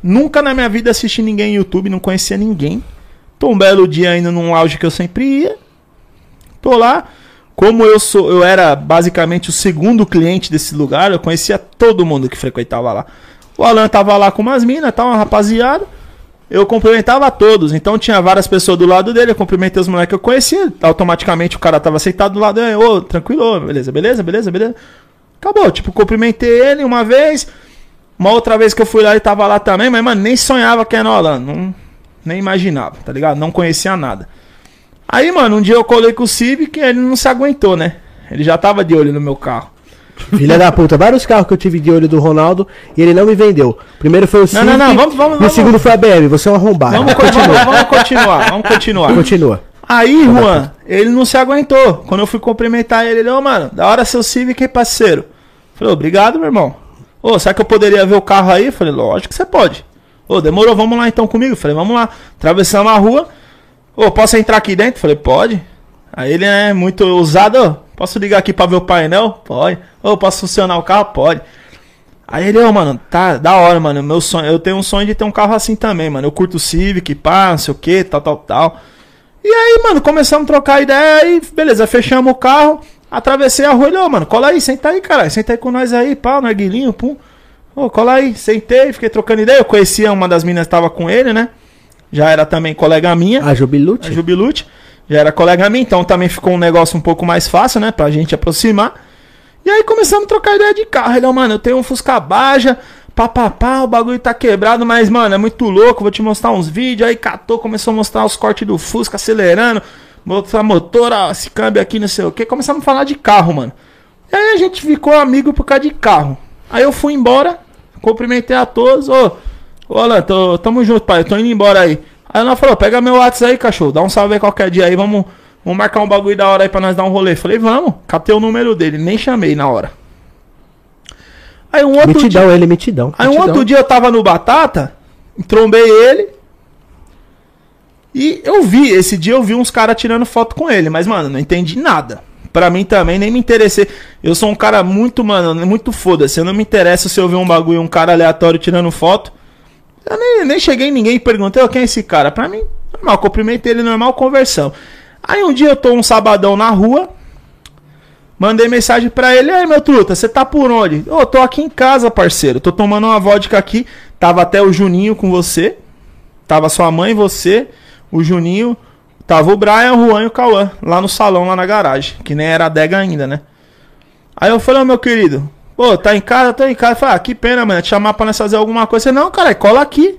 Nunca na minha vida assisti ninguém no YouTube, não conhecia ninguém. Tô um belo dia indo num lounge que eu sempre ia. Tô lá. Como eu sou, eu era basicamente o segundo cliente desse lugar, eu conhecia todo mundo que frequentava lá. O Alan tava lá com umas minas, tal, uma rapaziada. Eu cumprimentava a todos, então tinha várias pessoas do lado dele, eu cumprimentei os moleques que eu conhecia, automaticamente o cara tava sentado do lado dele, ô, tranquilo, beleza, beleza, beleza, beleza. Acabou, tipo, cumprimentei ele uma vez, uma outra vez que eu fui lá ele tava lá também, mas, mano, nem sonhava que era na Holanda, não, nem imaginava, tá ligado? Não conhecia nada. Aí, mano, um dia eu colei com o Civic e ele não se aguentou, né? Ele já tava de olho no meu carro.
Filha da puta, vários carros que eu tive de olho do Ronaldo e ele não me vendeu. Primeiro foi o Civic,
não, não, vamos- vamos-
e o
vamos.
segundo foi a BM, você é um arrombado.
Vamos, co- vamos, vamos continuar, vamos continuar.
Continua.
Aí, Juan, ele não se aguentou. Quando eu fui cumprimentar ele, ele, ô, mano, da hora seu Civic, hein, parceiro? Falei, obrigado, meu irmão. Ô, será que eu poderia ver o carro aí? Falei, lógico que você pode. Ô, demorou, vamos lá então comigo? Falei, vamos lá. Atravessamos a rua. Ô, posso entrar aqui dentro? Falei, pode. Aí ele é muito ousado. Ô, posso ligar aqui pra ver o painel? Pode. Ô, posso funcionar o carro? Pode. Aí ele, ô, mano, tá da hora, mano. Meu sonho, eu tenho um sonho de ter um carro assim também, mano. Eu curto Civic, pá, não sei o que, tal, tal, tal. E aí, mano, começamos a trocar ideia e beleza, fechamos o carro, atravessei a rua, ele, ô, mano, cola aí, senta aí, caralho, senta aí com nós aí, pá, no arguilinho, pum. Ô, cola aí, sentei, fiquei trocando ideia, eu conhecia uma das minas que tava com ele, né? Já era também colega minha,
A
a
Jubilute?
Jubilute, já era colega minha, então também ficou um negócio um pouco mais fácil, né, pra gente aproximar. E aí começamos a trocar ideia de carro. Ele, ó, mano, eu tenho um Fusca Baja, papapá, o bagulho tá quebrado, mas, mano, é muito louco, vou te mostrar uns vídeos. Aí catou, começou a mostrar os cortes do Fusca acelerando, mostrar motor, ó, esse câmbio aqui, não sei o que. Começamos a falar de carro, mano. E aí a gente ficou amigo por causa de carro. Aí eu fui embora, cumprimentei a todos, ô, ô Alan, tô- tamo junto, pai, eu tô indo embora aí. Aí ela falou, pega meu WhatsApp aí, cachorro, dá um salve aí qualquer dia aí, vamos, vamos marcar um bagulho da hora aí pra nós dar um rolê. Falei, vamos, catei o número dele, nem chamei na hora. Aí um outro dia,
Metidão, ele é metidão.
aí um
metidão.
outro dia eu tava no Batata, trombei ele, e eu vi, esse dia eu vi uns caras tirando foto com ele, mas, mano, não entendi nada. Pra mim também, nem me interessei. Eu sou um cara muito, mano, muito foda-se. Eu não me interesso se eu ver um bagulho, um cara aleatório tirando foto. Eu nem, nem cheguei em ninguém e perguntei, "Ô, quem é esse cara? Pra mim, normal, cumprimentei ele, normal, conversão. Aí um dia eu tô um sabadão na rua, mandei mensagem pra ele, aí meu truta, você tá por onde? Ô, tô aqui em casa, parceiro, tô tomando uma vodka aqui, tava até o Juninho com você, Tava sua mãe, você, o Juninho, tava o Brian, o Juan e o Cauã, lá no salão, lá na garagem, que nem era adega ainda, né? Aí eu falei, ô meu querido, pô, tá em casa, tô em casa. Eu falei, ah, que pena, mano, te chamar pra nós fazer alguma coisa. Ele, não, cara, é, cola aqui,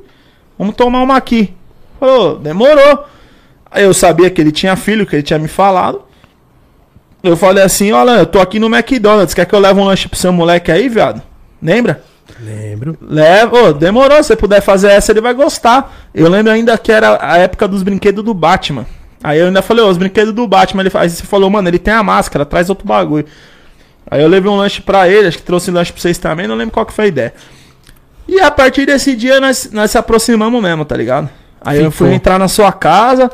vamos tomar uma aqui. Falou, demorou. Aí eu sabia que ele tinha filho, que ele tinha me falado. Eu falei assim, olha, eu tô aqui no McDonald's, quer que eu leve um lanche pro seu moleque aí, viado? Lembra?
Lembro.
Leva, ô, demorou. Se você puder fazer essa, ele vai gostar. Eu lembro ainda que era a época dos brinquedos do Batman. Aí eu ainda falei, ô, os brinquedos do Batman. Ele, fa- aí você falou, mano, ele tem a máscara, traz outro bagulho. Aí eu levei um lanche pra ele, acho que trouxe um lanche pra vocês também, não lembro qual que foi a ideia. E a partir desse dia nós, nós se aproximamos mesmo, tá ligado? Aí eu fui
Ficou.
entrar na sua casa,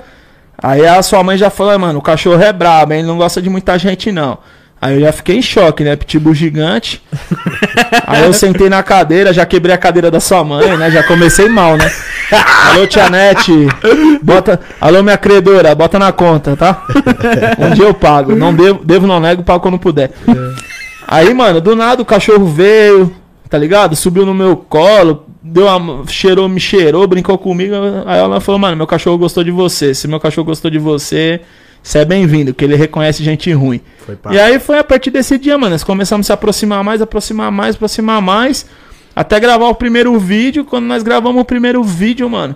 aí a sua mãe já falou, "Ah, mano, o cachorro é brabo, hein? Ele não gosta de muita gente, não. Aí eu já fiquei em choque, né? Pitbull gigante. Aí eu sentei na cadeira, já quebrei a cadeira da sua mãe, né? Já comecei mal, né? Alô, tia Nete, bota. Alô, minha credora, bota na conta, tá? Um dia eu pago. Não devo, devo não nego, pago quando puder. Aí, mano, do nada o cachorro veio, tá ligado? Subiu no meu colo, deu uma, cheirou, me cheirou, brincou comigo. Aí ela falou, mano, meu cachorro gostou de você. Se meu cachorro gostou de você, você é bem-vindo, que ele reconhece gente ruim.
Foi pá.
E aí tipo foi a partir desse dia, mano. Nós começamos a se aproximar mais, aproximar mais, aproximar mais. Até gravar o primeiro vídeo. Quando nós gravamos o primeiro vídeo, mano.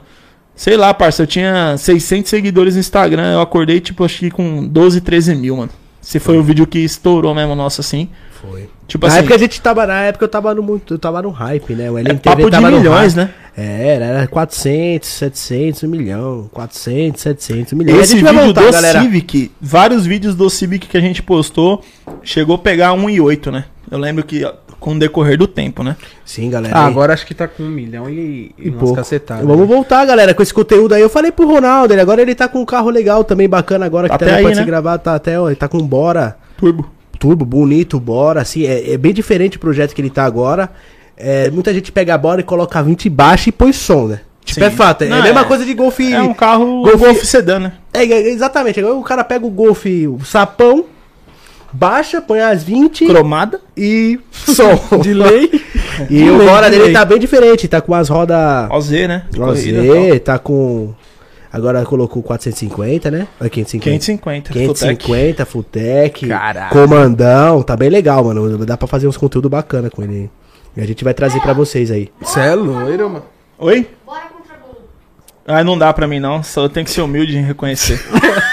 Sei lá, parça, eu tinha 600 seguidores no Instagram. Eu acordei, tipo, acho que com 12, 13 mil, mano. Se foi o vídeo que estourou mesmo, nosso assim.
Foi.
Tipo
Na
assim, é
época a gente tava, na época eu tava no muito, eu tava no hype, né? O LNTV
papo de
tava no
milhões,
hype.
né?
É, era, era 400, 700, 1 milhão, 400, 700, 1 milhão.
esse
a gente
vídeo
vai voltar,
do
galera.
Civic, vários vídeos do Civic que a gente postou, chegou a pegar 1,8, né? Eu lembro que ó, com o decorrer do tempo, né?
Sim, galera.
Ah,
aí.
agora acho que tá com um milhão e, e,
É. E
umas
pouco.
cacetadas.
Vamos
né?
voltar, galera, com esse conteúdo aí. Eu falei pro Ronaldo, ele agora ele tá com um carro legal também, bacana agora, que
Tá
também
até aí,
pode ser
né?
gravado, tá até, ó, ele tá com um Bora
Turbo.
Turbo, bonito, Bora, assim, é, é bem diferente o projeto que ele tá agora. É, muita gente pega a Bora e coloca 20 baixo e põe som, né? Tipo, é fato. É
Não,
a mesma
é-
coisa de golfe.
É um carro.
Golf-
Golf sedã, né?
É, é, exatamente. Agora o cara pega o golfe, o sapão, baixa, põe as 20
Cromada.
e som.
De lei.
e o
Delay,
Bora dele
delay.
tá bem diferente. Tá com as rodas.
OZ, né? Corrida e tal.
Rosé, tá com. Agora colocou 450, né? Ah, 550.
550.
550, Futec,
Caraca.
Comandão, tá bem legal, mano. Dá pra fazer uns conteúdos bacana com ele. aí. E a gente vai trazer pra vocês aí.
Você é loiro, mano.
Oi?
Bora contra gol.
Ah, não dá pra mim não, só eu tenho que ser humilde em reconhecer.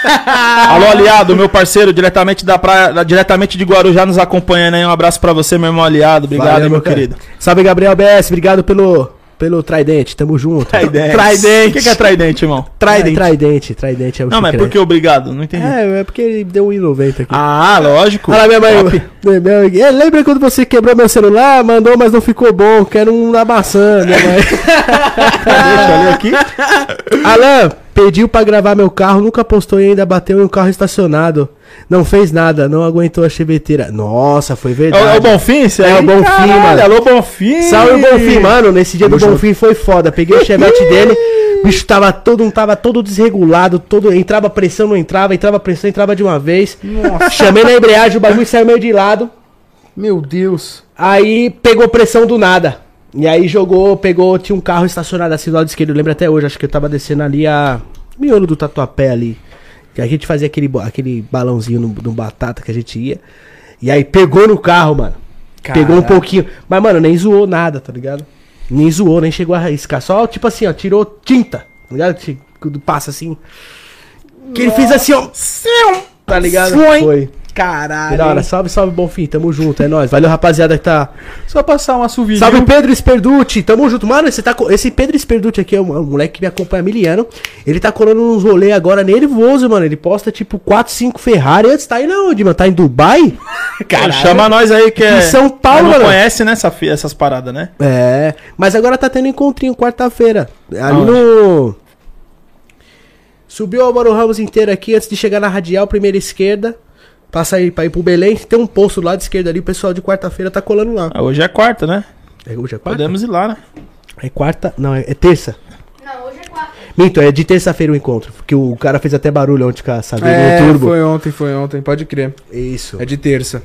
Alô, aliado, meu parceiro, diretamente da praia, da- diretamente de Guarujá nos acompanhando aí. Um abraço pra você, meu irmão aliado. Obrigado,
Valeu,
hein, meu
cara.
querido.
Salve, Gabriel BS, obrigado pelo, pelo Tridente, tamo junto.
Tridente.
Tridente.
O que que é Tridente, irmão?
Tridente. Tridente, Tridente é o
Não, mas
chiclete.
por que obrigado? Não entendi.
É, é porque ele deu 1,90 aqui.
Ah, lógico.
Olha lá, minha mãe.
Top.
meu- meu- é, lembra quando você quebrou meu celular, mandou, mas não ficou bom? Quero um da maçã, minha mãe.
Deixa eu ler aqui.
Alan, pediu pra gravar meu carro, nunca postou e ainda bateu em um carro estacionado. Não fez nada, não aguentou a cheveteira. Nossa, foi
É o, é o
verdade.
Bonfim, esse aí?
É o Bonfim,
Caralho,
mano.
Alô, Bonfim.
Salve o Bonfim, mano. Nesse dia do
Tamo
Bonfim foi foda. Peguei o chevette dele. O bicho tava todo, tava todo desregulado, todo entrava pressão, não entrava, entrava pressão, entrava de uma vez. Chamei na embreagem, o bagulho saiu meio de lado.
Meu Deus.
Aí pegou pressão do nada. E aí jogou, pegou, tinha um carro estacionado assim do lado esquerdo, eu lembro até hoje, acho que eu tava descendo ali a. Miolo do tatuapé ali. Que a gente fazia aquele, bo- aquele balãozinho no, no batata que a gente ia. E aí pegou no carro, mano. Pegou um
Caralho.
pouquinho. Mas, mano, nem zoou nada, tá ligado? Nem zoou, nem chegou a riscar. Só, tipo assim, ó, tirou tinta, tá ligado? Ti- Quando passa assim. Que ele fez assim, ó. Tá ligado?
Foi.
Foi. Que
Caralho.
da hora. Salve, salve, Bonfim. Tamo junto, é nóis. Valeu, rapaziada que tá.
Só passar um assovinho.
Salve, Pedro Esperduti. Tamo junto. Mano, esse, tá, co- esse Pedro Esperduti aqui é um, é um moleque que me acompanha há mil anos. Ele tá colando uns rolê agora nervoso, mano. Ele posta tipo 4, 5 Ferrari. Antes tá indo aonde, mano? Tá em Dubai?
Cara, chama nós aí que é...
Em São Paulo,
Não
mano.
conhece, né, essa fi- essas paradas, né?
É. Mas agora tá tendo encontrinho quarta-feira. Ali
Aonde?
no. Subiu o Álvaro Ramos inteiro aqui antes de chegar na radial, primeira esquerda. Passa aí pra ir pro Belém. Tem um posto do lado esquerdo ali. O pessoal de quarta-feira tá colando lá.
Ah, Hoje é quarta, né?
É hoje é quarta?
Podemos ir lá, né?
É quarta? Não, é, é terça.
Não, hoje é quarta.
Minto, é de terça-feira o encontro. Porque o cara fez até barulho ontem com a Sabrina
É,
no Turbo.
foi ontem, foi ontem. Pode crer.
Isso.
É de terça.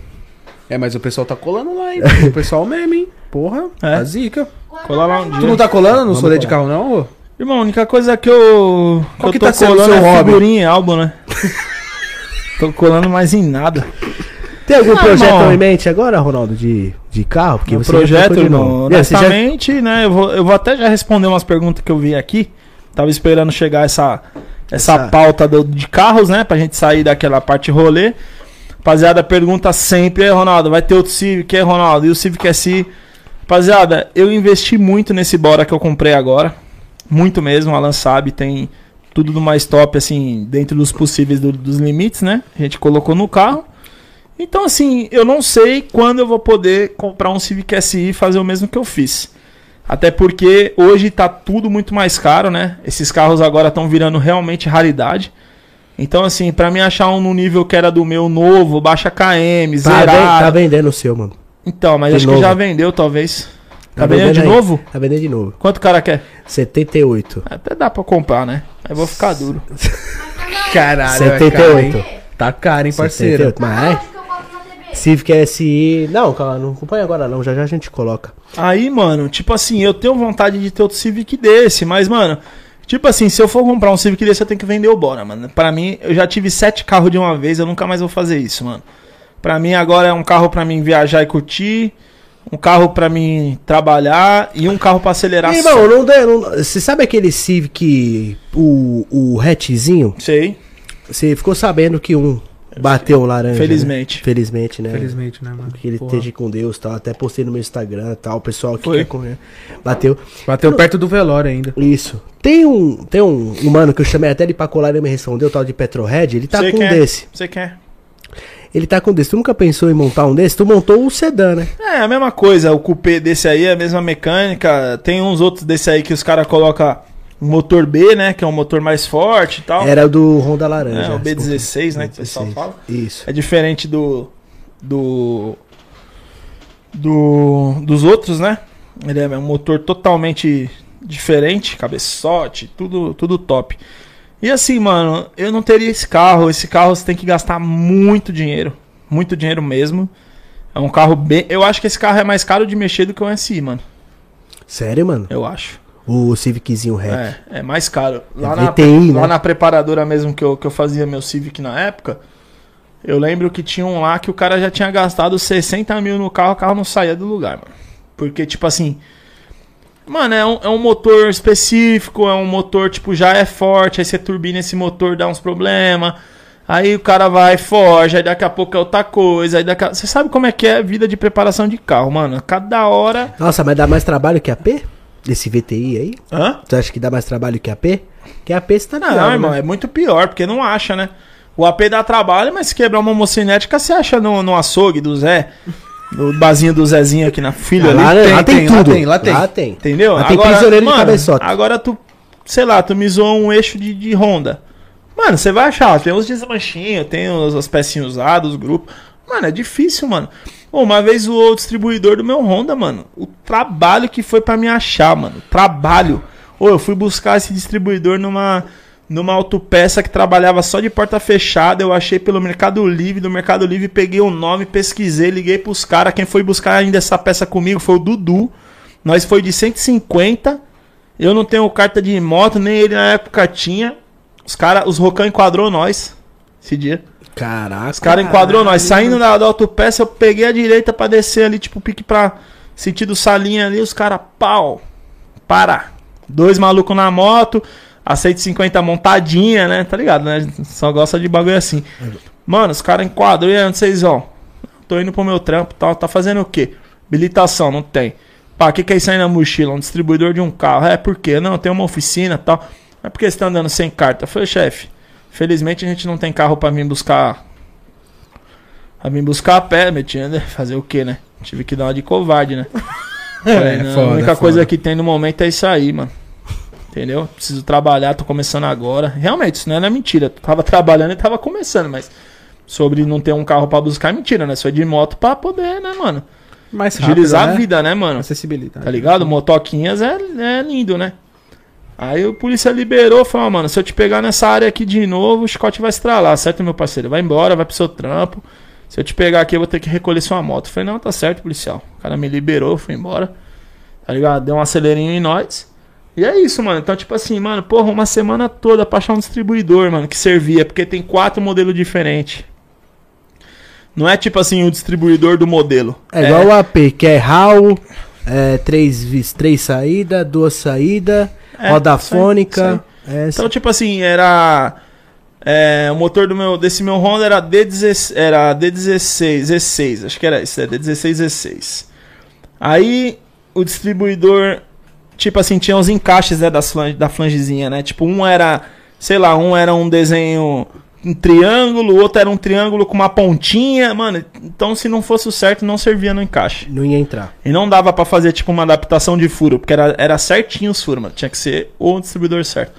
É, mas o pessoal tá colando lá, hein? O pessoal mesmo, hein? Porra,
É.
a zica.
Quarta
Cola lá um
pra
dia.
Tu não tá colando no solê de carro, não? ô?
Irmão, a única coisa é que eu, que
Qual
eu
que
tô
tá sendo
colando
seu
é
hobby?
figurinha e álbum, né? tô colando mais em nada.
Tem algum
Ah,
projeto
irmão.
em mente agora, Ronaldo, de, de carro? Porque
O
você
projeto,
já trocou de nome.
irmão,
É, você já-
honestamente, né? Eu vou, eu vou até já responder umas perguntas que eu vi aqui. Tava esperando chegar essa, essa,
Essa-
pauta do- de carros, né? Pra gente sair daquela parte rolê. Rapaziada, pergunta sempre, "E aí, Ronaldo, vai ter outro Civic, e aí, Ronaldo? E o Civic é SI? Rapaziada, eu investi muito nesse Bora que eu comprei agora. Muito mesmo, o Alan sabe, tem tudo do mais top, assim, dentro dos possíveis do- dos limites, né? A gente colocou no carro. Então, assim, eu não sei quando eu vou poder comprar um Civic SI e fazer o mesmo que eu fiz. Até porque hoje tá tudo muito mais caro, né? Esses carros agora estão virando realmente raridade. Então, assim, pra mim achar um no nível que era do meu novo, baixa KM,
Tá, ven- tá
zerado.
vendendo o seu, mano.
Então, mas
De
acho
novo.
que já vendeu, talvez. Tá,
Tá
vendendo de
vendendo aí.
novo?
Tá vendendo de novo.
Quanto o cara quer?
78.
Até dá pra comprar, né? Aí vou ficar duro.
Caralho,
78.
É caro, hein? Tá caro, hein, parceiro?
78. Mas
Acho que eu boto na TV.
é. Civic SI. Não, calma, não acompanha agora não. Já já a gente coloca.
Aí, mano, tipo assim, eu tenho vontade de ter outro Civic desse, mas, mano, tipo assim, se eu for comprar um Civic desse, eu tenho que vender o Bora, mano. Pra mim, eu já tive sete carros de uma vez, eu nunca mais vou fazer isso, mano. Pra mim, agora é um carro pra mim viajar e curtir, um carro pra mim trabalhar e um carro pra acelerar.
Irmão, não dá. não- Você sabe aquele Civic, o, o hatchzinho?
Sei,
Você ficou sabendo que um bateu um laranja. né?
felizmente.
Felizmente, né?
Infelizmente, né, mano?
Que ele
Porra.
esteja com Deus tal. Até postei no meu Instagram tal. O pessoal que
Foi.
quer correr. Bateu.
Bateu perto do velório ainda.
Isso. Tem um, tem um humano que eu chamei até ele pra colar e ele me respondeu, tal de Petrohead. Ele tá
Sei
com um
quem é.
desse.
Você quer?
Ele tá com um desse. Tu nunca pensou em montar um desse? Tu montou o sedã, né?
É, a mesma coisa, o cupê desse aí é a mesma mecânica, tem uns outros desse aí que os caras colocam motor B, né, que é um motor mais forte e tal.
Era o do Honda
É,
Laranja.
o B16, né, que o pessoal
16.
fala.
Isso.
É diferente do. do. do dos outros, né? Ele é um motor totalmente diferente, cabeçote, tudo, tudo top. E assim, mano, eu não teria esse carro. Esse carro você tem que gastar muito dinheiro. Muito dinheiro mesmo. É um carro bem. Eu acho que esse carro é mais caro de mexer do que um SI, mano.
Sério, mano?
Eu acho.
O Civiczinho Hack.
É, é mais caro. Lá,
É
na,
VTI, né?
lá na preparadora mesmo que eu, que eu fazia meu Civic na época, eu lembro que tinha um lá que o cara já tinha gastado 60 mil no carro, o carro não saía do lugar, mano. Porque, tipo assim. Mano, é um, é um motor específico, é um motor, tipo, já é forte, aí você turbina esse motor, dá uns problemas. Aí o cara vai, foge, aí daqui a pouco é outra coisa, aí daqui a... Você sabe como é que é a vida de preparação de carro, mano? Cada hora.
Nossa, mas dá mais trabalho que a P? Desse VTI aí?
Hã?
Tu acha que dá mais trabalho que a P? Que a P você tá
Não, irmão, é muito pior, porque não acha, né? O AP dá trabalho, mas se quebrar uma homocinética, você acha no, no açougue do Zé, no barzinho do Zezinho aqui na filha
Lá,
ali.
né, lá tem,
tem, lá
tudo.
tem, lá tem.
Lá tem.
Entendeu?
Mas tem prisioneiro de cabeçote.
Agora tu, sei lá, tu me zoou um eixo de, de Honda. Mano, você vai achar, tem uns desmanchinhos, tem uns- as pecinhas usadas, os grupos. Mano, é difícil, mano. Pô, Uma vez zoou o distribuidor do meu Honda, mano. O trabalho que foi pra me achar, mano. Trabalho. Ô, eu fui buscar esse distribuidor numa numa autopeça que trabalhava só de porta fechada. Eu achei pelo Mercado Livre. Do Mercado Livre peguei o nome, pesquisei, liguei pros caras. Quem foi buscar ainda essa peça comigo foi o Dudu. Nós foi de 150. Eu não tenho carta de moto, nem ele na época tinha. Os cara, os Rocan enquadrou nós esse dia.
Caraca.
Os caras enquadrou nós. Saindo da, da autopeça, eu peguei a direita pra descer ali, tipo, pique pra sentido salinha ali. Os caras, pau, para. Dois malucos na moto, a 150 montadinha, né? Tá ligado, né? A gente Só gosta de bagulho assim. Mano, os caras enquadram. E aí, onde vocês vão? Tô indo pro meu trampo, tal. Tá fazendo o quê? Habilitação, não tem. Pá, o que que é isso aí na mochila? Um distribuidor de um carro. É, por quê? Não, tem uma oficina tal. Mas por que você tá andando sem carta? Foi, chefe. Felizmente a gente não tem carro pra mim buscar. Pra mim buscar a pé, meu tio, né? Fazer o quê, né? Tive que dar uma de covarde, né? Falei,
É,
não, a única coisa que tem no momento é isso aí, mano. Entendeu? Preciso trabalhar, tô começando agora. Realmente, isso não era mentira. Tava trabalhando e tava começando, mas sobre não ter um carro pra buscar é mentira, né? Só de moto pra poder, né, mano?
Mais rápido,
Agilizar
né?
a vida, né, mano?
Acessibilidade.
Tá ligado? Motoquinhas é, é lindo, né? Aí o polícia liberou, falou, "Ó, mano, se eu te pegar nessa área aqui de novo, o chicote vai estralar, certo, meu parceiro? Vai embora, vai pro seu trampo. Se eu te pegar aqui, eu vou ter que recolher sua moto. Eu falei, não, tá certo, policial. O cara me liberou, foi embora. Tá ligado? Deu um acelerinho em nós. E é isso, mano. Então, tipo assim, mano, porra, uma semana toda pra achar um distribuidor, mano, que servia, porque tem quatro modelos diferentes. Não é tipo assim, o distribuidor do modelo.
É igual o AP, que é RAW, é, três, vis- três saídas, duas saídas,
É,
roda
isso aí, isso aí.
fônica. é,
Então, tipo assim, era. é, o motor do meu, desse meu Honda era, D16, era D16, 16, acho que era isso, é D16, 16. Aí o distribuidor, tipo assim, tinha os encaixes né, das flan- da flangezinha, né? Tipo, um era, sei lá, um era um desenho, um triângulo, o outro era um triângulo com uma pontinha, mano. Então, se não fosse o certo, não servia no encaixe.
não ia entrar.
E não dava pra fazer, tipo, uma adaptação de furo, porque era, era certinho os furos, mano. Tinha que ser o distribuidor certo.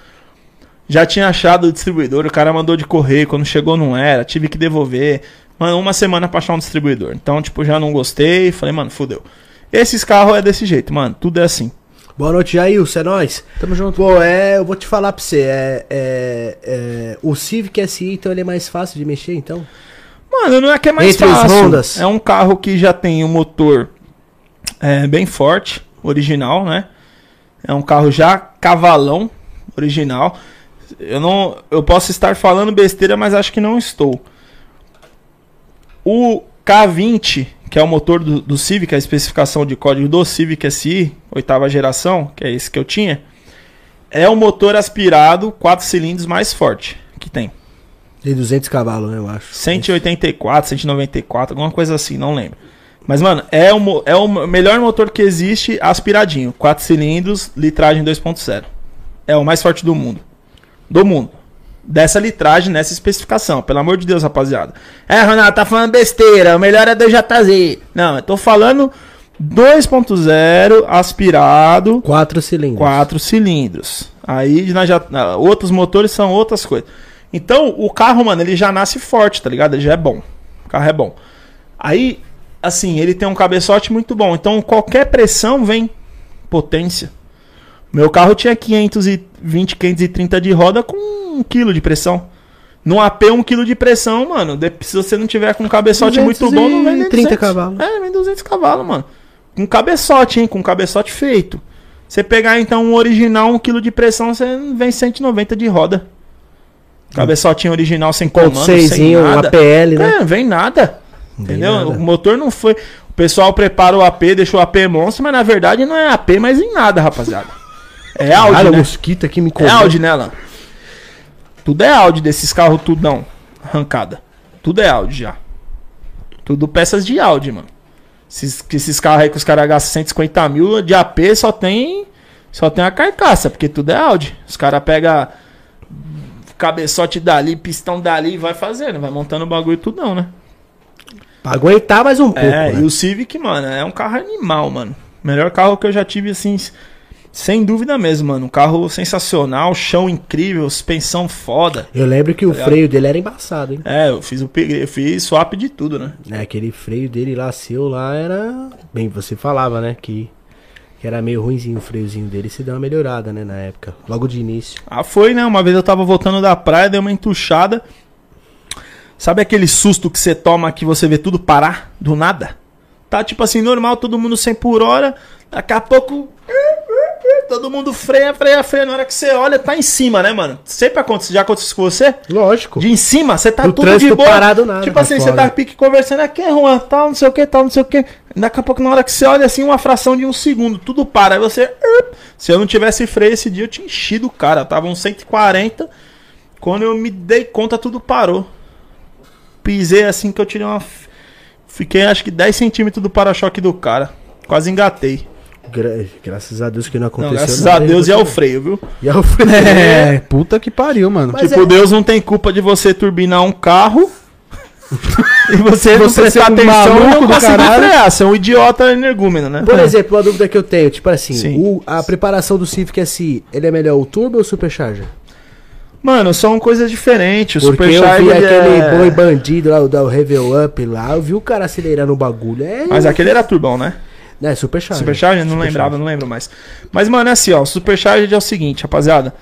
Já tinha achado o distribuidor, o cara mandou de correr, quando chegou não era, tive que devolver. Mano, uma semana pra achar um distribuidor. Então, tipo, já não gostei, falei, mano, fudeu. Esses carros é desse jeito, mano, tudo é assim.
Boa noite, Jailson, é nóis.
Tamo junto.
Pô, é, eu vou te falar pra você, é, é- é, o Civic SI, então ele é mais fácil de mexer, então?
Mano, não é que é mais
Entre os
fácil.
Hondas.
É um carro que já tem um motor é, bem forte, original, né? É um carro já cavalão, original. Eu não, eu posso estar falando besteira, mas acho que não estou. O K20, que é o motor do, do Civic, a especificação de código do Civic SI, oitava geração, que é esse que eu tinha, é o motor aspirado quatro cilindros mais forte que tem.
De 200 cavalos, né, eu acho.
184, 194, alguma coisa assim, não lembro. Mas, mano, é o, mo- é o melhor motor que existe aspiradinho. 4 cilindros, litragem 2.0. É o mais forte do mundo. Do mundo. Dessa litragem, nessa especificação. Pelo amor de Deus, rapaziada. É, Ronaldo, tá falando besteira. O melhor é 2JZ. Não, eu tô falando 2.0 aspirado.
Quatro cilindros.
Quatro cilindros. Aí nós já, ah, outros motores são outras coisas. Então, o carro, mano, ele já nasce forte, tá ligado? Ele já é bom. O carro é bom. Aí, assim, ele tem um cabeçote muito bom. Então, qualquer pressão vem potência. Meu carro tinha 520, 530 de roda com 1 kg de pressão. No AP, 1 kg um de pressão, mano. de- Se você não tiver com um cabeçote muito bom, não vem nem
230
200.
cavalos.
É, vem 200 cavalos, mano. Com cabeçote, hein? Com cabeçote feito. Você pegar, então, um original, 1 kg de pressão, você vem 190 de roda. Cabeçotinho
Hum.
original, sem comando, sem
1.6, um
nada.
APL, né?
É, não vem nada.
vem
entendeu?
nada.
O motor não foi. O pessoal prepara o AP, deixa o AP monstro, mas na verdade não é AP mais em nada, rapaziada. É Audi,
Olha o
né?
mosquito aqui me
É
comeu.
Audi nela. Tudo é Audi desses carros tudão. Arrancada. Tudo é Audi já. Tudo peças de Audi, mano. Esses, que esses carros aí que os caras gastam 150 mil de AP só tem. Só tem a carcaça, porque tudo é Audi. Os caras pegam cabeçote dali, pistão dali e vai fazendo, vai montando o bagulho tudão, né?
Pra aguentar mais um pouco.
É,
né?
e o Civic, mano, é um carro animal, mano. Melhor carro que eu já tive, assim, s- sem dúvida mesmo, mano. Um carro sensacional, chão incrível, suspensão foda.
Eu lembro
Tá
que o freio dele era embaçado, hein?
É, eu fiz o upgrade, eu fiz swap de tudo, né?
É, aquele freio dele lá, seu lá, era. Bem, você falava, né? Que, que era meio ruimzinho o freiozinho dele. Se deu uma melhorada, né? Na época. Logo de início.
Ah, foi, né? Uma vez eu tava voltando da praia, dei uma entuchada. Sabe aquele susto que você toma que você vê tudo parar do nada? Tá tipo assim, normal, todo mundo 100 por hora. Daqui a pouco. Todo mundo freia, freia, freia. Na hora que você olha, tá em cima, né, mano? Sempre acontece. Já aconteceu isso com você?
Lógico.
De em cima, você tá
O
tudo
trânsito
de boa.
parado, nada.
Tipo assim,
É
você
foda.
tá pique conversando aqui, Juan, tal, não sei o que, tal, não sei o que. Daqui a pouco, na hora que você olha assim, uma fração de um segundo, tudo para. Aí você. "Erp". Se eu não tivesse freio esse dia, eu tinha enchido o cara. Tava uns 140. Quando eu me dei conta, tudo parou. Pisei assim que eu tirei uma. f- Fiquei acho que 10 centímetros do para-choque do cara. Quase engatei.
Gra- graças a Deus que não
Não,
aconteceu.
graças
nada,
a
né?
Deus é e ao freio, viu?
E ao freio.
É, puta que pariu, mano.
Tá Mas
tipo,
é-
Deus não tem culpa de você turbinar um carro e você, não
Você ser
prestar
um
atenção
maluco
e não
do
conseguir
caralho.
frear. Você é um idiota energúmeno, né?
Por exemplo, uma dúvida que eu tenho, tipo assim,
Sim.
o- a preparação do Civic SI, ele é melhor o turbo ou o supercharger?
Mano, são coisas diferentes. O
Porque eu vi
Supercharger
aquele
é...
boi bandido lá, o da Revel Up lá, eu vi o cara acelerando o bagulho. É,
Mas aquele era turbão, né?
né, supercharger.
Supercharger? Não lembrava, não lembro mais. Mas, mano, é assim, ó. Supercharger é o seguinte, rapaziada.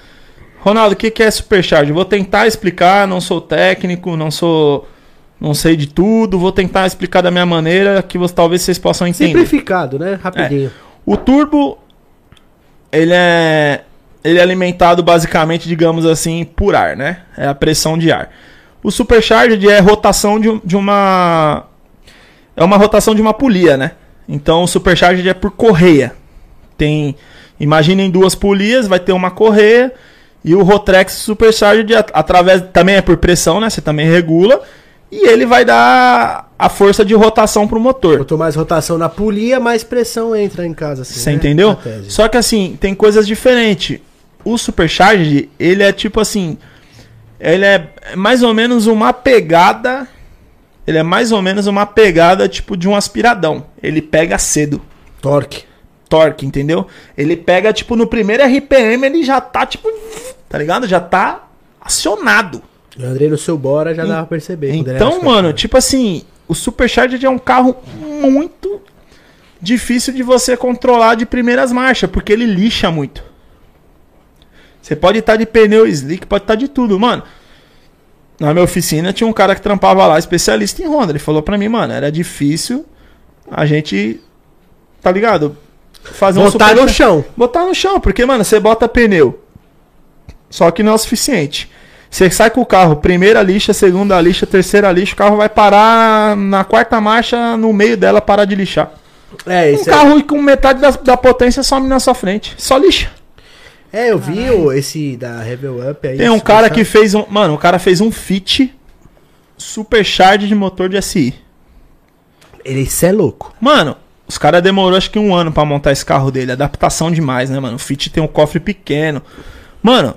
Ronaldo, o que, que é Supercharger? Vou tentar explicar, não sou técnico, não sou... Não sei de tudo, vou tentar explicar da minha maneira que você, talvez vocês possam entender.
Simplificado, né? Rapidinho.
O turbo ele é ele é alimentado basicamente, digamos assim, por ar, né? É a pressão de ar. O supercharged é rotação de, um- de uma é uma rotação de uma polia, né? Então o supercharged é por correia. Tem imaginem duas polias, vai ter uma correia e o Rotrex supercharged at- através também é por pressão, né? Você também regula e ele vai dar a força de rotação pro motor.
Quanto mais rotação na polia, mais pressão entra em casa. Assim,
Você
né?
entendeu?
Na tese.
Só que assim, tem coisas diferentes. O Supercharge, ele é tipo assim. Ele é mais ou menos uma pegada. Ele é mais ou menos uma pegada tipo de um aspiradão. Ele pega cedo.
Torque.
Torque, entendeu? Ele pega, tipo, no primeiro RPM, ele já tá, tipo. Tá ligado? Já tá acionado.
Eu andrei no seu Bora, já dava pra perceber. quando ele é era
Então, mano, tipo assim, o Supercharger é um carro muito difícil de você controlar de primeiras marchas, porque ele lixa muito. Você pode estar de pneu slick, pode estar de tudo, mano. Na minha oficina tinha um cara que trampava lá, especialista em Honda. Ele falou pra mim, mano, era difícil a gente, tá ligado? Fazer um
Botar no
Supercharger-
chão.
Botar no chão, porque, mano, você bota pneu. Só que não é o suficiente. Você sai com o carro, primeira lixa, segunda lixa, terceira lixa, o carro vai parar na quarta marcha, no meio dela, parar de lixar.
É,
Um
isso é-
carro com metade da, da potência some na sua frente. Só lixa.
é. eu vi o, esse da Revel Up aí.
Tem um cara que
supercharger.
fez um. Mano, o cara fez um fit supercharge de motor de SI.
Ele, isso é louco.
Mano, os caras demorou acho que um ano pra montar esse carro dele. Adaptação demais, né, mano? O Fit tem um cofre pequeno. Mano,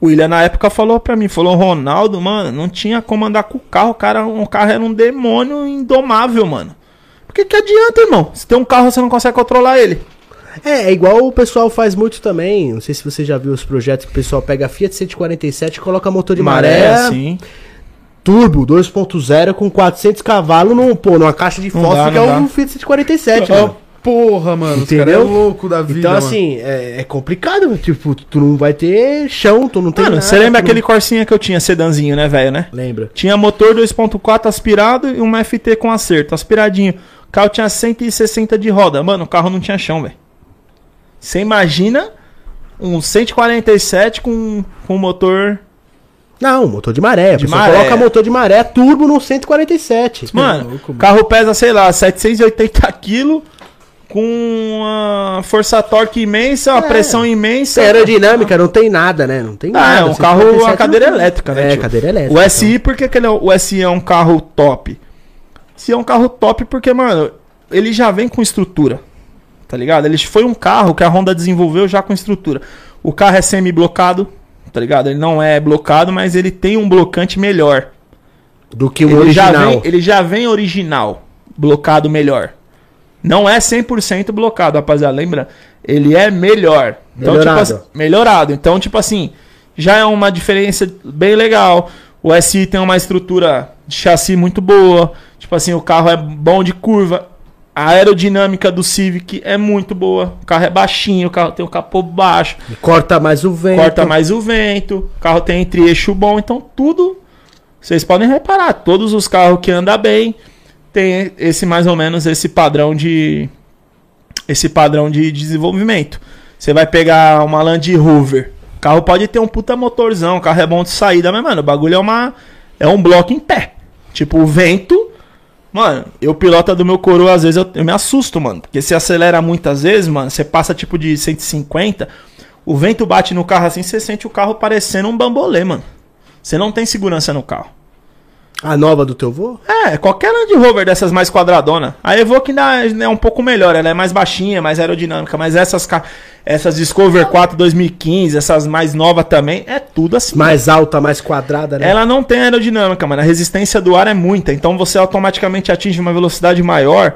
o William na época falou pra mim, falou, Ronaldo, mano, não tinha como andar com o carro. O cara, um carro era um demônio indomável, mano. Por que, que adianta, irmão? Se tem um carro, você não consegue controlar ele.
É, é igual o pessoal faz muito também. Não sei se você já viu os projetos que o pessoal pega a Fiat 147 e coloca motor de maré,
sim.
turbo 2.0 com 400 cavalos num, pô, numa caixa de
Não
fósforo
dá, É
que é
não
um
dá.
Fiat 147,
Ó,
mano.
porra, mano. Os caras é
Entendeu?
louco da vida.
Então,
mano.
assim, é, é complicado, meu. tipo, tu não vai ter chão, tu não tem
Mano,
nada,
você lembra
tu não-
aquele Corsinha que eu tinha, sedanzinho, né, velho, né?
Lembra.
Tinha motor 2.4 aspirado e uma FT com acerto, aspiradinho. O carro tinha 160 de roda. Mano, o carro não tinha chão, velho. Você imagina um 147 com, com motor.
Não, motor de maré. A
De
pessoa
maré.
coloca motor de maré turbo no 147.
Mano,
louco,
o
mano.
carro pesa, sei lá, 780 quilos. Com uma força torque imensa, uma
É.
pressão imensa.
aerodinâmica, não tem nada, né? Não tem
Ah,
nada.
é um carro
147
a cadeira
não tem.
elétrica, né?
É,
tio?
cadeira elétrica.
O SI, porque aquele, o SI é um carro top? Se é um carro top, porque, mano, ele já vem com estrutura. Tá ligado? Ele foi um carro que a Honda desenvolveu já com estrutura. O carro é semi-blocado, tá ligado? Ele não é blocado, mas ele tem um blocante melhor.
então, do que o
Ele,
original.
Já vem, ele já vem original, blocado melhor. Não é 100% blocado, rapaziada, lembra? Ele é melhor. Então,
Melhorado.
Tipo, assim- melhorado. Então, tipo assim, já é uma diferença bem legal. O SI tem uma estrutura de chassi muito boa. Tipo assim, o carro é bom de curva. A aerodinâmica do Civic é muito boa. O carro é baixinho, o carro tem o capô baixo
Corta mais o vento.
corta mais o vento, o carro tem entre-eixo bom, então tudo. Vocês podem reparar, todos os carros que andam bem tem esse mais ou menos esse padrão de esse padrão de desenvolvimento. Você vai pegar uma Land Rover, o carro pode ter um puta motorzão, o carro é bom de saída, mas mano, o bagulho é uma é um bloco em pé. Tipo, o vento Mano, eu pilota do meu coroa, às vezes eu, eu me assusto, mano. Porque você acelera muitas vezes, mano, você passa tipo de 150, o vento bate no carro assim, você sente o carro parecendo um bambolê, mano. Você não tem segurança no carro.
A nova do teu vô?
É, qualquer Land Rover dessas mais quadradona. A Evoque ainda é- é um pouco melhor, ela é mais baixinha, mais aerodinâmica, mas essas ca- essas Discover 4 2015, essas mais novas também, é tudo assim.
Mais alta, mais quadrada, né?
Ela não tem aerodinâmica, mano. A resistência do ar é muita. Então você automaticamente atinge uma velocidade maior.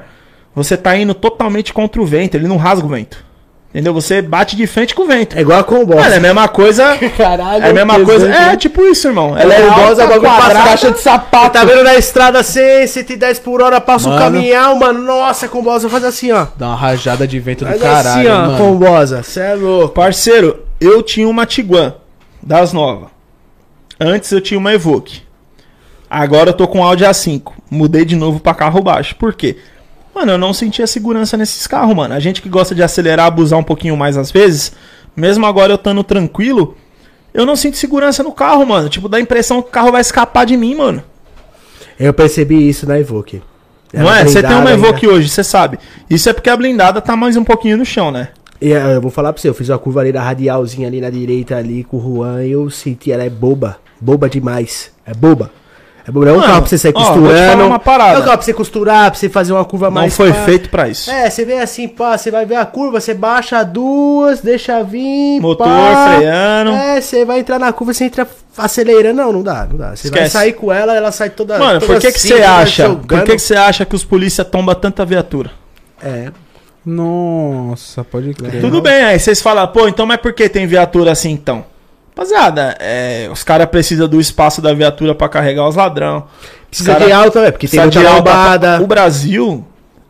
Você tá indo totalmente contra o vento. Ele não rasga o vento. Entendeu? Você bate de frente com o vento.
É igual a
Mano, é a
combosta.
mesma coisa.
Caralho,
É a mesma
pesante,
coisa.
né?
É tipo isso, irmão.
Ela é idosa,
alta,
bagulho
quadrada.
passa caixa de
sapato.
Tá vendo na estrada 100, 110 por hora,
um
passa o
Mano.
caminhão, mano. Nossa, combosa, faz assim, ó.
Dá uma rajada de vento do
Faz
caralho,
assim, ó,
mano.
combosa. Cê é louco.
Parceiro, eu tinha uma Tiguan das novas. Antes eu tinha uma Evoque. Agora eu tô com Audi A5. Mudei de novo pra carro baixo. Por quê? Mano, eu não sentia segurança nesses carros, mano. A gente que gosta de acelerar, abusar um pouquinho mais às vezes, mesmo agora eu estando tranquilo, eu não sinto segurança no carro, mano. Tipo, dá a impressão que o carro vai escapar de mim, mano.
Eu percebi isso na Evoque.
não
Ela
é? Você tem
blindada
uma
ainda.
Evoque hoje, você sabe. Isso é porque a blindada tá mais um pouquinho no chão, né?
E eh, eu vou falar pra você, eu fiz uma curva ali na radialzinha ali na direita ali com o Juan e eu senti, ela é boba. Boba demais. É boba. É boba. É um
Mano,
carro pra você sair
ó, vou te
costurando.
falar uma parada.
É um carro pra você costurar, pra você fazer uma curva
Não
mais.
Então foi
pá.
feito pra isso.
É, você vem assim, pá, você vai ver a curva, você baixa duas, deixa vir.
Motor,
pá.
freando.
É, você vai entrar na curva, você entra acelerando. Não, não dá, não dá. Você vai
Esquece.
sair com ela, ela sai toda.
Mano,
toda
por que que
cinza,
você
vai
acha? Por
né, jogando.
que que você acha que os polícia tomba tanta viatura?
É.
Nossa, pode crer.
Tudo bem, aí vocês falam, pô, então mas por que tem viatura assim então? Rapaziada, é, os caras precisam do espaço da viatura pra carregar os ladrão.
Precisa
Cara,
de alta, é, porque tem
Precisa
muita
de alta-
lombada.
O Brasil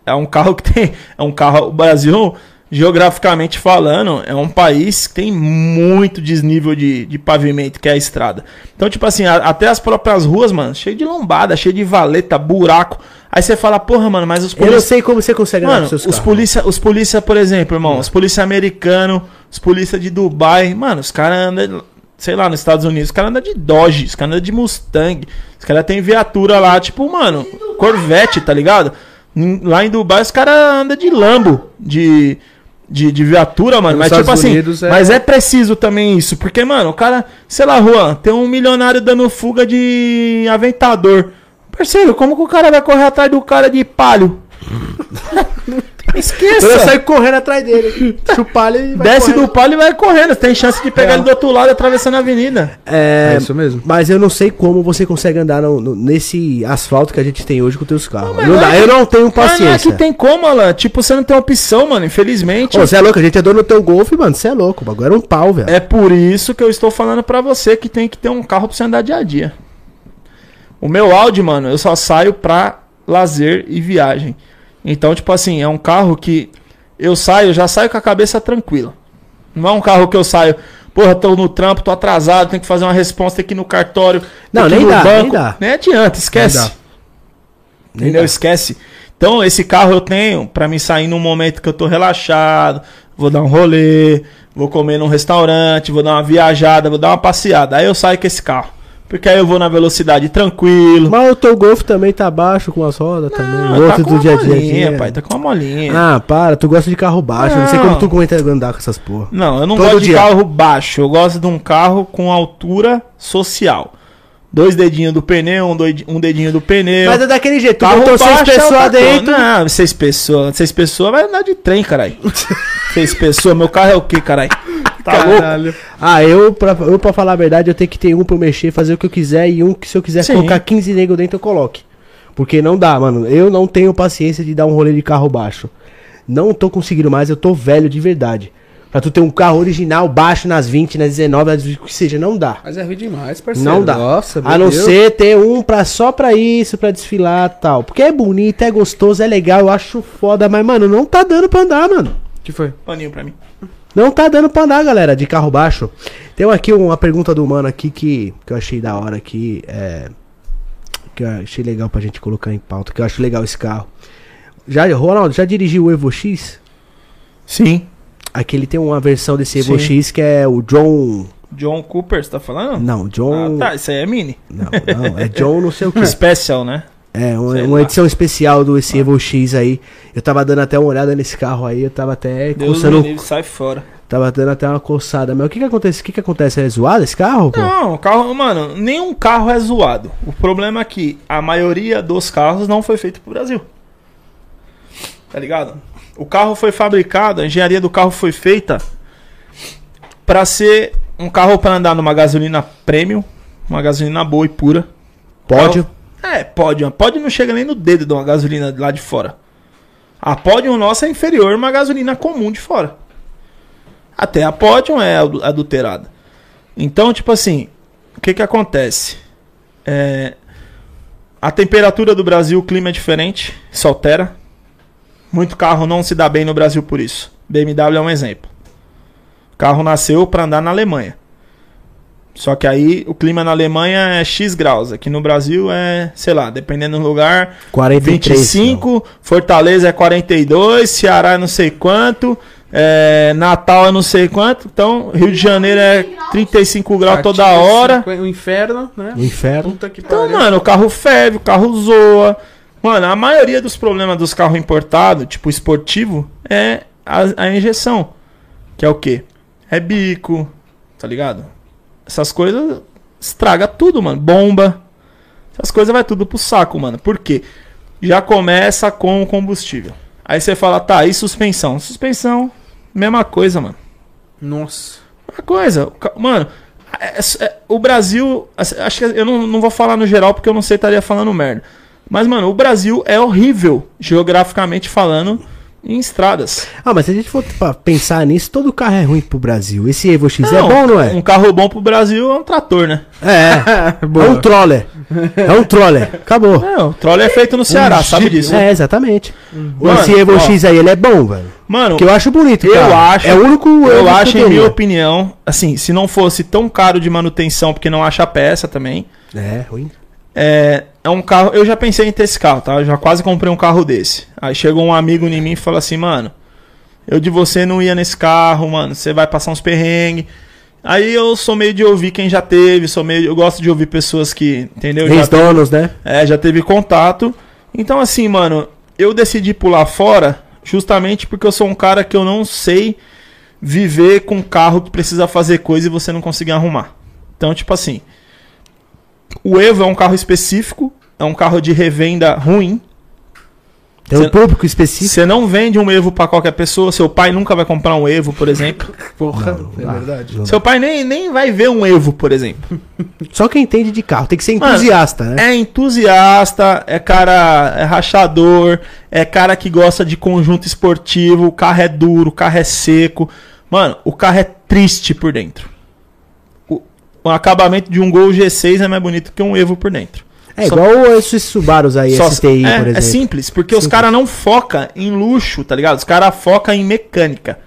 é um carro que tem. É um carro. O Brasil, geograficamente falando, é um país que tem muito desnível de, de pavimento, que é a estrada. Então, tipo assim, a- até as próprias ruas, mano, cheio de lombada, cheio de valeta, buraco. Aí você fala, porra, mano, mas os
Eu não
polícia
sei como você consegue andar
Mano,
com seus
os
carros.
polícia, os polícia, por exemplo, irmão, os polícia americano, os polícia de Dubai, mano, os caras andam, sei lá, nos Estados Unidos, os caras andam de Dodge, os caras andam de Mustang, os caras têm viatura lá, tipo, mano, Corvette, tá ligado? Em- Lá em Dubai os caras andam de Lambo, de, de, de viatura,
Nos
mano, mas tipo
Estados
assim,
Unidos é-
mas é preciso também isso, porque, mano, o cara, sei lá, Juan, tem um milionário dando fuga de aventador. Parceiro, como que o cara vai correr atrás do cara de palho?
Então eu
Esqueça!
saio correndo atrás dele. Chupar ele e vai
Desce
correndo.
do palio e vai correndo. É. Tem chance de pegar ele do outro lado atravessando a avenida.
É,
É isso mesmo.
Mas eu não sei como você consegue andar no- no- nesse asfalto que a gente tem hoje com os teus carros.
mas
Não,
não
dá,
é que-
eu não tenho
Mas não
paciência.
é que tem como, Alan. Tipo, você não tem opção, mano, infelizmente.
Ô, você é louco, a gente andou no teu Golf, mano, você é louco, o bagulho era um pau, velho.
É por isso que eu estou falando pra você que tem que ter um carro pra você andar dia a dia. O meu Audi, mano, eu só saio pra lazer e viagem. Então, tipo assim, é um carro que eu saio, já saio com a cabeça tranquila. Não é um carro que eu saio, porra, tô no trampo, tô atrasado, tenho que fazer uma resposta, tenho que ir no cartório. tenho
Não,
que ir
nem
no
dá, nem dá.
Nem adianta, esquece.
Nem dá.
Entendeu? Esquece. Então, esse carro eu tenho pra mim sair num momento que eu tô relaxado, vou dar um rolê, vou comer num restaurante, vou dar uma viajada, vou dar uma passeada. Aí eu saio com esse carro. Porque aí eu vou na velocidade tranquilo.
Mas o teu Golf também tá baixo com as rodas também. O outro do dia a dia.
tá molinha,
aqui.
pai, tá com uma molinha.
Ah, para, tu gosta de carro baixo. Não sei
Não.
como tu aguenta andar com essas porra.
Não, eu não
Todo
gosto de
dia.
carro baixo. Eu gosto de um carro com altura social. Dois dedinhos do pneu, um, doidi- um dedinho do pneu.
Mas é daquele jeito, tu
Carro
botou seis
baixo é o
pessoas
tacão.
dentro.
Não, seis pessoas. Seis pessoas vai andar de trem, caralho. seis pessoas, meu carro é o quê, caralho? Tá louco?
Ah, eu pra, eu, pra falar a verdade, eu tenho que ter um pra eu mexer, fazer o que eu quiser e um que se eu quiser
Sim.
colocar 15 nego dentro, eu coloque. Porque não dá, mano. Eu não tenho paciência de dar um rolê de carro baixo. Não tô conseguindo mais, eu tô velho de verdade. Pra tu ter um carro original baixo nas 20, nas 19, nas 20, o que seja, não dá.
Mas é ruim demais, parceiro.
Não dá.
Nossa,
a não ser ter um pra, só pra isso, pra desfilar e tal. Porque é bonito, é gostoso, é legal, eu acho foda, mas, mano, não tá dando pra andar, mano.
que foi?
Paninho pra mim.
Não tá dando pra andar, galera, de carro baixo. Tem aqui uma pergunta do mano aqui que, que eu achei da hora aqui. É, que eu achei legal pra gente colocar em pauta, que eu acho legal esse carro. Já, Ronaldo, já dirigiu o Evo X?
Sim.
Aqui ele tem uma versão desse Evo
Sim.
X que é o John.
John Cooper, você tá falando?
Não, John.
Ah, tá, isso aí é mini.
Não, não, é John não sei o que.
Special, né?
É, um-
Sei
uma
lá. Ah.
edição especial do esse Evo X aí. Eu tava dando até uma olhada nesse carro aí, eu tava até
Deus
coçando.
me livre, sai fora.
Tava dando até uma coçada. Mas o que que acontece? O que que acontece? É zoado esse carro? pô?
Não, o carro, mano, nenhum carro é zoado. O problema é que a maioria dos carros não foi feito pro Brasil. Tá ligado? O carro foi fabricado, a engenharia do carro foi feita pra ser um carro pra andar numa gasolina premium, uma gasolina boa e pura.
Pódio.
Carro- É, pódio. Pódio não chega nem no dedo de uma gasolina lá de fora. A pódio nossa é inferior a uma gasolina comum de fora. Até a pódio é adu- adulterada. Então, tipo assim, o que que acontece? É, a temperatura do Brasil, o clima é diferente, se altera. Muito carro não se dá bem no Brasil por isso. BMW é um exemplo. O carro nasceu para andar na Alemanha. Só que aí o clima na Alemanha é X graus. Aqui no Brasil é, sei lá, dependendo do lugar,
43.
25, Fortaleza é 42, Ceará é não sei quanto, é, Natal é não sei quanto, então Rio de Janeiro é 35 graus toda hora.
O inferno, né?
não. O inferno.
Puta que
Então, mano, o carro ferve, o carro zoa. Mano, a maioria dos problemas dos carros importados, tipo esportivo, é a, a injeção. Que é o quê? É bico, tá ligado? Essas coisas estraga tudo, mano. Bomba. Essas coisas vai tudo pro saco, mano. Por quê? Já começa com o combustível. Aí você fala, tá, e suspensão? Suspensão, mesma coisa, mano.
Nossa.
Uma coisa, o ca- mano, é- é- é- o Brasil, assim, acho que eu não, não vou falar no geral porque eu não sei estaria falando merda. Mas, mano, o Brasil é horrível, geograficamente falando, em estradas.
Ah, mas se a gente for pra pensar nisso, todo carro é ruim pro Brasil. Esse Evo X é
Não,
bom, não é?
Um carro bom pro Brasil é um trator, né?
É. É um troller. É um troller. Acabou.
Não, o troller é feito no
um
Ceará, sabe disso? né?
É, exatamente.
Mano,
Esse Evo
ó.
X aí, ele é bom, velho.
Mano,
Que eu acho bonito,
Eu
cara.
acho-
É o único
eu
Evo que
acho, em
teria.
minha opinião, assim, se não fosse tão caro de manutenção, porque não acha peça também,
É, ruim.
É, é um carro. Eu já pensei em ter esse carro, tá? Eu já quase comprei um carro desse. Aí chegou um amigo em mim e falou assim, mano, eu de você não ia nesse carro, mano. Você vai passar uns perrengues. Aí eu sou meio de ouvir quem já teve, sou meio. Eu gosto de ouvir pessoas que, entendeu? Já,
Ex-donos, né?
é, já teve contato. Então, assim, mano, eu decidi pular fora justamente porque eu sou um cara que eu não sei viver com um carro que precisa fazer coisa e você não conseguir arrumar. Então, tipo assim, o Evo é um carro específico, é um carro de revenda ruim.
Tem um
Cê-
público específico.
Você não vende um Evo pra qualquer pessoa, seu pai nunca vai comprar um Evo, por exemplo.
Porra,
Não,
é
ah,
verdade.
não.
Seu pai nem, nem vai ver um Evo, por exemplo.
Só quem entende de carro. Tem que ser
Mano,
entusiasta, né?
É entusiasta, é cara é rachador, é cara que gosta de conjunto esportivo, o carro é duro, o carro é seco. Mano, o carro é triste por dentro. O, o acabamento de um Gol G6 é mais bonito que um Evo por dentro.
É
Só-
igual esses Subarus aí,
Só-
STI,
é,
por exemplo.
é simples, porque os
Simples.
caras não focam em luxo, tá ligado? Os caras focam em mecânica.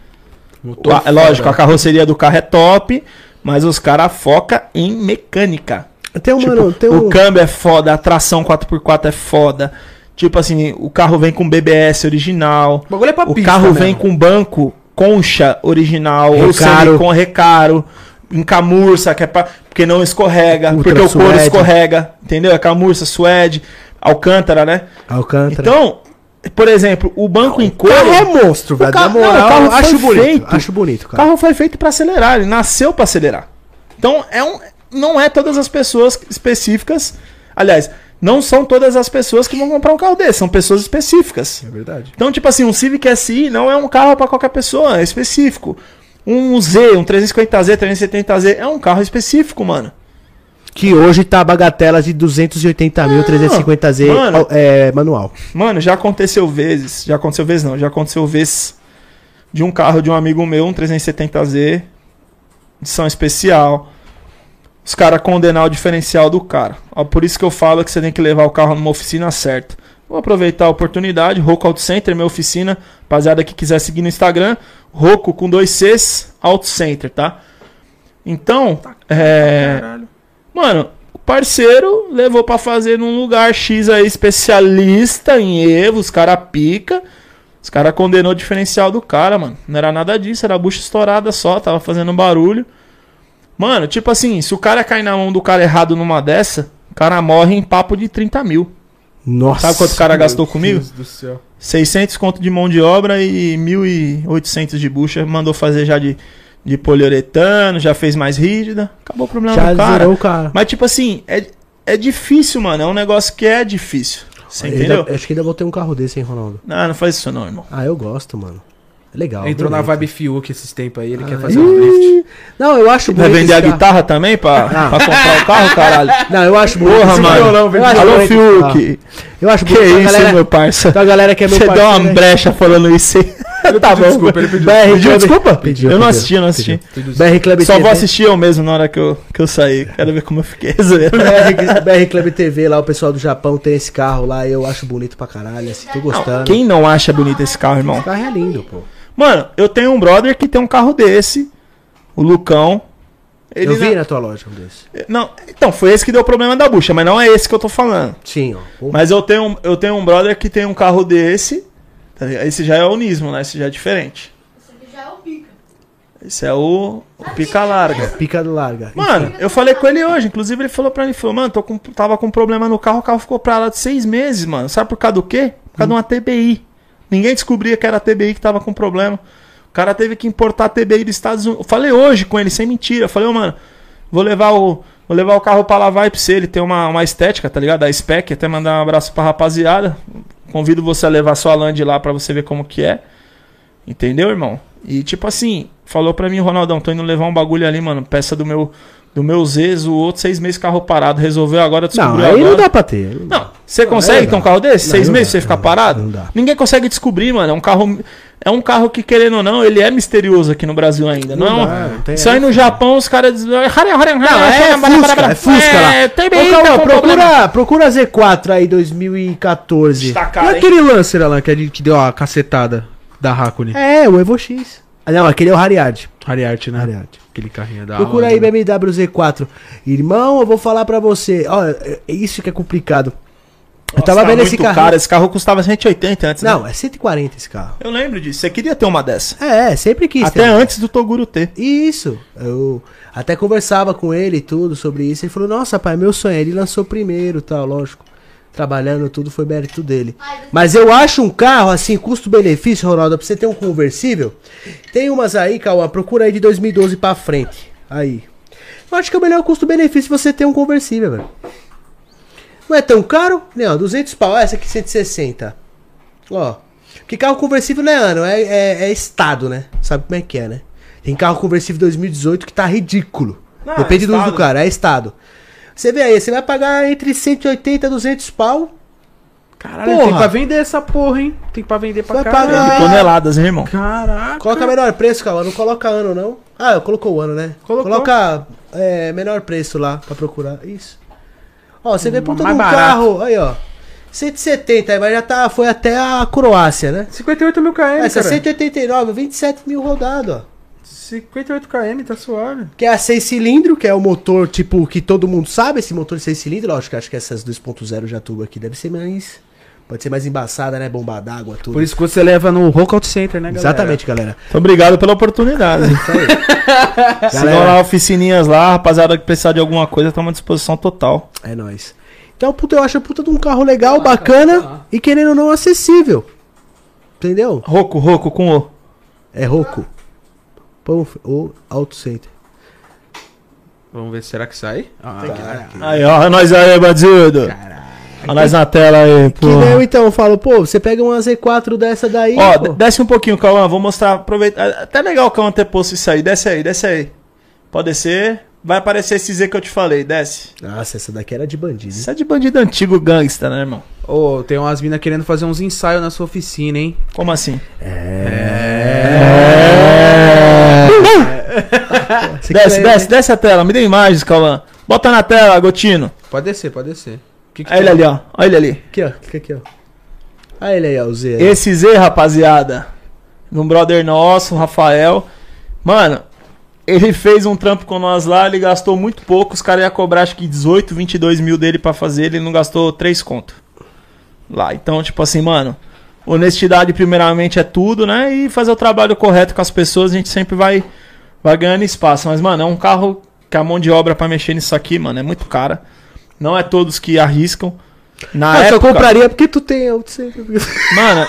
Motor
Ah, é
foda.
lógico, a carroceria do carro é top, mas os caras focam em mecânica.
Tem um,
Tipo,
mano, tem um...
O câmbio é foda, a tração 4x4 é foda. Tipo assim, o carro vem com BBS original.
O bagulho é pra
O
pista
carro
mesmo.
vem com banco concha original, ou
Recaro.
silicone recaro, em camurça, que é pra, porque não escorrega,
Ultra
porque o couro
suede.
escorrega, entendeu? É camurça, suede, alcântara, né?
Alcântara.
Então, por exemplo, o banco em couro,
carro é monstro, velho.
ca-
Na moral,
não, o carro foi
acho bonito.
feito.
Acho bonito,
o
cara.
carro foi feito pra acelerar, ele nasceu pra acelerar. Então, é um não é todas as pessoas específicas, aliás, não são todas as pessoas que vão comprar um carro desse, são pessoas específicas.
É verdade.
Então, tipo assim, um Civic SI não é um carro pra qualquer pessoa, é específico. Um Z, um 350Z, 370Z é um carro específico, mano.
Que hoje tá a bagatela de 280 mil, 350 Z
Ah, mano.
é, manual.
Mano, já aconteceu vezes, já aconteceu vezes não, já aconteceu vezes de um carro de um amigo meu, um 370Z, edição especial. Os caras condenar o diferencial do cara. Ó, por isso que eu falo que você tem que levar o carro numa oficina certa. Vou aproveitar a oportunidade, Roco Auto Center, minha oficina. Rapaziada que quiser seguir no Instagram, Roco com dois Cs, Auto Center, tá? Então, é...
Caralho.
Mano, o parceiro levou pra fazer num lugar X aí, especialista em Evo, os cara pica. Os cara condenou o diferencial do cara, mano. Não era nada disso, era bucha estourada só, tava fazendo um barulho. Mano, tipo assim, se o cara cair na mão do cara errado numa dessa, o cara morre em papo de 30 mil.
Nossa.
Sabe quanto o cara gastou comigo?
Deus do céu.
600 conto de mão de obra e 1.800 de bucha. Mandou fazer já de, de poliuretano, já fez mais rígida. Acabou o problema
Já
do cara.
zerou o cara.
Mas, tipo assim, é, é difícil, mano. É um negócio que é difícil. Você
Eu
entendeu?
ainda- acho que ainda vou ter um carro desse, hein, Ronaldo?
Não, não faz isso não, irmão.
Ah, eu gosto, mano. É legal.
Entrou na
bonito.
vibe Fiuk esses tempos aí, ele quer
Ah,
fazer um drift.
Não, eu acho
Vai vender a
esse carro.
guitarra também
Ah,
pra, pra comprar o carro, caralho?
Não, eu acho bonito.
Porra,
esse
mano.
violão, velho. Eu acho
Alô,
bonito esse carro.
Fiuk.
Eu acho
Que
bonito. Então a
isso, hein,
galera-
meu parça?
então a galera que é meu
Você deu uma
parceiro, né?
brecha falando isso aí. tá bom.
desculpa, ele pediu
BR,
desculpa.
desculpa?
Pediu,
eu não
pediu,
assisti, eu não assisti.
Tudo isso.
BR Club
Só
TV.
vou assistir eu mesmo na hora que eu, que eu sair. Quero ver como eu fiquei. zoeira.
BR, BR Club TV lá, o pessoal do Japão tem esse carro lá, eu acho bonito pra caralho, assim, tô gostando.
Quem não acha bonito esse carro, irmão?
Esse carro é lindo, pô.
Mano, eu tenho um brother que tem um carro desse. O Lucão. Ele
eu vi
na-
na tua loja um desse.
Não, então, foi esse que deu o problema da bucha, mas não é esse que eu tô falando.
Sim, ó. Pô,
Mas eu tenho, eu tenho um brother que tem um carro desse. tá ligado? Esse já é o Nismo, né? Esse já é diferente.
Isso aqui já é o pica.
Esse é o, o pica larga.
é Pica do larga.
Mano, eu falei com ele hoje. Inclusive, ele falou pra mim, falou, mano, tô com, tava com problema no carro, o carro ficou pra lá de seis meses, mano. Sabe por causa do quê? Por causa de uma TBI. Ninguém descobria que era a TBI que tava com problema. O cara teve que importar a TBI dos Estados Unidos. Eu falei hoje com ele, sem mentira. Eu falei, ô, mano, vou levar o. Vou levar o carro pra lavar e pra você. Ele tem uma, uma estética, tá ligado? Da spec, até mandar um abraço pra rapaziada. Convido você a levar sua Land lá pra você ver como que é. Entendeu, irmão? E tipo assim, falou pra mim, Ronaldão, tô indo levar um bagulho ali, mano. Peça do meu do meu Zezo, o outro seis meses carro parado. Resolveu agora,
Não,
descobriu
aí
agora.
não dá pra ter.
Não, você
aí
consegue
não
ter um
dá.
carro desse?
Não,
Seis
não
meses
dá,
você ficar
não dá,
parado?
não dá.
Ninguém consegue descobrir, mano. É um carro. É um carro que, querendo ou não, ele é misterioso aqui no Brasil ainda. Não,
Não
é um-
dá, não tem
Só aí no Japão os caras dizem. Não, é,
Fusca, é Fusca lá.
É, tem bem,
Ô, Cauã,
então,
procura,
problema.
procura a Z4 aí 2014.
Está
E
caro, Tá hein?
é aquele Lancer lá que, a gente- que deu a cacetada da Hakone?
É, o Evo X. Ah, não, aquele é o Hariard.
Hariart, né?
Hariart.
Aquele carrinho da
Procura aí
Audi, né?
BMW Z4. Irmão, eu vou falar pra você. Ó, é isso que é complicado. eu
Nossa,
tava
tá
vendo esse
muito
carro.
Caro. Esse carro custava 180 antes. né?
Não, é 140 esse carro.
Eu lembro disso. Você queria ter uma dessa.
É, é, sempre quis.
Até
ter.
antes do Toguro ter.
Isso. Eu até conversava com ele e tudo sobre isso. Ele falou, nossa, pai, meu sonho. Ele lançou primeiro, tal, lógico. Trabalhando tudo, foi mérito dele. Mas eu acho um carro, assim, custo-benefício, Ronaldo, pra você ter um conversível. Tem umas aí, Cauã, procura aí de 2012 pra frente. Aí. Eu acho que é o melhor custo-benefício você ter um conversível, velho. Não é tão caro? Não, 200 pau. Essa aqui 160. Ó. Porque carro conversível não é ano, é, é- é estado, né? Sabe como é que é, né? Tem carro conversível 2018 que tá ridículo.
Não,
Depende
é
do uso do
estado.
cara, é estado. Você vê aí, você vai pagar entre 180 e 200 pau.
Caralho,
Porra.
tem pra vender essa porra, hein? Tem pra vender pra
Vai
caralho.
pagar. Ah.
Toneladas, hein, irmão?
Caraca.
Coloca menor preço, Cauã. Não coloca ano, não. Ah, colocou o ano, né?
Colocou.
Coloca é, menor preço lá pra procurar. Isso. Ó, você vê puta de
Mais
um
barato.
carro, aí, ó. 170, aí, mas já tá, foi até a Croácia, né?
58 mil km,
Essa
É, cara.
189, 27 mil rodado, ó.
58 km, tá suave.
Que é a 6 cilindro, que é o motor, tipo, que todo mundo sabe, esse motor de 6 cilindros, lógico, acho que essas 2.0 Jatuba aqui deve ser mais... Pode ser mais embaçada, né? Bomba d'água, tudo.
Por isso que você leva no Rockout Center, né, galera?
Exatamente, galera.
Então, obrigado pela
É
oportunidade. Sigam lá oficininhas lá, rapaziada que precisar de alguma coisa, estamos à disposição total.
É nóis. Então, puta, eu acho a puta de um carro legal, bacana e querendo ou não acessível. Entendeu?
Roco, roco com o.
É Roco. Pão ou Auto Center.
Vamos ver, será que sai? Ah,
Aí, ó, é nós aí, bandido. Olha nós na tela aí,
Que
pô.
nem eu então falo, pô, você pega uma Z4 dessa daí,
Ó,
pô.
de- desce um pouquinho, Cauã, vou mostrar, aproveita. Ah, Até legal o Cauã ter posto isso aí, desce aí, desce aí. Pode descer, vai aparecer esse Z que eu te falei, desce.
Nossa, essa daqui era de bandido. hein?
Isso é de bandido antigo gangsta, né, irmão?
Ô, tem umas minas querendo fazer uns ensaios na sua oficina, hein?
Como assim? É.
Você
Desce,
quer-
desce, desce a tela, me dê imagens, Cauã. Bota na tela, Gotino.
Pode descer, pode descer. Que que
Olha ele ali, ó. Olha ele ali.
Aqui, ó. Fica aqui, ó. Ah, ele aí, ó, o Z. aí.
Esse Z, rapaziada, de um brother nosso, o Rafael. Mano, ele fez um trampo com nós lá, ele gastou muito pouco. Os caras iam cobrar acho que 18, 22 mil dele pra fazer, ele não gastou 3 conto. Lá, então, tipo assim, mano, honestidade primeiramente é tudo, né? E fazer o trabalho correto com as pessoas, a gente sempre vai, vai ganhando espaço. Mas, mano, é um carro que a mão de obra pra mexer nisso aqui, mano, é muito cara. Não é todos que arriscam. Na
Ah, só
época,
compraria porque tu tem Auto Center.
mano,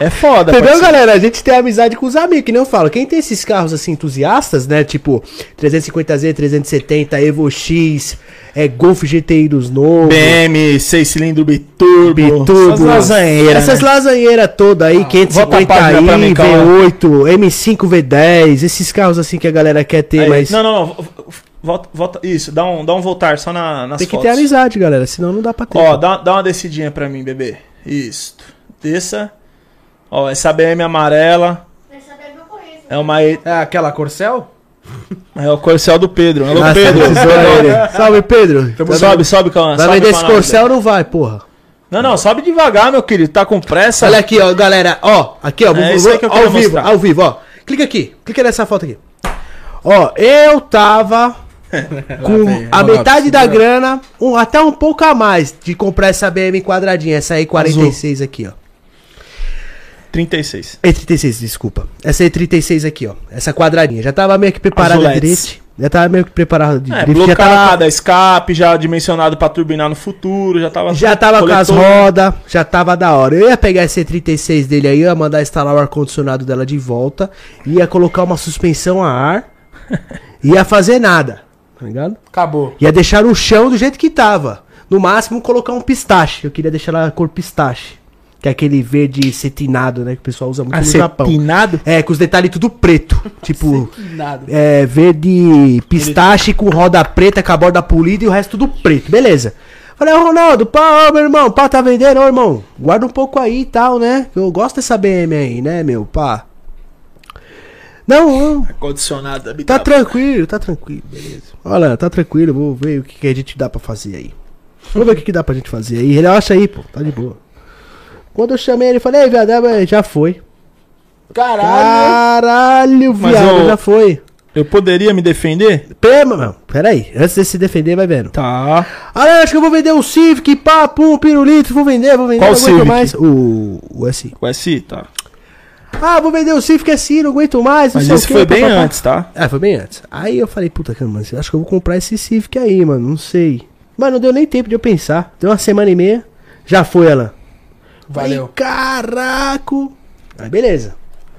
é foda,
Entendeu,
parceiro.
galera? A gente tem amizade com os amigos, que nem eu falo. Quem tem esses carros assim entusiastas, né? Tipo 350Z, 370, Evo X, é, Golf GTI dos novos.
BM, 6 cilindro biturbo,
Biturbo.
essas lasanheiras.
Essas
né?
lasanheiras todas
Ah,
aí,
volta a página pra
550i,
mim, calma.
V8, M5, V10, esses carros assim que a galera quer ter,
Aí,
mas
Não, não, não. vo- vo- Volta, volta, isso, dá um, dá um voltar só na, nas
tem que
fotos.
ter amizade, galera, senão não dá pra ter.
Ó, dá, dá uma descidinha pra mim, bebê. Isso. Desça. Ó, essa BM amarela
Essa bebê eu conheço.
é uma... E-
É aquela Corcel?
É o Corcel do Pedro. Alô,
Nossa,
Pedro.
precisou ele. Salve, Pedro.
Sobe, sobe, calma.
Vai
sobe
vender
pra
esse
nós,
corcel ou não vai, porra?
bebê. Não, não, sobe devagar, meu querido. Tá com pressa.
Olha aqui, ó, galera. Ó, aqui, ó. vou-
É isso
vou-
aí que eu
ao
quero
vivo,
mostrar.
ao vivo, ó. Clica aqui, clica nessa foto aqui. Ó, eu tava com a metade da grana, um- até um pouco a mais, de comprar essa BM quadradinha, essa E46 aqui, ó. É,
36.
E36, desculpa. Essa E36 aqui, ó. Essa quadradinha. Já tava meio que preparada de
Azuletes.
drift. Já tava meio que preparada de
É,
drift. Já
blocada,
tava,
escape, já dimensionado pra turbinar no futuro, já tava...
já tava com as
coletor.
rodas, já tava da hora. Eu ia pegar essa E36 dele aí, eu ia mandar instalar o ar-condicionado dela de volta. Ia colocar uma suspensão a ar. ia fazer nada. Tá ligado?
Acabou.
Ia deixar no chão do jeito que tava. No máximo, colocar um pistache. Eu queria deixar ela cor pistache. Que é aquele verde cetinado, né? Que o pessoal usa muito no Japão.
Acetinado?
É, com os detalhes tudo preto. Tipo,
Nada.
é, verde pistache com roda preta, com a borda polida e o resto tudo preto. Beleza. Falei, ô Ronaldo, pá, ô, meu irmão, pá, tá vendendo, ô irmão. Guarda um pouco aí e tal, né? Eu gosto dessa BM aí, né, meu, pá. Não, não,
Condicionado
tá
habitável.
tranquilo, tá tranquilo, beleza. Olha, tá tranquilo, vou ver o que, que a gente dá pra fazer aí. Vamos ver o que, que dá pra gente fazer aí. Relaxa aí, pô, tá de boa. Quando eu chamei ele, falei, ei, viado, é, já foi. Caralho,
Mas
viado,
eu-
já foi.
Eu poderia me defender?
Pera, meu, peraí. Antes de se defender, vai vendo.
Tá.
Ah, eu acho que eu vou vender um Civic, pá, pum, pirulito, vou vender, vou vender,
Qual
não aguento
Civic?
mais. O, o SI.
Com SI, tá.
Ah, vou vender um Civic assim, não aguento mais, não
Mas
sei o
isso
quê,
foi bem
papapá.
antes, tá?
Ah, foi bem antes. Aí eu falei, puta cara, mano, eu acho que eu vou comprar esse Civic aí, mano, não sei. Mas não deu nem tempo de eu pensar. Deu uma semana e meia, já foi ela. Falei,
Valeu.
Caraca! Aí beleza,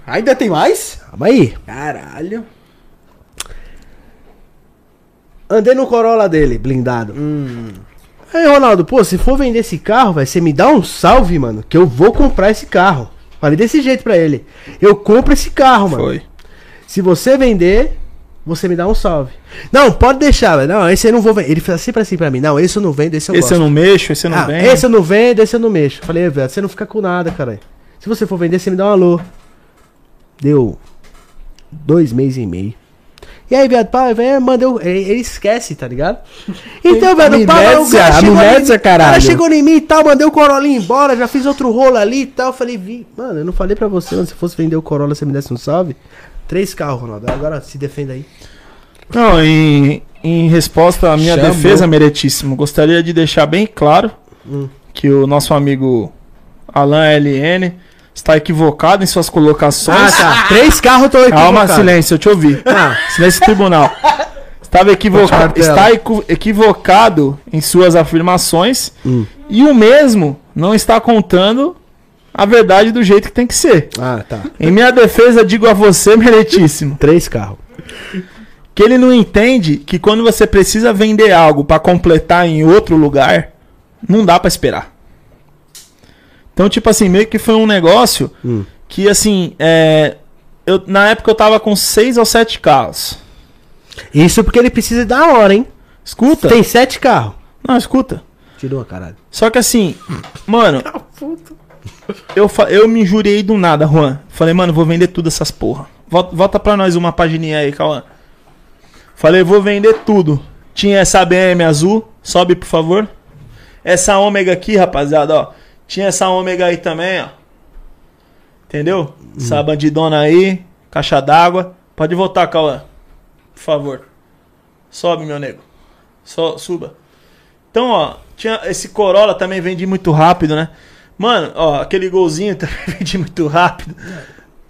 Ainda tem mais?
calma aí.
Caralho.
Andei no Corolla dele, blindado.
Hum.
Aí, Ronaldo, pô, se for vender esse carro, velho, você me dá um salve, mano, que eu vou comprar esse carro. Falei desse jeito pra ele. Eu compro esse carro, mano.
Foi.
Se você vender, você me dá um salve. Não, pode deixar, velho. Não, esse eu não vou vender. Ele fala sempre assim pra mim. Não, esse eu não vendo, esse eu
Esse
gosto.
eu não mexo, esse eu não
Ah,
venho.
esse eu não vendo, esse eu não mexo. Falei, velho, você não fica com nada, caralho. Se você for vender, você me dá um alô. Deu dois meses e meio. E aí, viado, pá, vem, manda eu. Ele, ele esquece, tá ligado? Então, viado,
me
pá, mano, o
média,
cara
me
chegou em-
média,
o cara
caralho.
chegou em mim e tal, mandei o Corolla ir embora, já fiz outro rolo ali e tal. Falei, vi, mano, eu não falei pra você, mano, se fosse vender o Corolla, você me desse um salve? Três carros, Ronaldo. Agora se defenda aí.
Não, em, em resposta à minha
Chamou.
defesa, meretíssimo, gostaria de deixar bem claro
Hum.
que o nosso amigo Alan LN está equivocado em suas
Ah,
colocações.
tá. Três carros eu tô
Calma,
equivocado.
silêncio, eu te ouvi.
Ah.
Silêncio tribunal. Estava equivoca
martelo.
está equi- equivocado em suas afirmações
Hum.
e o mesmo não está contando a verdade do jeito que tem que ser.
Ah, tá.
Em minha defesa, digo a você, meretíssimo,
Três carros.
que ele não entende que quando você precisa vender algo para completar em outro lugar, não dá para esperar. Então, tipo assim, meio que foi um negócio
Hum.
que, assim, é, eu, na época eu tava com seis ou sete carros.
Isso porque ele precisa da hora, hein?
Escuta.
Tem sete carros.
Não, escuta.
Tirou a caralho.
Só que assim, mano. Eu, fa- eu me injuriei do nada, Juan. Falei, mano, vou vender tudo essas porra. Volta, volta pra nós uma pagininha aí, Cauã. Falei, vou vender tudo. Tinha essa BM azul, sobe por favor. Essa ômega aqui, rapaziada, ó. Tinha essa ômega aí também, ó. Entendeu?
Hum.
Essa bandidona aí, caixa d'água. Pode voltar, Cauã. Por favor. Sobe, meu nego. Só, suba. Então, ó, tinha esse Corolla também vendi muito rápido, né? Mano, ó, aquele golzinho também vendi muito rápido.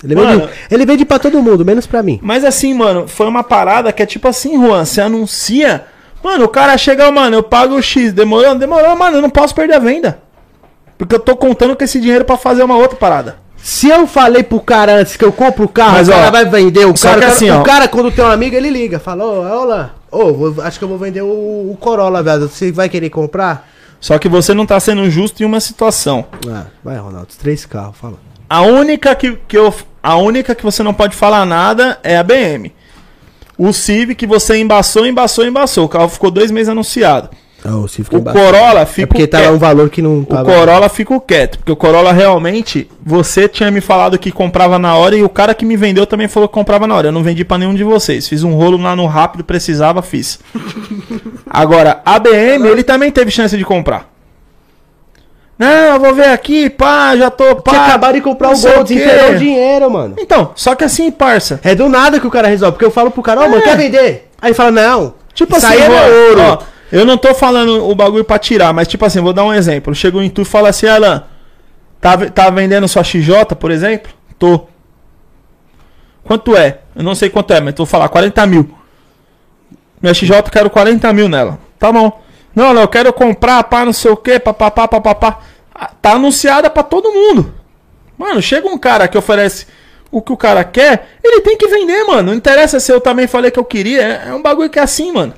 Ele,
Mano.
vende, ele vende pra todo mundo, menos pra mim.
Mas assim, mano, foi uma parada que é tipo assim, Juan, você anuncia. Mano, o cara chega, mano, eu pago o X, demorou, demorou, mano, eu não posso perder a venda. Porque eu tô contando com esse dinheiro pra fazer uma outra parada.
Se eu falei pro cara antes que eu compro o carro,
Mas,
o cara
ó,
vai vender o
só
cara.
que
o cara-
assim,
o
ó.
cara, quando tem um amigo, ele liga, fala, ô, olá, ô, vou- acho que eu vou vender o, o Corolla, velho. Você vai querer comprar?
Só que você não tá sendo justo em uma situação.
Ah, vai, Ronaldo, os três carros, fala.
A única que, que eu, a única que você não pode falar nada é a BM. O Civic que você embaçou, embaçou, embaçou. O carro ficou dois meses anunciado.
Ah, o Civic
O Corolla fica
É porque tava
quieto.
um valor que não
O
tava.
Corolla ficou quieto, porque o Corolla realmente, você tinha me falado que comprava na hora e o cara que me vendeu também falou que comprava na hora. Eu não vendi pra nenhum de vocês. Fiz um rolo lá no rápido, precisava, fiz. Agora, a BM, ele também teve chance de comprar. Não, eu vou ver aqui, pá, já tô pá.
Tinha acabado de comprar
não
o
sei
Gol,
quê.
desenterrou o dinheiro, mano.
Então, só que assim, parça.
É do nada que o cara resolve, porque eu falo pro cara, ó, mano,
É.
quer vender? Aí ele fala, não.
Tipo
isso
assim,
aí é
ó,
meu ouro.
ó, eu não tô falando o bagulho pra tirar, mas tipo assim, vou dar um exemplo. Eu chego em tu e falo assim, Alan, tá, ve- tá vendendo sua XJ, por exemplo? Tô. Quanto é? Eu não sei quanto é, mas vou falar 40 mil. Minha XJ, eu quero 40 mil nela. Tá bom. Não, não, eu quero comprar, pá, não sei o quê, papapá, papapá. Ah, Tá anunciada pra todo mundo. Mano, chega um cara que oferece o que o cara quer, ele tem que vender, mano. Não interessa se eu também falei que eu queria. É- É um bagulho que é assim, mano.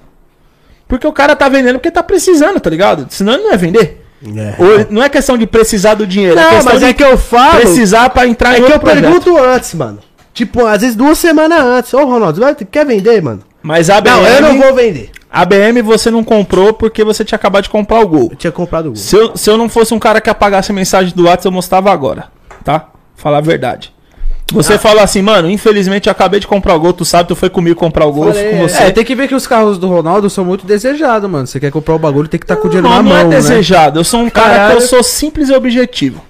Porque o cara tá vendendo porque tá precisando, tá ligado? Senão ele não é vender. Ou- não é questão de precisar do dinheiro, é
Não,
questão
mas
de
é que eu falo.
precisar pra entrar
É
em
que
outro
eu
projeto.
pergunto antes, mano. Tipo, às vezes duas semanas antes. Ô, Ronaldo, vai- quer vender, mano?
Mas a BM,
Não, eu não vou vender.
a BM você não comprou porque você tinha acabado de comprar o Gol.
Eu tinha comprado o Gol.
Se eu, se eu não fosse um cara que apagasse a mensagem do WhatsApp, eu mostrava agora, tá? Falar a verdade. Você
Ah.
fala assim, mano, infelizmente eu acabei de comprar o gol, tu sabe, tu foi comigo comprar o gol, eu fico com você.
É, tem que ver que os carros do Ronaldo são muito desejados, mano. Você quer comprar o bagulho, tem que
tá
estar com o dinheiro
não,
na
não
mão,
é
né?
desejado. Eu sou um cara
Caralho.
que eu sou simples e objetivo.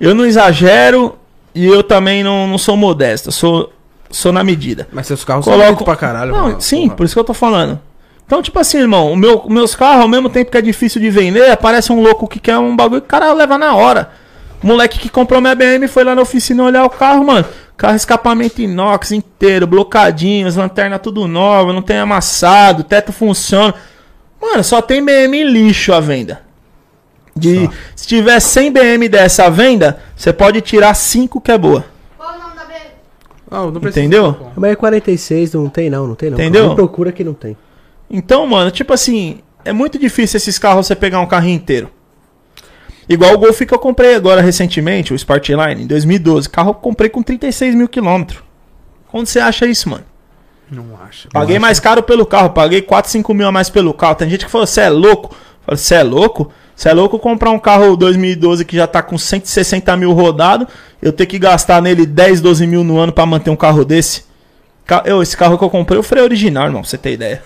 Eu não exagero e eu também não, não sou modesto. eu Sou, sou na medida.
Mas seus carros são
Coloco-
muito pra caralho,
Não,
Ronaldo,
sim,
porra.
por isso que eu tô falando. Então, tipo assim, irmão, o meu, meus carros, ao mesmo tempo que é difícil de vender, aparece um louco que quer um bagulho que o cara leva na hora. O moleque que comprou minha BM foi lá na oficina olhar o carro, mano. Carro escapamento inox inteiro, blocadinho, as lanternas tudo nova, não tem amassado, teto funciona. Mano, só tem BM lixo à venda. De, se tiver 100 BM dessa à venda, você pode tirar 5 que é boa.
Qual o nome da BM?
Ah, Não, não precisa.
Entendeu?
Mas é 46, não tem não, não tem não.
Entendeu?
Não procura que não tem.
Então, mano, tipo assim, é muito difícil esses carros você pegar um carrinho inteiro. Igual o Golf que eu comprei agora recentemente, o Sportline, em 2012. Carro eu comprei com 36 mil quilômetros. Onde você acha isso, mano?
Não acho.
Paguei mais caro pelo carro, paguei 4, 5 mil a mais pelo carro. Tem gente que falou, você é louco? Eu Falei, você é louco? Você é louco comprar um carro 2012 que já tá com 160 mil rodado, eu ter que gastar nele 10, 12 mil no ano pra manter um carro desse? Ca- Eu, esse carro que eu comprei, o freio é original, irmão, pra você ter ideia.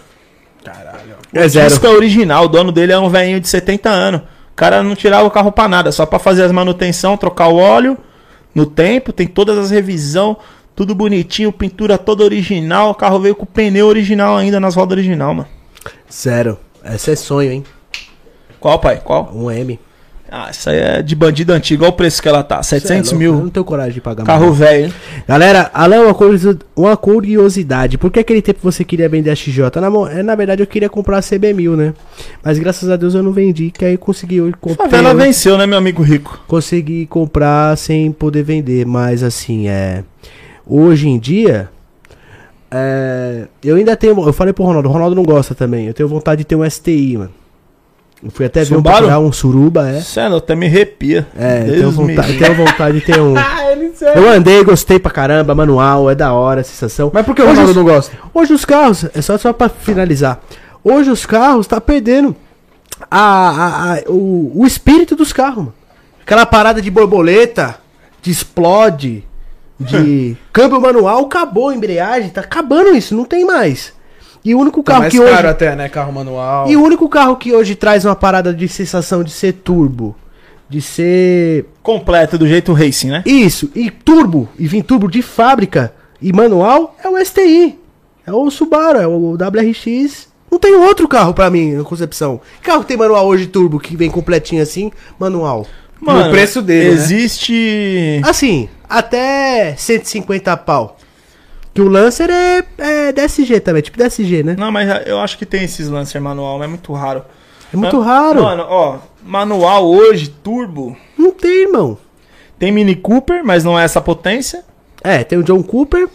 É zero.
Fusca original, o dono dele é um velhinho de 70 anos. O cara não tirava o carro pra nada, só pra fazer as manutenção, trocar o óleo no tempo, tem todas as revisão, tudo bonitinho, pintura toda original, o carro veio com o pneu original ainda nas rodas original, mano.
Zero. Esse é sonho, hein?
Qual, pai? Qual?
Um M.
Ah, isso aí é de bandido antigo, olha o preço que ela tá,
Cê é
700
louco, Eu
mil.
não tenho coragem de pagar
Carro
mais.
velho. hein?
Galera, Alan, uma, curiosi- uma curiosidade. Por que aquele tempo você queria vender a XJ? Na, mo- é, na verdade, eu queria comprar a CB1000, né? Mas graças a Deus eu não vendi, que aí eu consegui. Eu comprei,
Favela venceu, né, meu amigo rico?
consegui comprar sem poder vender, mas assim, é. Hoje em dia. é, eu ainda tenho. Eu falei pro Ronaldo, o Ronaldo não gosta também. Eu tenho vontade de ter um STI, mano. Eu fui até ver um
Subaru?
procurar um suruba, é.
Cê É. louco, até me arrepia.
É, eu tenho,
Deus me
vonta eu
livre.
tenho vontade de ter um.
Ah, é
eu andei, gostei pra caramba, manual, é da hora a sensação.
Mas por que o
Hoje
Ronaldo
os-
não gosta?
Hoje os carros, é só, só pra finalizar. Hoje os carros tá perdendo a, a- a- o, o espírito dos carros, mano. Aquela parada de borboleta, de explode, de câmbio manual, acabou a embreagem, tá acabando isso, não tem mais. E o único carro que hoje.
Tá até, né? Carro manual.
E o único carro que hoje traz uma parada de sensação de ser turbo, de ser
Completo, do jeito racing, né?
isso, e turbo, e vim turbo de fábrica e manual é o STI. É o Subaru, é o WRX. Não tem outro carro pra mim, na concepção. Que carro que tem manual hoje turbo que vem completinho assim, manual?
No preço dele, né?
Existe.
Assim, até 150 pau. Que o Lancer é, é DSG também, tipo DSG, né?
Não, mas ah, eu acho que tem esses lancer manual, mas é muito raro.
É muito
Mas,
raro.
Mano, ó, manual hoje, turbo.
Não tem, irmão.
Tem Mini Cooper, mas não é essa potência.
É, tem o John Cooper,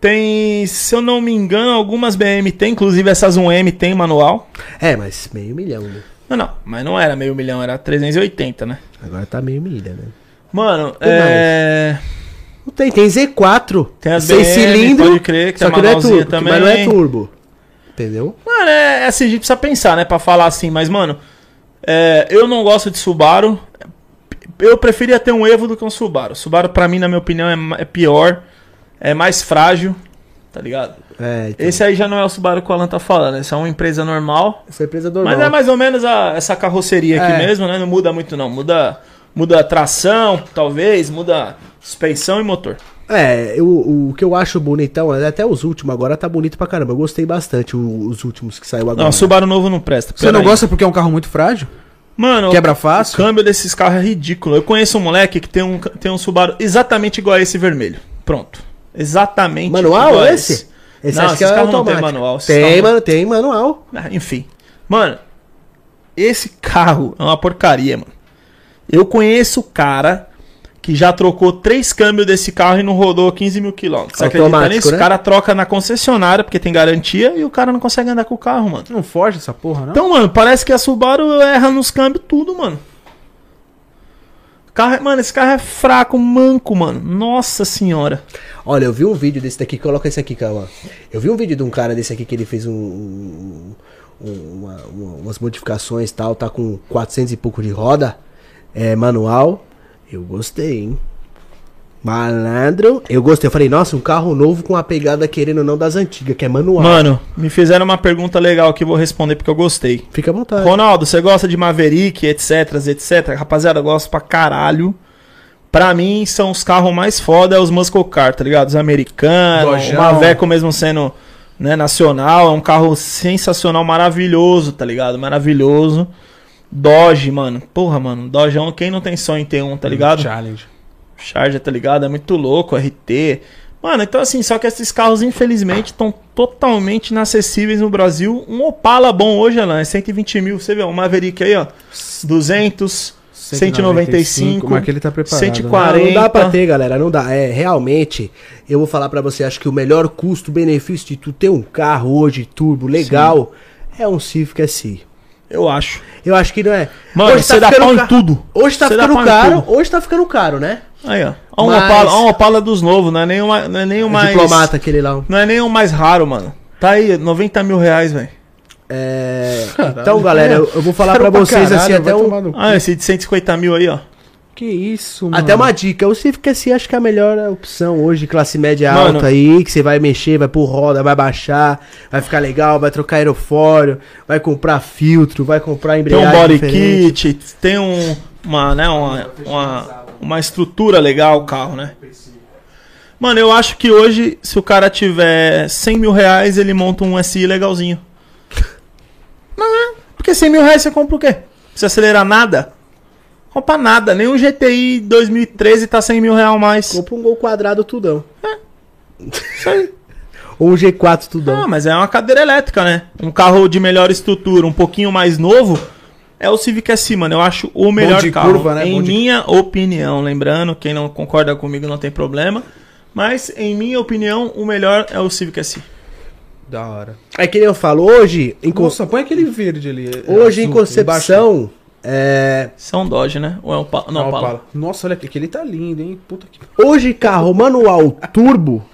Tem, se eu não me engano, algumas BM tem, inclusive essas 1M tem manual.
É, mas meio milhão, né?
Não, não, mas não era meio milhão, era 380, né?
Agora tá meio milha, né?
Mano,
Tem
é.
Não tem, tem Z4.
Tem as
seis
BM,
cilindros.
pode crer, que
só
tem
que não é
manualzinha
turbo,
também.
mas não é turbo. Entendeu?
Mano, é, é assim, a gente precisa pensar, né, pra falar assim, mas, mano, é, eu não gosto de Subaru. Eu preferia ter um Evo do que um Subaru. Subaru, pra mim, na minha opinião, é, ma- é pior, é mais frágil, tá ligado?
É, então,
Esse aí já não é o Subaru que o Alan tá falando, esse é uma empresa normal.
essa empresa do
Mas é mais ou menos a- essa carroceria aqui
É.
mesmo, né? Não muda muito, não. Muda, muda a tração, talvez, muda suspensão e motor.
É, eu- o que eu acho bonitão, é, até os últimos agora tá bonito pra caramba. Eu gostei bastante o- os últimos que saiu agora.
Não, Subaru novo não presta.
Você não
peraí.
gosta é porque é um carro muito frágil?
Mano,
Quebra
O
fácil?
câmbio desses carros é ridículo. Eu conheço um moleque que tem um, tem um Subaru exatamente igual a esse vermelho. Pronto. Exatamente.
um
Manual é
igual a
esse? Esse
Não,
acho que é
esses carros não tem
automático.
manual, esses
Tem,
carros-
mano, tem manual.
Ah, enfim. Mano, esse carro é uma porcaria, mano. Eu conheço o cara que já trocou três câmbios desse carro e não rodou 15 mil quilômetros. Você acredita
Automático,
nisso?
né?
O cara troca na concessionária, porque tem garantia, e o cara não consegue andar com o carro, mano.
Não foge essa porra, não?
Então, mano, parece que a Subaru erra nos câmbios tudo, mano. Carro, mano, esse carro é fraco, manco, mano. Nossa senhora.
Olha, eu vi um vídeo desse daqui, coloca esse aqui, calma. Eu vi um vídeo de um cara desse aqui que ele fez um- um- um- uma- uma- umas modificações e tal, tá com 400 e pouco de roda, é, manual. Eu gostei, hein? Malandro, eu gostei. Eu falei, nossa, um carro novo com a pegada, querendo ou não, das antigas, que é manual.
Mano, me fizeram uma pergunta legal que eu vou responder porque eu gostei.
Fica à vontade.
Ronaldo, você gosta de Maverick, etc, etc? Rapaziada, eu gosto pra caralho. Pra mim, são os carros mais foda, é os Muscle Car, tá ligado? Os americanos, o
Dojão.
Maveco mesmo sendo né, nacional, é um carro sensacional, maravilhoso, tá ligado? Maravilhoso. Doge, mano. Porra, mano, Doge é um, quem não tem sonho em ter um, tá ligado?
Challenge.
Charger, tá ligado? É muito louco, RT. Mano, então assim, só que esses carros, infelizmente, estão totalmente inacessíveis no Brasil. Um Opala bom hoje, Alan, é 120 mil. Você vê, um Maverick aí, ó, 200, 195,
Mas que ele tá preparado. né?
140.
Ah, Não dá pra ter, galera, não dá. É, realmente, eu vou falar pra você, acho que o melhor custo-benefício de tu ter um carro hoje, turbo, legal, é um Civic SI.
eu acho. tá
Eu acho que não é.
Mano, você dá
ficando
pau em
ca-
tudo.
Hoje tá
Você dá
ficando
pau em
caro,
tudo.
hoje tá ficando caro, né?
Aí, ó. Ó um,
Mas-
Opala, ó um Opala dos novos, não é nem, uma, não é nem o mais...
Diplomata aquele lá.
Não é nem o mais raro, mano. Tá aí, 90 mil reais, velho.
É, então, galera, eu, eu vou falar pra
Caro pra
vocês
caralho,
assim, até
vai
um,
tomar no cu.
Ah, esse de 150 mil aí, ó.
Que isso, mano.
Até uma dica, o CFQC acho que é a melhor opção hoje, classe média
Mano.
alta aí, que você vai mexer, vai pôr roda, vai baixar, vai ficar legal, vai trocar aerofólio, vai comprar filtro, vai comprar
Tem
embreagem
um body
diferente.
kit, tem um, uma, né, uma, uma, uma estrutura legal o carro, né? Mano, eu acho que hoje, se o cara tiver 100 mil reais, ele monta um SI legalzinho. Não é? Porque 100 mil reais você compra o quê? Precisa acelerar nada? Compra nada. Nem um GTI 2013 tá 100 mil reais mais.
Compra um gol quadrado tudão.
É. Isso aí.
Ou um G4 tudão.
Ah, mas é uma cadeira elétrica, né? Um carro de melhor estrutura, um pouquinho mais novo, é o Civic SI, mano. Eu acho o melhor
de
carro.
curva, né?
Em
Bom de-
minha opinião, lembrando, quem não concorda comigo não tem problema. Mas, em minha opinião, o melhor é o Civic SI.
Da hora.
É que nem eu falo, hoje, em, con-
Nossa, põe aquele verde ali. é,
hoje em
um
azul,
concepção, é,
São Dodge, né? Ou é um pa...
Não,
Não, Opala.
Opala. Nossa, olha aqui, aquele tá lindo, hein? Puta que.
hoje carro manual turbo,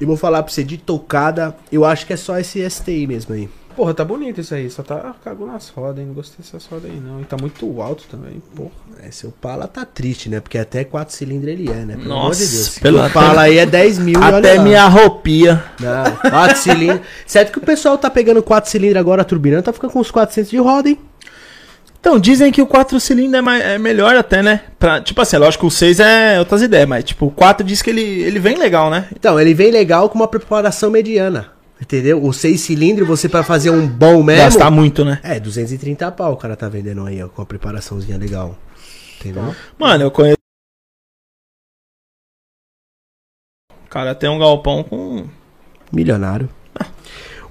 eu vou falar pra você, de tocada, eu acho que é só esse STI mesmo aí.
Porra, tá bonito isso aí. Só tá cagou nas rodas, hein? Não gostei dessas rodas aí, não. E tá muito alto também, porra.
É, seu Pala tá triste, né? Porque até 4 cilindros ele é, né? Pelo amor
Nossa,
de Deus.
pelo-
o Pala aí é 10 mil e olha
Até
lá.
minha roupia.
Não, 4 cilindros. Certo que o pessoal tá pegando 4 cilindros agora, a turbinando, tá ficando com uns 400 de roda, hein?
Então, dizem que o 4 cilindros é, mais- é melhor até, né? Pra... Tipo assim, lógico, o 6 é outras ideias, mas tipo, o 4 diz que ele, ele vem legal, né?
Então, ele vem legal com uma preparação mediana, entendeu? O 6 cilindros, você pra fazer um bom mesmo...
Gastar muito, né?
É, 230 pau o cara tá vendendo aí, ó, com uma preparaçãozinha legal. Entendeu?
Mano, eu conheço. O cara tem um galpão com.
Milionário.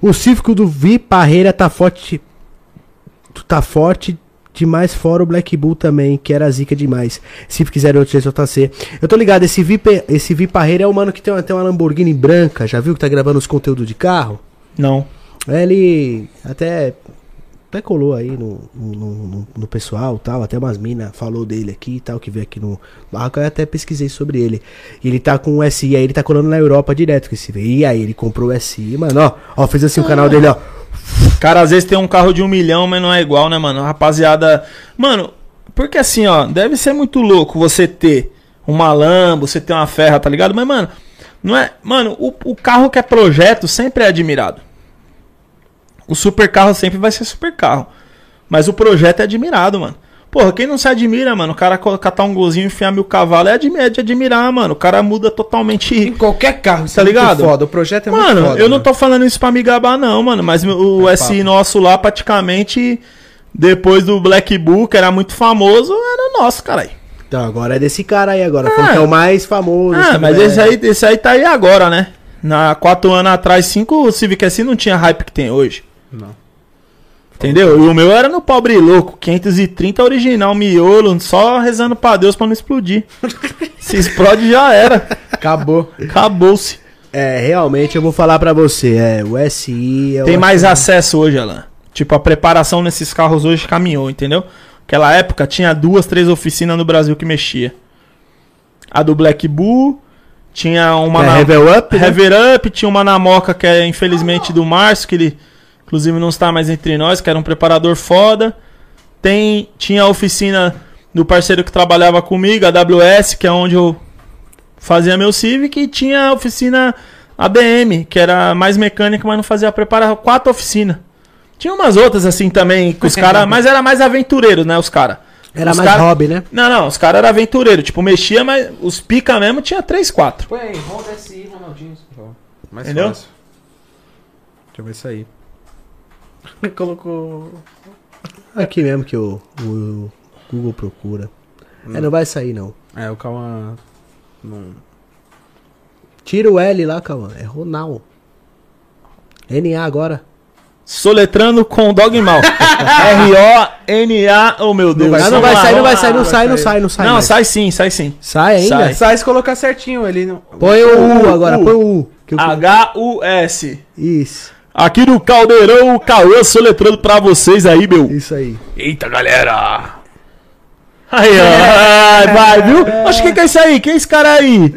O Cívico do Vi Parreira tá forte. Tá forte demais, fora o Black Bull também, que era zica demais. Civic 086JC. Eu tô ligado, esse Vi, Pe- esse Vi Parreira é o mano que tem até uma Lamborghini branca, já viu que tá gravando os conteúdos de carro?
Não.
É, Ele até até colou aí no, no, no- no pessoal tal, até umas minas falou dele aqui e tal, que veio aqui no barraco, eu até pesquisei sobre ele. E ele tá com o SI aí, ele tá colando na Europa direto com esse veio. E aí ele comprou o SI, mano, ó, ó, fez assim o canal dele, ó.
Cara, às vezes tem um carro de um milhão, mas não é igual, né, mano? Rapaziada. Mano, porque assim, ó, deve ser muito louco você ter uma Lambo, você ter uma ferra, tá ligado? Mas, mano, não é. Mano, o, o carro que é projeto sempre é admirado. O super carro sempre vai ser super carro. Mas o projeto é admirado, mano. Porra, quem não se admira, mano? O cara co- catar um golzinho e enfiar mil cavalos é, admi- é de admirar, mano. O cara muda totalmente.
Em qualquer carro, isso
Tá
é muito
ligado?
foda. O projeto é
mano,
muito foda.
eu não tô falando isso pra me gabar, não, mano. Mas o
É
SI
papo.
nosso lá, praticamente, depois do Black Bull, que era muito famoso, era o nosso, caralho.
Então agora é desse cara aí agora,
Ah.
falou que é o mais famoso.
Ah,
sabe,
mas
né?
É.
esse aí, esse aí tá aí agora, né? Na quatro anos atrás, cinco, o Civic SI não tinha hype que tem hoje.
Não.
Entendeu? E o meu era no pobre louco, 530 original, miolo, só rezando pra Deus pra não explodir. Se explode já era.
Acabou.
Acabou-se.
É, realmente eu vou falar pra você, é, o SI é
Tem
o
mais acesso hoje, Alan. Tipo, a preparação nesses carros hoje caminhou, entendeu? Aquela época tinha duas, três oficinas no Brasil que mexia. A do Black Bull, tinha uma
é,
na
Revel Up, né?
Rever Up, tinha uma na Moca que é infelizmente do Márcio, que ele inclusive não está mais entre nós, que era um preparador foda. Tem, tinha a oficina do parceiro que trabalhava comigo, a WS, que é onde eu fazia meu Civic, e tinha a oficina ADM, que era mais mecânica, mas não fazia preparar quatro oficinas. Tinha umas outras assim também, que os caras, mas era mais aventureiro, né, os caras.
Era
os
mais
cara-
hobby, né?
Não, não, os caras eram aventureiro, tipo, mexia, mas os pica mesmo tinha três, quatro.
Põe aí, Honda SI, Ronaldinho. Mais
Entendeu?
fácil. Deixa eu ver isso aí. Colocou.
Aqui mesmo que o, o Google procura. É, não vai sair não.
É, o Cauã. Não.
Tira o L lá, Cauã. É Ronaldo. NA agora.
Soletrando com dog mal. R-O-N-A, oh meu Deus.
Não,
Vamos
vai
lá,
sair, não vai
vamos
sair,
lá.
não sai, não
vai
sai, não sai.
Não,
mais.
sai sim, sai sim.
Sai ainda?
Sai.
Sai se É colocar certinho, ele não.
Põe o U
U,
agora,
U. Ah.
põe o U. que eu-
H-U-S.
Isso,
Aqui no Caldeirão, o Cauã soletrando pra vocês aí, meu.
isso aí.
Eita, galera!
Aí, ó. Ai, vai, viu? Oxe, quem que é isso aí? Quem é esse cara aí?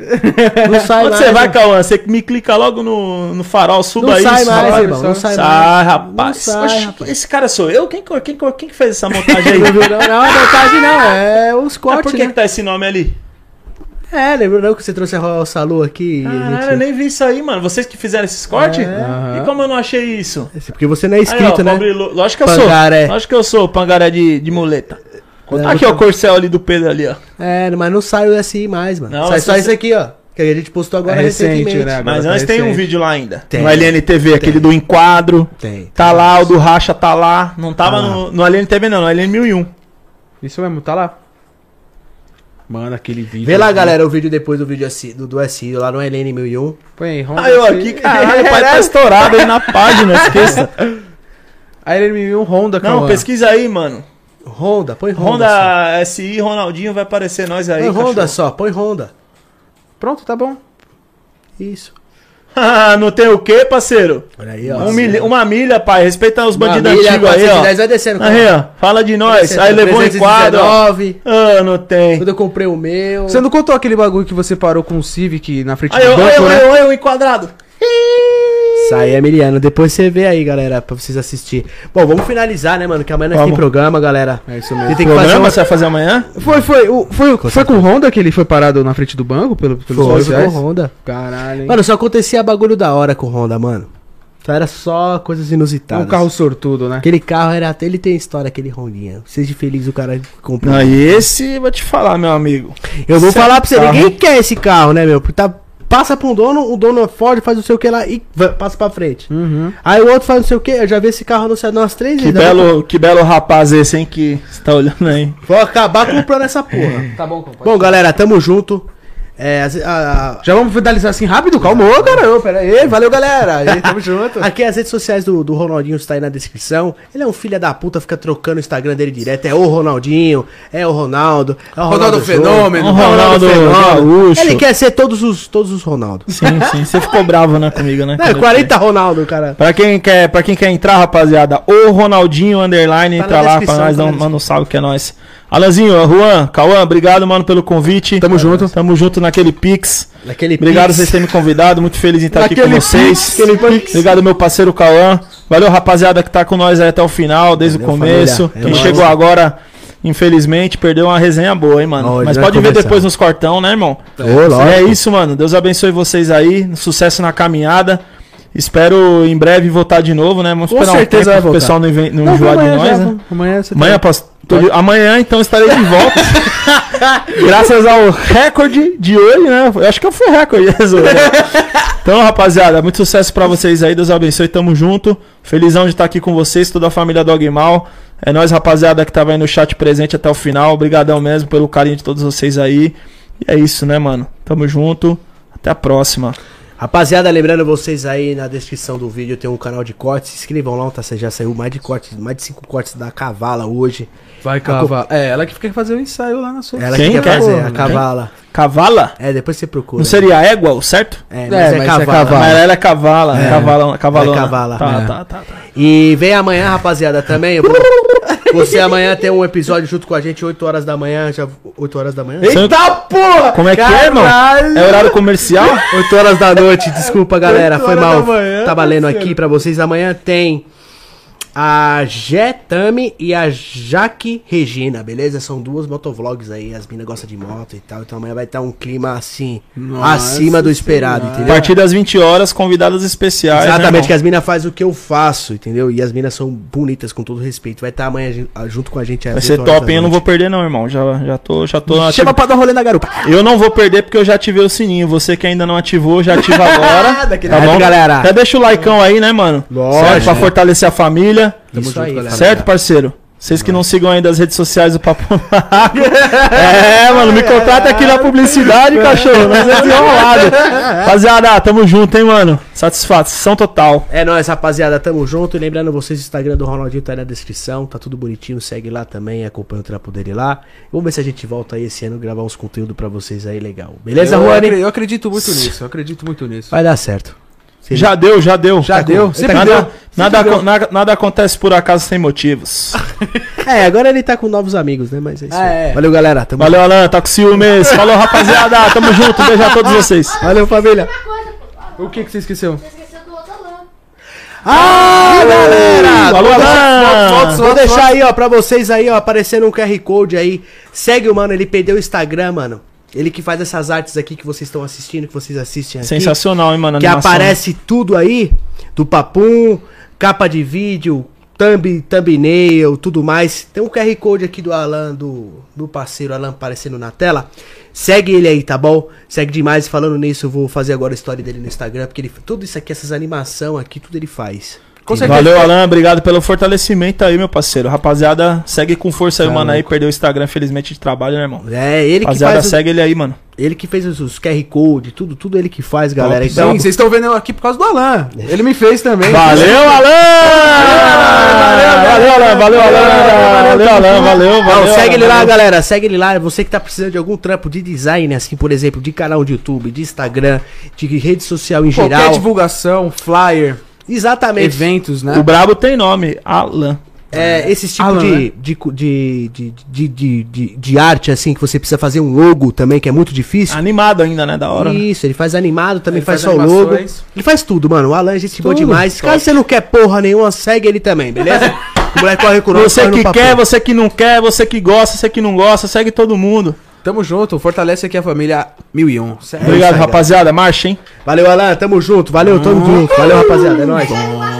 Não sai
Onde
mais.
você vai, Cauã? Você me clica logo no, no farol,
Não
suba aí.
sai
sobe.
mais,
sobe,
irmão. Não sai
Sai,
mais.
rapaz.
Não sai,
Oxe,
rapaz.
Esse cara sou eu? Quem, co- quem, co- quem que fez essa montagem aí?
Não, não é montagem, não. É os
Mas por
cortes,
que, que
né?
tá esse nome ali?
É, lembrou não que você trouxe a Royal Salu aqui? e a
Ah,
gente-
eu nem vi isso aí, mano. Vocês que fizeram esses cortes?
Aham.
E como eu não achei isso?
Esse- Porque você não é
Aí, ó,
inscrito, né?
pobre lo- Lógico que eu
Pangaré.
sou. Lógico que eu sou, pangaré de, de muleta. Aqui,
então.
ó, o corcel ali do Pedro ali, ó.
É, mas não sai o SI mais, mano.
Não,
sai
mas
só
se
isso aqui, ó. Que a gente postou agora
É recente,
recentemente.
né? Agora
Mas
tá
nós tem um
recente.
vídeo lá ainda.
Tem.
No LNTV, aquele
Tem.
do enquadro.
Tem.
Tá lá, o do racha tá lá. Não tava
Ah.
no, no LNTV não, no LN1001.
Isso mesmo, tá lá. Mano, aquele vídeo.
Vê lá, galera, o vídeo depois do vídeo SI, do, do SI, lá no LN1001.
Põe aí, Honda.
Ah, eu aqui, caralho, o pai tá estourado aí na página, esqueça.
Aí ele me viu um Honda,
Não,
Cauã.
pesquisa aí, mano.
Honda, põe Honda. só.
Honda SI, Ronaldinho, vai aparecer nós aí,
põe Honda
cachorro.
só, põe Honda.
Pronto, tá bom.
Isso.
Ah, não tem o quê, parceiro?
Olha aí, ó.
Um milha- uma milha, pai, respeita os bandidos
milha,
antigos aí, ó.
410, vai descendo.
Aí, ó, fala de nós. Aí levou em quadro. ó.
9.
Ah, não tem.
Quando eu comprei o meu.
Você não contou aquele bagulho que você parou com o Civic na frente
Aí,
do
ó, aí,
banco,
ó,
né?
aí, ó, aí, o enquadrado.
Isso aí, Emiliano. Depois você vê aí, galera, pra vocês assistir. Bom, vamos finalizar, né, mano? Que amanhã nós tem
Vamos.
programa, galera.
É isso
Você
mesmo.
tem que fazer uma...
você vai fazer amanhã?
Foi, foi, o- foi, o- foi com o Honda que ele foi parado na frente do banco pelo, pelos
Foi, foi
policiais?
com Honda.
Caralho, hein?
Mano, só acontecia bagulho da hora com o Honda, mano. Só era só coisas inusitadas.
um carro sortudo, né?
Aquele carro era até. Ele tem história, aquele Rondinha. Seja feliz o cara comprou.
Não, e esse, vou te falar, meu amigo.
Eu vou
Esse
falar pra você,
carro-
ninguém quer esse carro, né, meu? Porque tá, passa pra um dono, o dono é Ford, faz não sei o que lá e va- passa pra frente.
Uhum.
Aí o outro faz não sei o que, eu já vi esse carro anunciado umas três né?
Que
dá pra-
belo, que belo rapaz esse, hein, que você tá olhando aí.
Vou acabar comprando essa porra.
Tá bom,
Bom, galera, tamo junto. É, as- a- a-
Já vamos finalizar assim rápido? Calmou, garoto. Pera aí,
valeu, galera.
Aí, tamo junto.
Aqui é as redes sociais do, do Ronaldinho está aí na descrição. Ele é um filho da puta, fica trocando o Instagram dele direto. É o Ronaldinho, é o Ronaldo, é o
Ronaldo
Júnior,
Fenômeno,
é o
Ronaldo Gaúcho.
Ele quer ser todos os, todos os Ronaldo.
Sim, sim. Você ficou bravo, né, comigo, né?
Não, é 40 Ronaldo, cara.
Pra quem, quer, pra quem quer entrar, rapaziada, o Ronaldinho Underline,
Tá na
entra lá pra
descrição,
nós,
tá
dá
na
um, manda um salve que é nóis. Alanzinho, Juan, Cauã, obrigado, mano, pelo convite.
Tamo junto.
Tamo junto naquele Pix.
Naquele
Obrigado
Pix.
vocês terem me convidado, muito feliz em estar aqui com
Naquele
vocês.
Pix, naquele Pix.
Obrigado, meu parceiro Cauã. Valeu, rapaziada, que tá com nós aí até o final, desde
Valeu,
o começo.
família. É
quem
nóis.
chegou agora, infelizmente, perdeu uma resenha boa, hein, mano.
Ó, ele
Mas
vai
pode ver
conversar.
depois nos cortão, né, irmão?
Ô, lógico.
É isso, mano. Deus abençoe vocês aí. Sucesso na caminhada. Espero em breve voltar de novo, né? Vamos
Com
esperar
certeza vai
um tempo pro
voltar.
pessoal não, inven- não enjoar
é,
de nós, né?
Amanhã você
Amanhã, posso- tô de- amanhã, então, estarei de volta. Graças ao recorde de hoje, né? Eu acho que eu fui recorde. zoeira. então, rapaziada, muito sucesso pra vocês aí. Deus abençoe. Tamo junto. Felizão de estar aqui com vocês, toda a família Dogmal. É nós, rapaziada, que tava aí no chat presente até o final. Obrigadão mesmo pelo carinho de todos vocês aí. E é isso, né, mano? Tamo junto. Até a próxima.
Rapaziada, lembrando vocês aí na descrição do vídeo tem um canal de cortes. Se inscrevam lá, tá? Você já saiu mais de cortes, mais de cinco cortes da cavala hoje. É
Vai, Cava. É, ela que fica fazer o ensaio lá na sua.
Ela
Quem
que quer
quer?
fazer a
Quem?
cavala.
Cavala?
É, depois você procura.
Não seria égua, certo?
É, mas
É,
é,
mas é
cavala.
cavala.
Mas ela é cavala, é. cavalão, cavalona.
Ela é cavala.
Tá,
É.
tá, tá, tá.
E vem amanhã, rapaziada, também. Eu vou- Você amanhã tem um episódio junto com a gente, 8 horas da manhã. Já... 8 horas da manhã?
Eita porra! Como é que é, irmão?
Caralho!
É horário comercial?
8 horas da noite, desculpa galera,
Oito
foi
horas
mal.
da manhã,
Tava lendo
parceiro.
aqui pra vocês. Amanhã tem a Getami e a Jaque Regina, beleza? São duas motovlogs aí, as minas gostam de moto e tal. Então amanhã vai estar um clima assim,
Nossa
acima do esperado,
A
entendeu?
partir das 20 horas, convidadas especiais. né,
Exatamente, que
irmão?
as minas fazem o que eu faço, entendeu? E as minas são bonitas, com todo respeito. Vai estar amanhã ju- junto com a gente às
Vai ser
oito horas
top,
da
hein? Eu não vou
noite.
perder, não, irmão. Já, já tô. Já tô
Chama pra dar um rolê na garupa.
Eu não vou perder porque eu já ativei o sininho. Você que ainda não ativou, já ativa agora.
Daquele
tá
jeito,
bom,
galera.
Até deixa o likeão aí, né, mano?
Lógico.
Certo? Pra fortalecer a família.
Isso aí, galera.
Certo, parceiro? Vocês que não sigam ainda as redes sociais do Papo no Lago. É, mano, me contrata aqui na publicidade, cachorro. Nós é desenrolado. Rapaziada, tamo junto, hein, mano. Satisfação total.
É nóis, rapaziada. Tamo junto. E lembrando vocês, o Instagram do Ronaldinho tá aí na descrição. Tá tudo bonitinho. Segue lá também. Acompanha o trampo dele lá. Vamos ver se a gente volta aí esse ano gravar uns conteúdos pra vocês aí legal. Beleza,
eu,
Juani?
acre- eu acredito muito nisso, eu acredito muito nisso.
Vai dar certo. Sim.
Já deu, já deu.
tá Já deu, sempre
nada,
deu,
Nada,
sempre deu.
acon- nada- nada acontece por acaso sem motivos.
É, agora ele tá com novos amigos, né? Mas é isso.
Ah,
aí.
é.
Valeu, galera. Tamo
Valeu, Alan, tá com ciúmes. Falou, rapaziada. Tamo junto, beijo a todos vocês.
Valeu, família.
Uma coisa, pô. Ah,
O que que você esqueceu?
Você esqueceu do outro Alan.
Ah, galera!
Falou,
Fotos,
Alan!
Vou
fotos,
deixar aí, ó, pra vocês aí, ó, aparecendo um QR Code aí. Segue o mano, ele perdeu o Instagram, mano. Ele que faz essas artes aqui que vocês estão assistindo, que vocês assistem aqui.
Sensacional, hein, mano? a
Que
animação.
aparece tudo aí, do papum, capa de vídeo, thumb, thumbnail, tudo mais. Tem um QR Code aqui do Alan, do, do parceiro Alan aparecendo na tela. Segue ele aí, tá bom? Segue demais. Falando nisso, eu vou fazer agora a história dele no Instagram, porque ele, tudo isso aqui, essas animação aqui, tudo ele faz.
Com certeza.
Valeu, Alan. Obrigado pelo fortalecimento aí, meu parceiro. Rapaziada, segue com força aí,
Tá
mano. Aí perdeu o Instagram, infelizmente, de trabalho, né, irmão?
É, ele que
Rapaziada,
faz o-
segue ele aí, mano.
Ele que fez os, os QR Code, tudo, tudo ele que faz, galera.
Top,
Então,
Sim, vocês estão vendo eu aqui por causa do Alan. Ele me fez também.
Valeu, Alan! Valeu, Alan! Valeu, Alan! Valeu, Alan! Valeu,
Não,
valeu.
segue ele
Alan,
lá,
valeu.
galera. Segue ele lá. Você que tá precisando de algum trampo de design, assim, por exemplo, de canal de YouTube, de Instagram, de rede social em
Qualquer
geral.
divulgação, flyer,
Exatamente.
eventos, né?
O Brabo tem nome, Alan.
É, esse tipo
Alan,
de,
né?
de, cu- de, de, de, de, de- de arte, assim, que você precisa fazer um logo também, que é muito difícil.
Animado ainda, né? Da hora. né?
Isso, ele faz animado, também
Ele
faz,
faz
só o logo.
animações.
Ele faz tudo, mano. O Alan é gente boa
Tudo.
demais. Caso você não quer porra nenhuma, segue ele também, beleza? o moleque corre com nós,
Você
corre no
que
papo.
quer, você que não quer, você que gosta, você que não gosta, segue todo mundo.
Tamo junto, fortalece aqui a família 1001. Certo?
Obrigado, rapaziada. Marcha, hein?
Valeu, Alan. Tamo junto. Valeu, tamo junto. Valeu, rapaziada. É nóis.
Quero uma